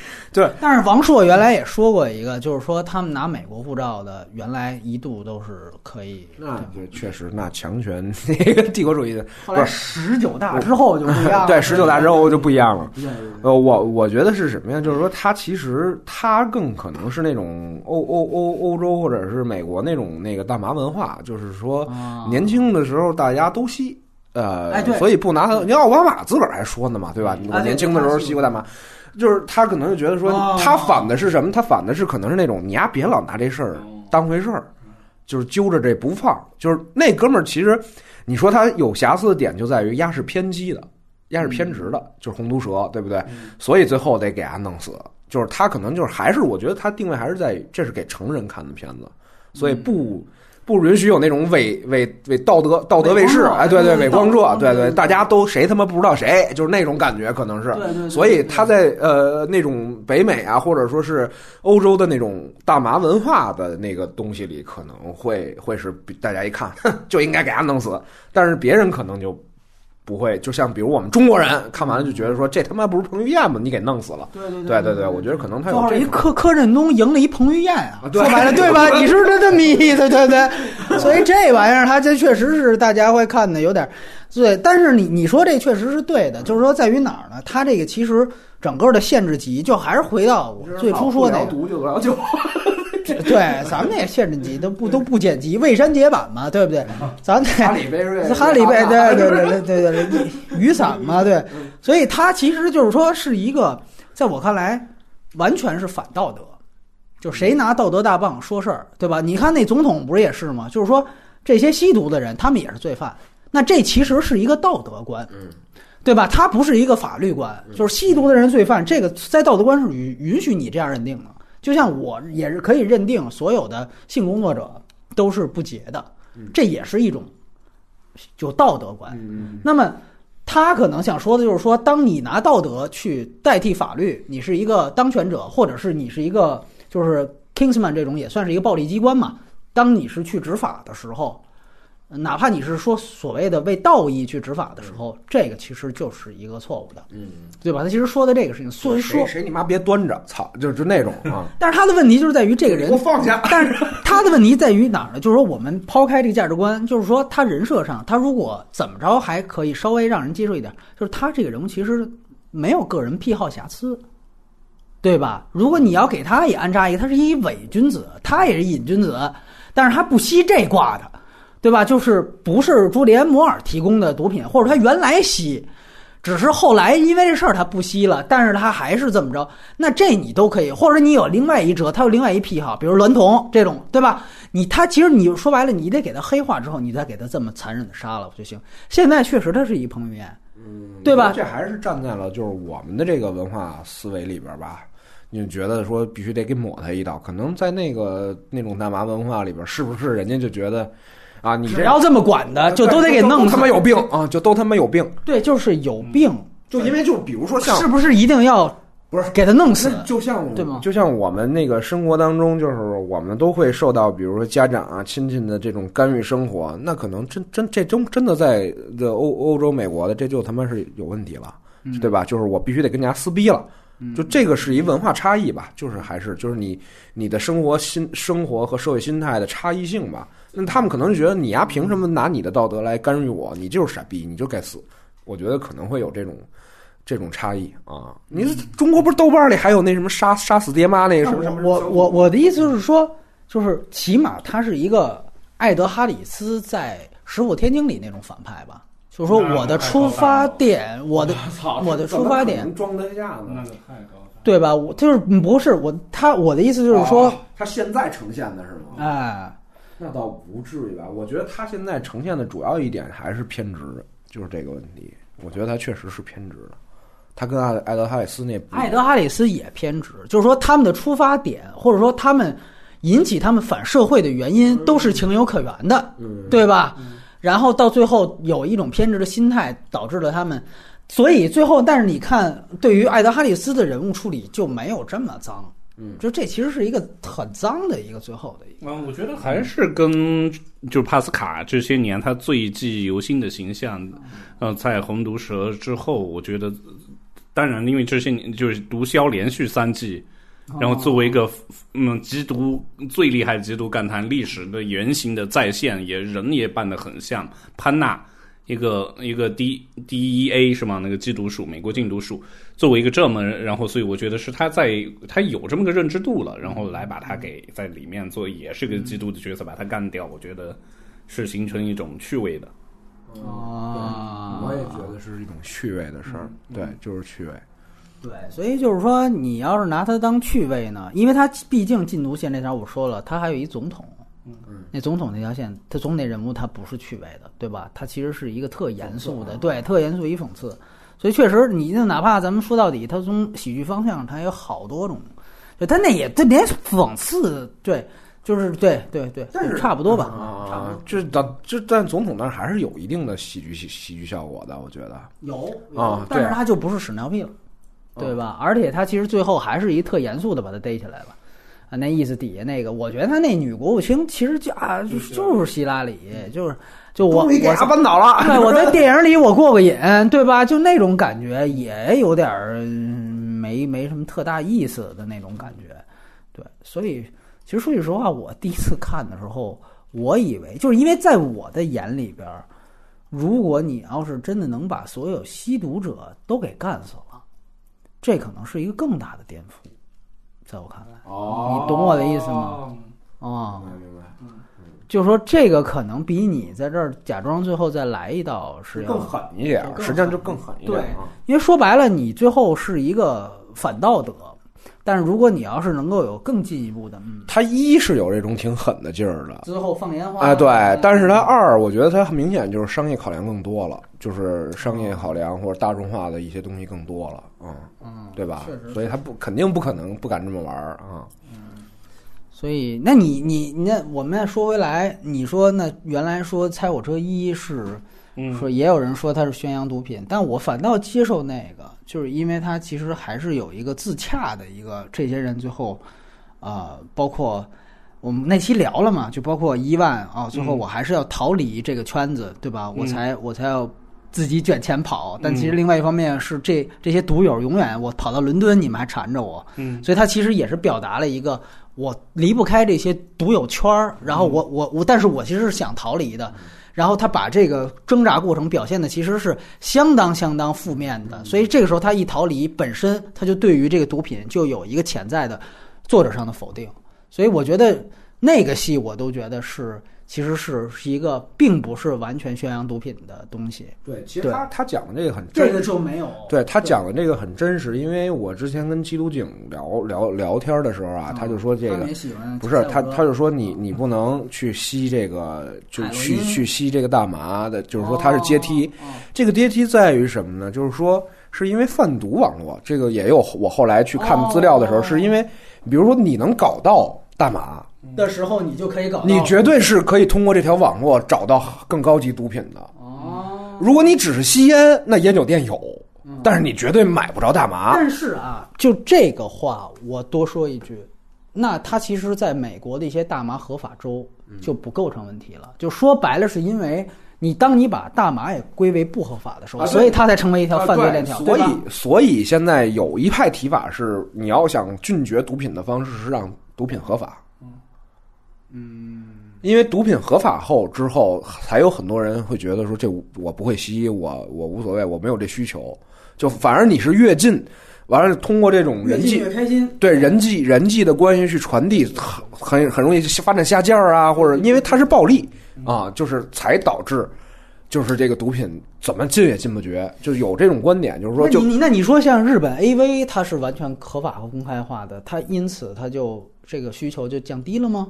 但是王朔原来也说过一个，就是说他们拿美国护照的，原来一度都是可
*laughs*
以。
那对，确实，那强权 *laughs* 那个帝国主义的，
后来
不
十九大之后就不一样了。
对十九大之后就不一样了。
对
呃，我我觉得是什么呀？就是说，他其实他更可能是那种欧欧欧欧洲或者是美国那种那个大麻文化，就是说
啊
年轻的时候大家都吸，呃，
哎对嗯
所以不拿他。你看奥巴马自个儿还说呢嘛，对吧？我
啊对
年轻的时候吸过大麻，就是他可能就觉得说，
哦
他反的是什么？他反的是可能是那种你丫别老拿这事儿当回事儿，就是揪着这不放。就是那哥们儿其实，你说他有瑕疵的点就在于丫是偏激的，丫是偏执
嗯
的，就是红毒蛇，对不对？所以最后得给他弄死。就是他可能就是还是我觉得他定位还是在于这是给成人看的片子，所以
嗯
不不允许有那种伪伪伪道德道德卫
伪
士，
光正
哎，对对，
嗯
伪光
道
正，
德
对对，大家都谁他妈不知道谁，就是那种感觉可能是
对对对。
所以他在呃那种北美啊，或者说是欧洲的那种大麻文化的那个东西里，可能会会是比大家一看 *laughs* 就应该给他弄死，但是别人可能就。不会，就像比如我们中国人看完了就觉得说这他妈不是彭于晏吗？你给弄死了。
对对
对对对，我觉得可能他
正
有
好
这
一
种
柯柯震东赢了一彭于晏啊
啊，对
说白
*laughs*
了对吧？你是不是这么意思？对不对？所以这玩意儿，它这确实是大家会看的有点儿对，但是你你说这确实是对的，就是说在于哪儿呢？它这个其实整个的限制级，就还是回到我最初说那
聊
个，
毒就聊酒，
对，咱们也限制级都不都不剪辑，未删节版嘛，对不对？
啊
咱们
哈里贝瑞，
哈里贝，对
*laughs*
对对对对对对，雨伞嘛，对，所以它其实就是说是一个，在我看来，完全是反道德，就谁拿道德大棒说事儿，对吧？你看那总统不是也是吗？就是说这些吸毒的人，他们也是罪犯，那这其实是一个道德观，对吧？它不是一个法律观，就是吸毒的人罪犯，这个在道德观是允允许你这样认定的。就像我也是可以认定所有的性工作者都是不洁的，这也是一种有道德
嗯
嗯
观。那么他可能想说的就是说，当你拿道德去代替法律，你是一个当权者，或者是你是一个就是 Kingsman 这种也算是一个暴力机关嘛。当你是去执法的时候，哪怕你是说所谓的为道义去执法的时候，这个其实就是一个错误的，
嗯，
对吧？他其实说的这个事情虽然说
谁，谁你妈别端着，操，就就那种
*laughs*
啊，
但是他的问题就是在于这个人
嗯给我放下，
但是他的问题在于哪儿呢？就是说，我们抛开这个价值观，就是说他人设上，他如果怎么着还可以稍微让人接受一点，就是他这个人物其实没有个人癖好瑕疵，对吧？如果你要给他也安插一个，他是一伪君子，他也是瘾君子，但是他不吸这挂的，对吧？就是不是朱利安摩尔提供的毒品，或者他原来吸。只是后来因为这事儿他不吸了，但是他还是这么着，那这你都可以，或者你有另外一折，他有另外一癖好，比如娈童这种，对吧？你他其实你说白了，你得给他黑化之后，你再给他这么残忍的杀了就行。现在确实他是一彭于晏，对吧？
这还是站在了就是我们的这个文化思维里边吧。你觉得说必须得给抹他一刀，可能在那个那种大麻文化里边，是不是人家就觉得啊，你
只
这
要这么管的，就都得给弄
都他妈
死。
有病啊，就都他妈有病。
对，就是有病，
就因为就比如说像
是不是一定要
不是
给他弄死
那？就像我
对吗
就像我们那个生活当中，就是我们都会受到，比如说家长啊、亲戚的这种干预生活，那可能真真这真真的在这欧欧洲、美国的，这就他妈是有问题了，对吧？就是我必须得跟人家撕逼了。就这个是一文化差异吧，就是还是就是你你的生活心生活和社会心态的差异性吧。那他们可能觉得你呀、凭什么拿你的道德来干预我？你就是傻逼，你就该死。我觉得可能会有这种这种差异
嗯
啊。你是中国不是豆瓣里还有那什么杀杀死爹妈那个什么什么？
我我我的意思就是说，就是起码他是一个艾德哈里斯在《石火天经》里那种反派吧。就是说，我的出发点，我
*laughs*
的我的出发点，
装得下
那？个太高了。
对吧？我就是不是我他我的意思就是说，
哦他现在呈现的是吗？
哎，
那倒不至于吧。我觉得他现在呈现的主要一点还是偏执，就是这个问题。我觉得他确实是偏执的。他跟艾艾德哈里斯那不一样
艾德哈里斯也偏执，就是说他们的出发点，或者说他们引起他们反社会的原因，都是情有可原的，对吧？然后到最后有一种偏执的心态，导致了他们，所以最后，但是你看，对于艾德哈里斯的人物处理就没有这么脏，嗯，就这其实是一个很脏的一个最后的一个，
嗯，我觉得还是跟就是帕斯卡这些年他最记忆犹新的形象，呃，在红毒蛇之后，我觉得，当然因为这些年就是毒枭连续三季，
哦
然后作为一个嗯缉毒最厉害的缉毒干探历史的原型的再现，也人也扮得很像潘娜。一个一个 D D E A 是吗？那个缉毒署，美国禁毒署，作为一个这么，然后所以我觉得是他在他有这么个认知度了，然后来把他给在里面做，也是个缉毒的角色，把他干掉，我觉得是形成一种趣味的。
啊
我也觉得是一种趣味的事儿，
嗯
对，就是趣味。
对，所以就是说，你要是拿它当趣味呢，因为它毕竟禁毒线这条我说了，它还有一总统，嗯，那总统那条线，他总统那人物他不是趣味的，对吧？他其实是一个特严肃
啊
的，对，特严肃一讽刺。所以确实，你那哪怕咱们说到底，他从喜剧方向，它有好多种，对，他那也他连讽刺，对，就是对对对，
但是
差不多吧，差不
啊
多，
这但这但总统那儿还是有一定的喜剧喜喜剧效果的，我觉得。
有
啊
但是
对
他就不是屎尿屁了，对吧？而且他其实最后还是一特严肃的把他逮起来了。啊，那意思底下那个，我觉得他那女国务卿其实就啊，就是就是希拉里，就是就我
终于给
我
他扳倒了。
对，我在电影里我过过瘾，对吧？就那种感觉也有点儿嗯没没什么特大意思的那种感觉，对。所以其实说句实话，我第一次看的时候，我以为就是因为在我的眼里边儿，如果你要是真的能把所有吸毒者都给干死了，这可能是一个更大的颠覆，在我看来。
哦
你懂我的意思吗？哦，就说这个可能比你在这儿假装最后再来一道是要
更狠一点儿，
更狠
实际上就更狠一点儿啊。
因为说白了，你最后是一个反道德，但是如果你要是能够有更进一步的，嗯，
他一是有这种挺狠的劲儿的，
之后放烟花，啊嗯
哎，对，但是他二，我觉得他明显就是商业考量更多了，就是商业考量或者大众化的一些东西更多了，嗯，
嗯，
对吧
确实？
所以他不肯定不可能不敢这么玩儿啊。
所以，那你你那我们再说回来，你说那原来说《猜我车一》是
嗯
说也有人说它是宣扬毒品，但我反倒接受那个，就是因为它其实还是有一个自洽的一个，这些人最后啊、呃包括我们那期聊了嘛，就包括伊万啊，最后我还是要逃离这个圈子，对吧？我才我才要自己卷钱跑。但其实另外一方面是这这些赌友永远我跑到伦敦，你们还缠着我，
嗯，
所以他其实也是表达了一个我离不开这些独有圈儿，然后
嗯
我我我，但是我其实是想逃离的。然后他把这个挣扎过程表现的其实是相当相当负面
嗯
的，所以这个时候他一逃离，本身他就对于这个毒品就有一个潜在的作者上的否定，所以我觉得那个戏我都觉得是其实是是一个并不是完全宣扬毒品的东西，
对，其实他他讲的这个很真
这个就没有
对他讲的这个很真实，因为我之前跟缉毒警聊聊聊天的时候啊，他就说这个
也喜欢
不是他，嗯他就说你你不能去吸这个，就
海洛
去
因
去吸这个大麻的，就是
哦
说它是阶梯。，这个阶梯在于什么呢？就是说是因为贩毒网络，这个也有我后来去看资料的时候，
哦
是因为比如说你能搞到大麻，
的时候你就可以搞，
你绝对是可以通过这条网络找到更高级毒品的。
哦，
如果你只是吸烟，那烟酒店有，但是你绝对买不着大麻。
嗯但是啊，就这个话，我多说一句，那它其实在美国的一些大麻合法州就不构成问题了。就说白了，是因为你当你把大麻也归为不合法的时候，
啊对
所以它才成为一条犯罪链条，
啊对所
对吧
以，所以现在有一派提法是，你要想拒绝毒品的方式是让毒品合法。嗯，因为毒品合法后之后，才有很多人会觉得说这我我不会吸，我我无所谓，我没有这需求。就反而你是越近，完了通过这种人际
开心。
对人际人际的关系去传递，很很很容易发展下架啊，或者因为它是暴力啊，就是才导致就是这个毒品怎么禁也禁不绝，就有这种观点，就是
那
说就
你那你说像日本 AV，它是完全合法和公开化的，它因此它就这个需求就降低了吗？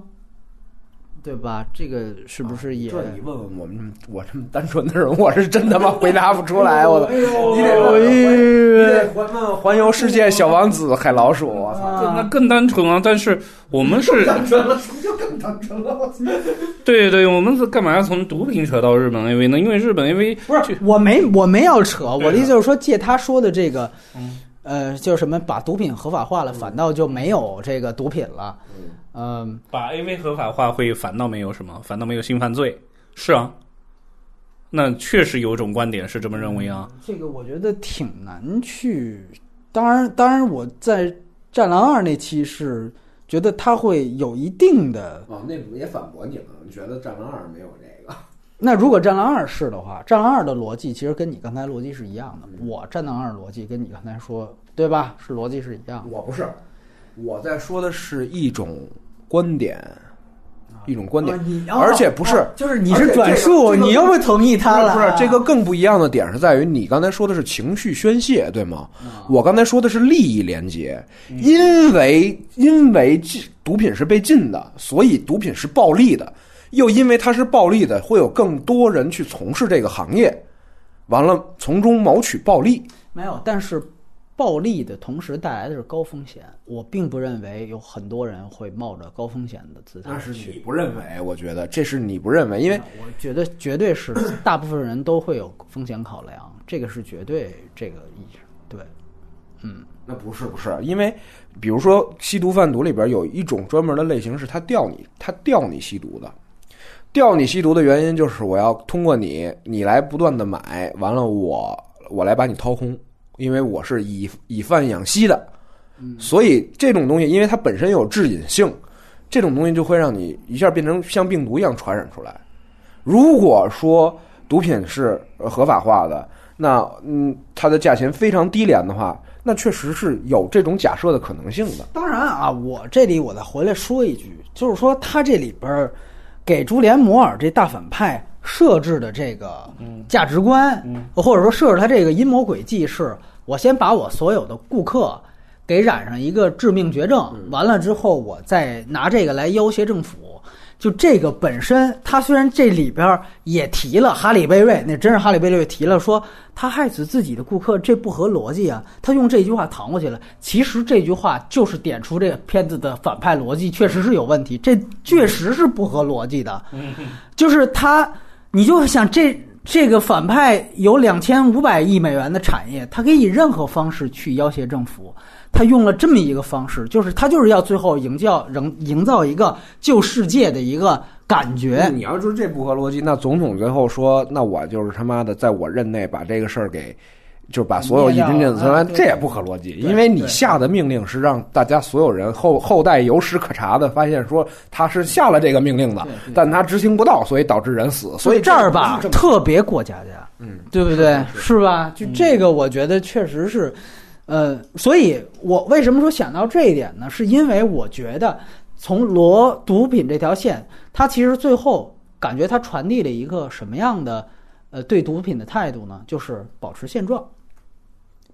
对吧？这个是不是也？
这你问问我们，我这么单纯的人，我是真他妈回答不出来，我
哎呦，
你得你得环问问环游世界小 *laughs* 王子海老鼠，我操！
嗯
更那更单纯啊！但是我们是
当真了，什么叫更当真了？我操！
对对，我们是干嘛要从毒品扯到日本 AV 呢？因为日本 AV
不是，我没我没要扯，我的意思就是说，借他说的这个，
嗯
呃，叫什么把毒品合法化了，反倒就没有这个毒品了。嗯，
把 AV 合法化会反倒没有什么，反倒没有性犯罪。是啊，那确实有种观点是这么认为啊。
这个我觉得挺难去。当然，当然我在《战狼二》那期是觉得他会有一定的。
哦，那也反驳你了，你觉得《战狼二》没有这个？
那如果《战狼二》是的话，《战狼二》的逻辑其实跟你刚才逻辑是一样的。
嗯
我《战狼二》逻辑跟你刚才说对吧？是逻辑是一样的。
我不是，我在说的是一种观点，一种观点。
你
而且不是
哦就是你
而
是
且
转
这个
述，
这个
你又不同意他了。
不是这个更不一样的点是在于，你刚才说的是情绪宣泄，对吗？
啊
我刚才说的是利益连接，因为因为禁毒品是被禁的，所以毒品是暴利的，又因为它是暴利的，会有更多人去从事这个行业，完了从中谋取暴利。
没有，但是暴利的同时带来的是高风险。我并不认为有很多人会冒着高风险的姿态去。
不认为，哎我觉得这是你不认为，因为
我觉得绝对是大部分人都会有风险考量，这个是绝对这个意识。对，
那不是不是，因为比如说吸毒贩毒里边有一种专门的类型是他吊你，他吊你吸毒的。吊你吸毒的原因就是我要通过你，你来不断的买，完了我我来把你掏空，因为我是以以贩养吸的，所以这种东西因为它本身有致瘾性，这种东西就会让你一下变成像病毒一样传染出来。如果说毒品是呃合法化的，那嗯，它的价钱非常低廉的话，那确实是有这种假设的可能性的。
当然啊，我这里我再回来说一句，就是说他这里边儿给朱连摩尔这大反派设置的这个价值观，或者说设置他这个阴谋诡计是：我先把我所有的顾客给染上一个致命绝症，完了之后我再拿这个来要挟政府。就这个本身，他虽然这里边儿也提了哈里贝瑞，那真是哈里贝瑞提了说他害死自己的顾客，这不合逻辑啊。他用这句话搪过去了，其实这句话就是点出这个片子的反派逻辑确实是有问题，这确实是不合逻辑的。就是他，你就想这这个反派有两千五百亿美元的产业，他可以以任何方式去要挟政府。他用了这么一个方式，就是他就是要最后营造营营造一个救世界的一个感
那
觉。
哎你要说这不合逻辑，那总统最后说，那我就是他妈的，在我任内把这个事儿给，就是把所有一针见
灭
血，
掉啊对
这也不合逻辑，
对
因为你
对
下的命令是让大家所有人后后代有史可查的发现说他是下了这个命令的
对，对
但他执行不到，所以导致人死，所以
这儿吧
这，不是
特别国家家，
嗯，
对不对？是吧？就这个，我觉得确实是，呃，所以我为什么说想到这一点呢？是因为我觉得从罗毒品这条线，它其实最后感觉它传递了一个什么样的呃对毒品的态度呢？就是保持现状。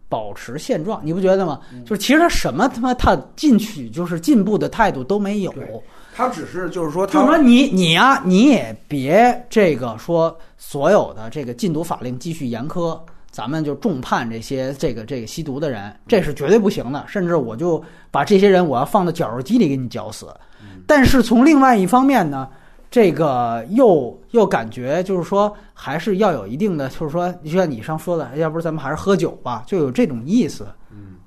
保持现状，你不觉得吗？
嗯
就是其实他什么他妈他进取就是进步的态度都没有，
对他只是就是说
就是
他
说你你呀、你也别这个说所有的这个禁毒法令继续严苛，咱们就重判这些这个这个吸毒的人，这是绝对不行的。甚至我就把这些人我要放到绞肉机里给你绞死。
嗯
但是从另外一方面呢，这个又又感觉就是说还是要有一定的，就是说就像你上说的，要不咱们还是喝酒吧，就有这种意思，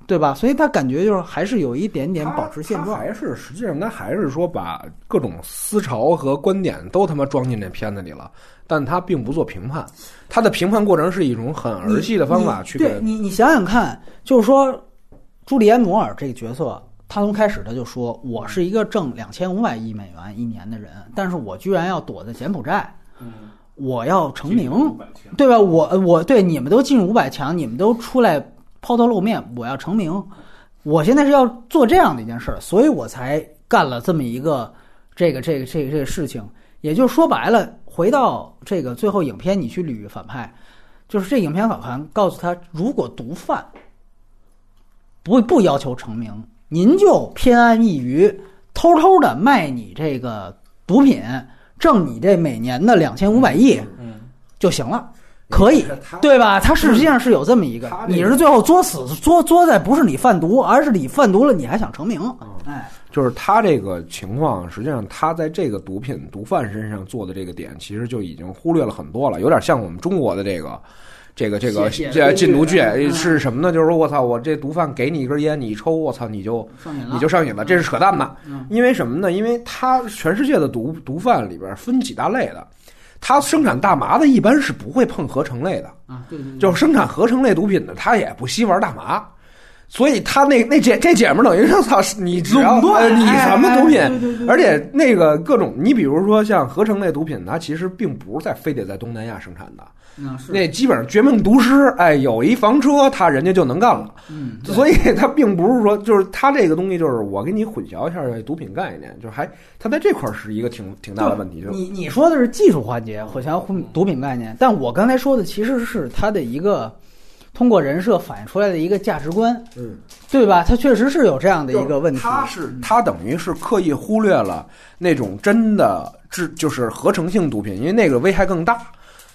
对吧？所以他感觉就是还是有一点点保持现
嗯他
状。
还是实际上他还是说把各种思潮和观点都他妈装进这片子里了，但他并不做评判，他的评判过程是一种很儿戏的方法
你
去
对
跟
你，你想想看，就是说，朱利安·摩尔这个角色，他从开始他就说：“我是一个挣两千五百亿美元一年的人，但是我居然要躲在柬埔寨，我要成名，对吧？我我对你们都进入五百强，你们都出来抛头露面，我要成名。我现在是要做这样的一件事儿，所以我才干了这么一个这个这个这个这个事情。也就说白了，回到这个最后影片，你去捋反派，就是这影片反派告诉他，如果毒贩不不要求成名，您就偏安一隅，偷偷的卖你这个毒品，挣你这每年的两千五百亿，就行了，可以。
嗯他
对吧？他实际上是有这么一个
他，这
你
个
是最后作死作作在不是你贩毒，而是你贩毒了你还想成名，
哦
哎，
就是他这个情况，实际上他在这个毒品毒贩身上做的这个点，其实就已经忽略了很多了，有点像我们中国的这个。这个这个
谢谢
这禁毒
嗯
戒是什么呢？就是说，我操，我这毒贩给你一根烟，你一抽，我操，你就
上瘾了，
你就上瘾了，这是扯淡的
啊嗯。
因为什么呢？因为它全世界的毒毒贩里边分几大类的，它生产大麻的一般是不会碰合成类的，
啊，对对对，
就是生产合成类毒品的，他也不惜玩大麻。所以他那那姐这姐们儿等于是操你只要
垄断
呃你什么毒
哎哎哎对对对
品，而且那个各种你比如说像合成类毒品，它其实并不是在非得在东南亚生产的，
嗯是
那基本上绝命毒师，哎，有一房车，他人家就能干了。
嗯，对
所以它并不是说，就是它这个东西，就是我给你混淆一下这毒品概念，就是还它在这块儿是一个挺挺大的问题，就
你你说的是技术环节混淆混毒品概念，但我刚才说的其实是他的一个通过人设反映出来的一个价值观，
嗯，
对吧？他确实是嗯有这样的
就是
一个问题，
它是它等于是刻意忽略了那种真的制就是合成性毒品，因为那个危害更大。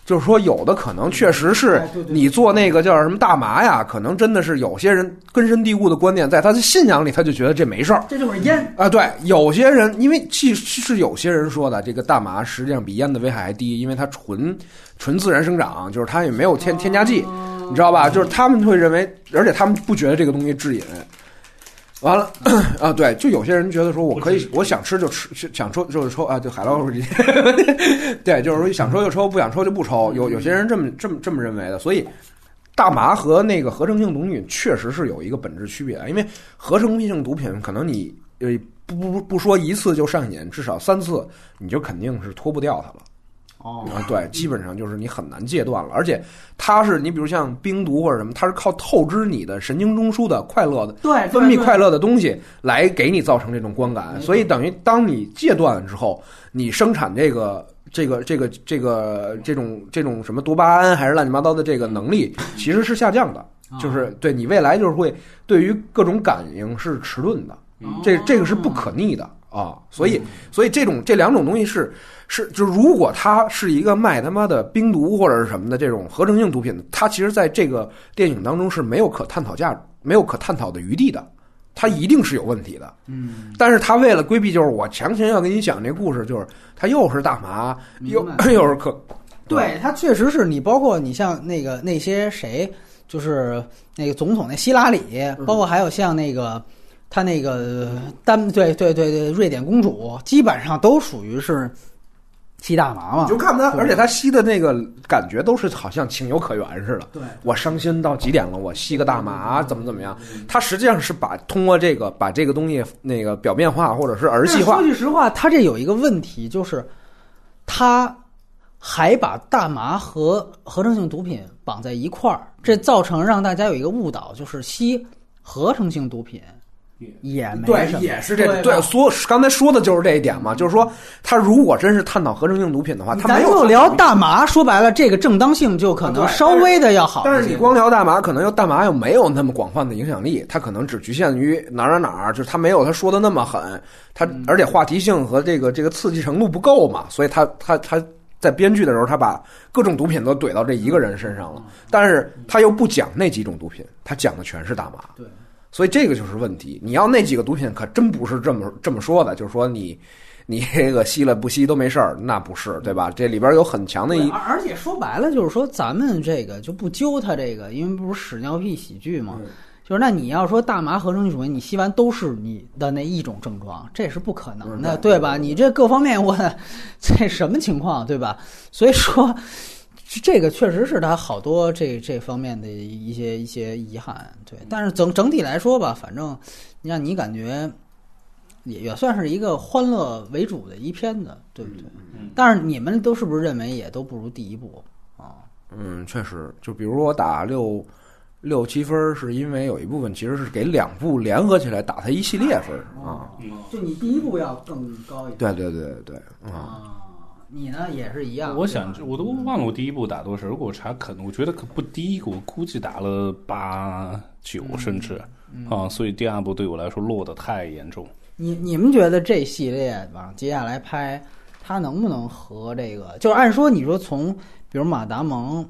就是说，有的可能确实是
哎对对
你做那个叫什么大麻呀，可能真的是有些人根深蒂固的观念，在他的信仰里，他就觉得这没事儿。
这就是烟，
啊，对，有些人因为其实是有些人说的，这个大麻实际上比烟的危害还低，因为它纯纯自然生长，就是它也没有添添加剂，你知道吧？就是他们会认为，而且他们不觉得这个东西致瘾。完了啊，对，就有些人觉得说我可以，我想吃就吃，想抽就是抽啊，就海捞这些， *laughs* 对，就是说想抽就抽，不想抽就不抽。有有些人这么这么这么认为的，所以大麻和那个合成性毒品确实是有一个本质区别啊的，因为合成性毒品可能你呃不不不说一次就上瘾，至少三次你就肯定是脱不掉它了。
哦，
啊，对，基本上就是你很难戒断了，而且它是你比如像冰毒或者什么，它是靠透支你的神经中枢的快乐的
对，
分泌快
乐，
乐的东西来给你造成这种观感，所以等于当你戒断之后，你生产这个这个这个这个这种这种什么多巴胺还是乱七八糟的这个能力，其实是下降的，就是对你未来就是会对于各种感应是迟钝的，
哦
这这个是不可逆的啊，所
嗯
以所以这种这两种东西是。是，就如果它是一个卖他妈的冰毒或者是什么的这种合成性毒品，它其实在这个电影当中是没有可探讨价值、没有可探讨的余地的，它一定是有问题的。
嗯，
但是他为了规避，就是我强行要给你讲这故事，就是他又是大麻，又 *laughs*
明
又是可
对他确实是你，包括你像那个那些谁，就是那个总统那希拉里，
嗯
包括还有像那个他那个丹，对对对对，瑞典公主，基本上都属于是吸大麻
你
嘛
就。看他，
啊对
而且他吸的那个感觉都是好像情有可原似的。
对，
我伤心到极点了，我吸个大麻怎么怎么样？他实际上是把通过这个把这个东西那个表面化或者是儿戏化
但是说，句实话，他这有一个问题，就是他还把大麻和合成性毒品绑在一块儿，这造成让大家有一个误导，就是吸合成性毒品也没什么，
也是这
对
对
吧
说刚才说的就是这一点嘛，就是说他如果真是探讨合成性毒品的话，他
咱
没有
就聊大麻，说白了，这个正当性就可能
啊对
稍微的要好一些。
但是你光聊大麻，可能又大麻又没有那么广泛的影响力，它可能只局限于哪儿哪儿哪儿，就是它没有他说的那么狠，它
嗯
而且话题性和这个这个刺激程度不够嘛，所以它它它在编剧的时候，他把各种毒品都怼到这一个人身上了，
嗯
但是他又不讲那几种毒品，他讲的全是大麻。
对，
所以这个就是问题。你要那几个毒品，可真不是这么这么说的，就是说你你这个吸了不吸都没事儿，那不是对吧？这里边有很强的
对
一
而而且说白了就是说，咱们这个就不揪他这个，因为不是屎尿屁喜剧嘛。就是那你要说大麻合成性毒品，你吸完都是你的那一种症状，这是不可能的，对吧？你这各方面我这什么情况，对吧？所以说，这这个确实是他好多这这方面的一些一些遗憾，对。但是整整体来说吧，反正让你感觉也也算是一个欢乐为主的一片子，对不对？但是你们都是不是认为也都不如第一部啊？
嗯，确实，就比如我打六六七分儿，是因为有一部分其实是给两部联合起来打它一系列分儿
哦
啊。
嗯
就你第一部要更高一点
对对对对对，啊，
啊，你呢也是一样。
我
对吧
想，我都忘了我第一部打多少。如果我查可能，我觉得可不低，我估计打了八九，
嗯
甚至啊，所以第二部对我来说落得太严重。
你你们觉得这系列往接下来拍，它能不能和这个？就是按说你说从比如马达蒙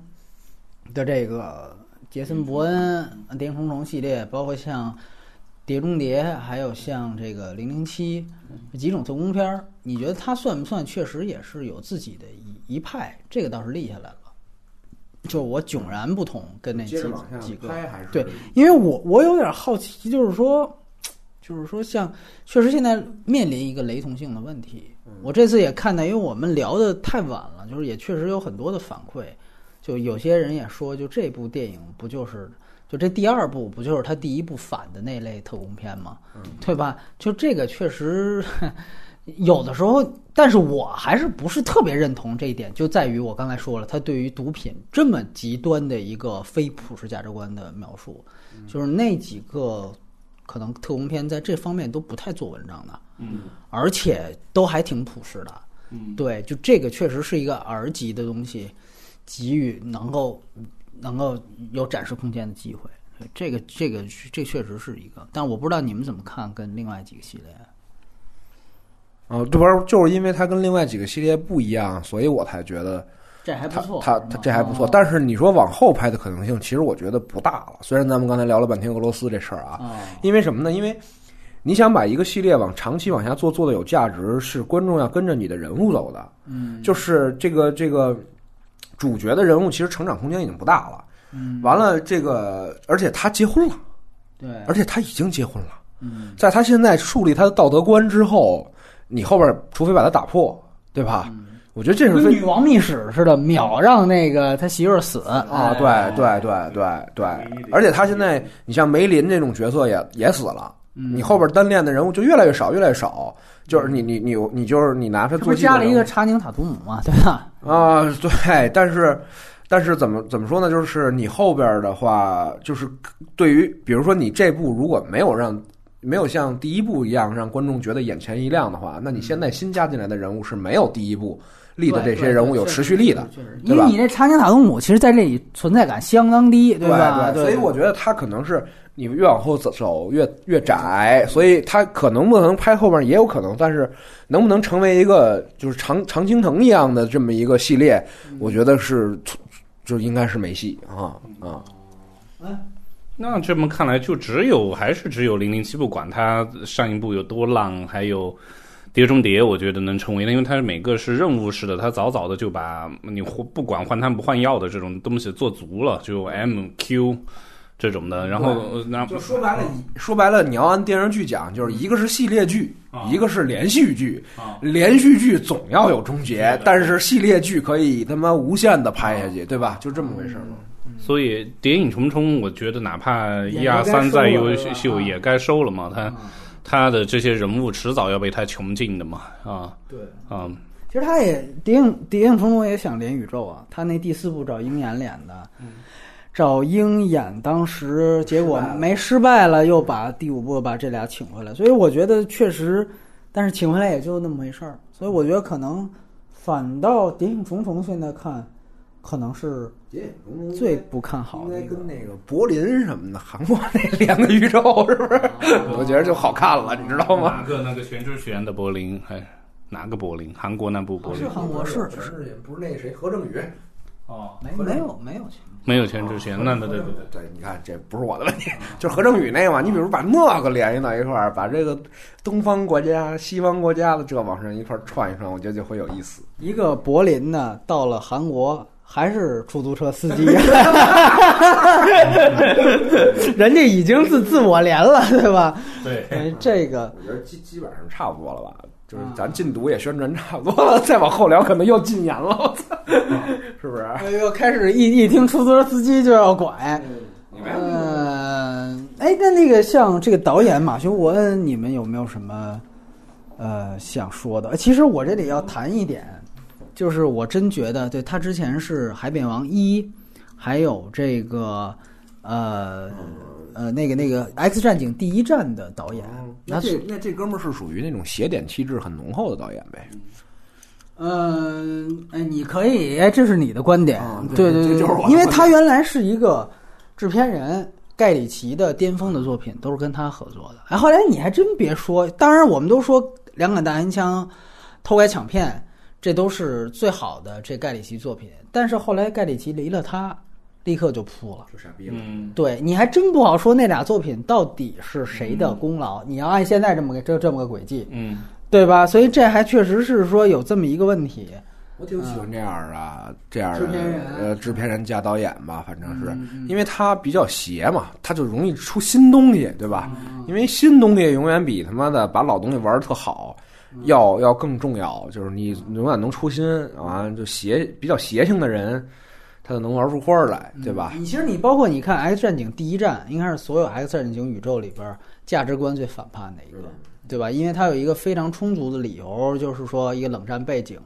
的这个杰森伯恩《谍影重重》系列，包括像《碟中谍》，还有像这个《零零七》这几种特工片儿，你觉得它算不算确实也是有自己的一一派？这个倒是立下来了。就我迥然不同，跟那几
接着往下
几个
拍还是
对因为我我有点好奇，就是说，就是说像，确实现在面临一个雷同性的问题。
嗯
我这次也看到，因为我们聊的太晚了，就是也确实有很多的反馈，就有些人也说，就这部电影不就是。就这第二部不就是他第一部反的那类特工片吗？
嗯
对吧？就这个确实有的时候，但是我还是不是特别认同这一点，就在于我刚才说了，他对于毒品这么极端的一个非普世价值观的描述，
嗯
就是那几个可能特工片在这方面都不太做文章的，
嗯，
而且都还挺朴实的，
嗯，
对，就这个确实是一个 R 级的东西，给予能够能够有展示空间的机会，这个这个这确实是一个，但我不知道你们怎么看跟另外几个系列。
啊，这不是就是因为它跟另外几个系列不一样，所以我才觉得
这还不
它
错，哦
它它这还不错。但是你说往后拍的可能性，其实我觉得不大了。虽然咱们刚才聊了半天俄罗斯这事儿啊，
啊，
因为什么呢？因为你想把一个系列往长期往下做，做的有价值，是观众要跟着你的人物走的。
嗯，
就是这个这个主角的人物，其实成长空间已经不大了。
嗯
完了，这个而且他结婚了，
对，
而且他已经结婚了，
嗯
在他现在树立他的道德观之后，你后边除非把他打破，对吧？
嗯
我觉得这是
跟
非
女王密使似的，秒让那个他媳妇儿死哎
啊，对对对对对，而且他现在，你像梅林这种角色也也死了，
嗯
你后边单恋的人物就越来越少，越来越少。就是你你你你就是你拿他
这不
做
是
基本
加了一
人
个
物
查宁塔图姆嘛，对吧？
啊，对，但是但是怎么怎么说呢？就是你后边的话，就是对于比如说你这部如果没有让没有像第一部一样让观众觉得眼前一亮的话，
嗯
那你现在新加进来的人物是没有第一部 *laughs* 立的这些人物有持续力的。
确实，
对
因
吧
为你这查宁塔图姆其实在这里存在感相当低，吧？
对，所以我觉得他可能是你越往后走走越越窄，所以他可能不能拍后边也有可能，但是能不能成为一个就是长长青藤一样的这么一个系列，我觉得是就应该是没戏啊啊！
那这么看来，就只有还是只有零零七部，管它上一部有多烂，还有碟中谍》，我觉得能成为，因为它每个是任务式的，它早早的就把你换不管换汤不换药的这种东西做足了，就 M Q 这种的。然后呃那
就说白了，说白了，你要按电视剧讲，就是一个是系列剧，一个是连续剧。连续剧总要有终结，但啊是啊系列剧可以他妈无限的拍下去，对吧？就这么回事嘛。
所以《谍影重重》，我觉得哪怕一二三再优秀也该收了嘛，他他的这些人物迟早要被他穷尽的嘛，啊
对，
啊，
其实他也《谍影谍影重重》也想连宇宙啊，他那第四部找鹰眼演的，找鹰眼当时结果没失败了，又把第五部把这俩请回来，所以我觉得确实，但是请回来也就那么回事儿，所以我觉得可能反倒《谍影重重》现在看，可能是最不看好
应
的
该
一个
跟。那个柏林什么的韩国那两个宇宙是不是？我觉得就好看了，你知道吗？
哪个那个全智贤的柏林还是哪个柏林？韩国那部柏
哦
林
是韩国是
是不是那谁何正宇？
哦，
没没有没有情况
没有全智贤，那对对对对。
对，你看这不是我的问题，就是何正宇那嘛。你比如把那个联系到一块儿，把这个东方国家、西方国家的这往上一块儿串一串，我觉得就会有意思。
一个柏林呢，到了韩国还是出租车司机，人家已经自自我连了，对吧？
对，
哎这个
我觉得基基本上差不多了吧，就是咱禁毒也宣传差不多了，再往后聊可能又禁言了，我 *laughs* 操，是不是？
哎呦，开始一一听出租车司机就要拐。嗯，哎，那那个像这个导演马修·沃恩，你们有没有什么呃想说的？其实我这里要谈一点，就是我真觉得，对他之前是《海扁王一》，还有这个呃呃那个那个《X 战警：第一战》的导演，
哦那
他
这
是
那这哥们儿是属于那种邪典气质很浓厚的导演呗？
嗯，哎，你可以，哎，这是你的观点，
啊
对
对
对
这就是我的
因为
观
他原来是一个制片人，盖里奇的巅峰的作品都是跟他合作的。哎，后来你还真别说，当然我们都说《两杆大烟枪》《偷拐抢骗》，这都是最好的这盖里奇作品，但是后来盖里奇离了他，立刻就扑了。
就傻逼了。
嗯，
对，你还真不好说那俩作品到底是谁的
嗯
功劳。你要按现在这么个这这么个轨迹，
嗯，
对吧？所以这还确实是说有这么一个问题。
我挺喜欢这样啊，这样
制
的
片人
呃制片人加导演吧，反正是
嗯嗯
因为他比较邪嘛，他就容易出新东西，对吧？
嗯
因为新东西永远比他妈的把老东西玩的特好
嗯
要要更重要，就是你永远能出新，完了就邪比较邪性的人，他就能玩出花儿来，对吧？
你其实你包括你看《X 战警：第一战》，应该是所有《X 战警》宇宙里边儿价值观最反叛的一个，对吧？因为它有一个非常充足的理由，就是说一个冷战背景，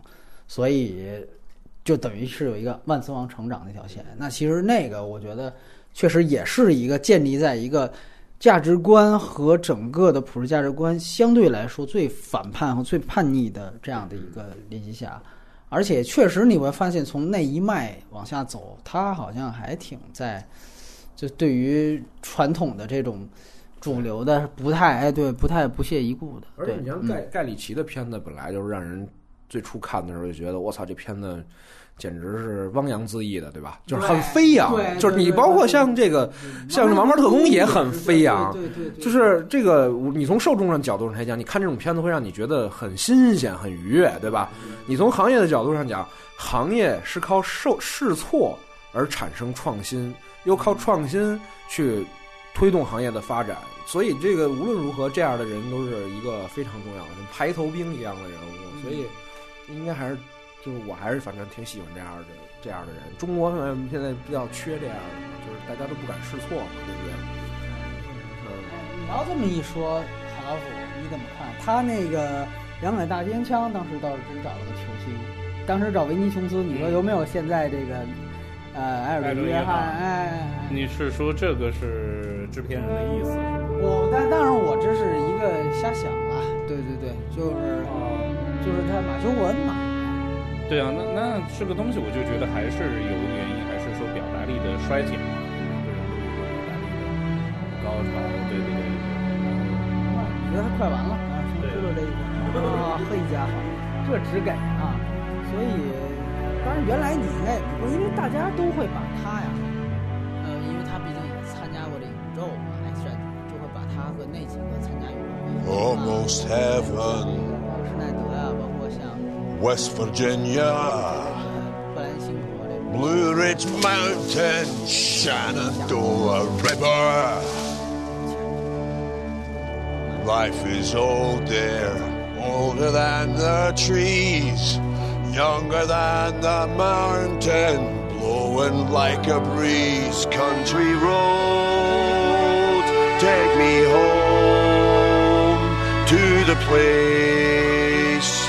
所以就等于是有一个万磁王成长那条线。那其实那个我觉得确实也是一个建立在一个价值观和整个的普世价值观相对来说最反叛和最叛逆的这样的一个联系下。而且确实你会发现，从那一脉往下走，他好像还挺在，就对于传统的这种主流的不太哎对不太不屑一顾的。
而且
对
你像
嗯
盖盖里奇的片子，本来就是让人最初看的时候就觉得，我操，这片子简直是汪洋恣意的，对吧？就是很飞扬
对，
就是
对
你
对
包括
对
像这个，像是《王牌特工》也很飞扬。
对对对，
就是这个，你从受众上角度上来讲，你看这种片子会让你觉得很新鲜、很愉悦，对吧？你从行业的角度上讲，行业是靠受试错而产生创新，又靠创新去推动行业的发展。所以，这个无论如何，这样的人都是一个非常重要的，像排头兵一样的人物。所以，应该还是就是我还是反正挺喜欢这样的这样的人。中国嗯现在比较缺这样的，就是大家都不敢试错嘛，对不对？嗯。
你要这么一说，海老鼠你怎么看？他那个两杆大尖枪当时倒是真找了个球星，当时找维尼琼斯，你说有没有现在这个呃埃尔顿约翰？哎，
嗯你是说这个是制片人的意思？
我但当然我这是一个瞎想啊，对对对，就是就是他马修·文嘛，
对啊，那那这个东西我就觉得还是有原因，还是说表达力的衰减嘛，每个人都有表达力的高潮，对对对对。
觉得他快完了啊，先知道这一点啊，嘿家伙，这只给啊，所以当然原来你应该也不会，因为大家都会把他呀，呃，因为他毕竟也参加过这个宇宙嘛，X 战警就会把他和那几个参加宇宙的啊
哦 almost heaven.
时代
West Virginia,
布呃兰辛格这个
Blue Ridge Mountain, Shenandoah River. Life is old there, older than the trees, younger than the mountain, blowing like a breeze. Country road, take me home to the place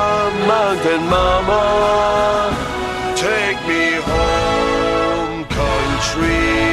Mountain Mama, take me home, country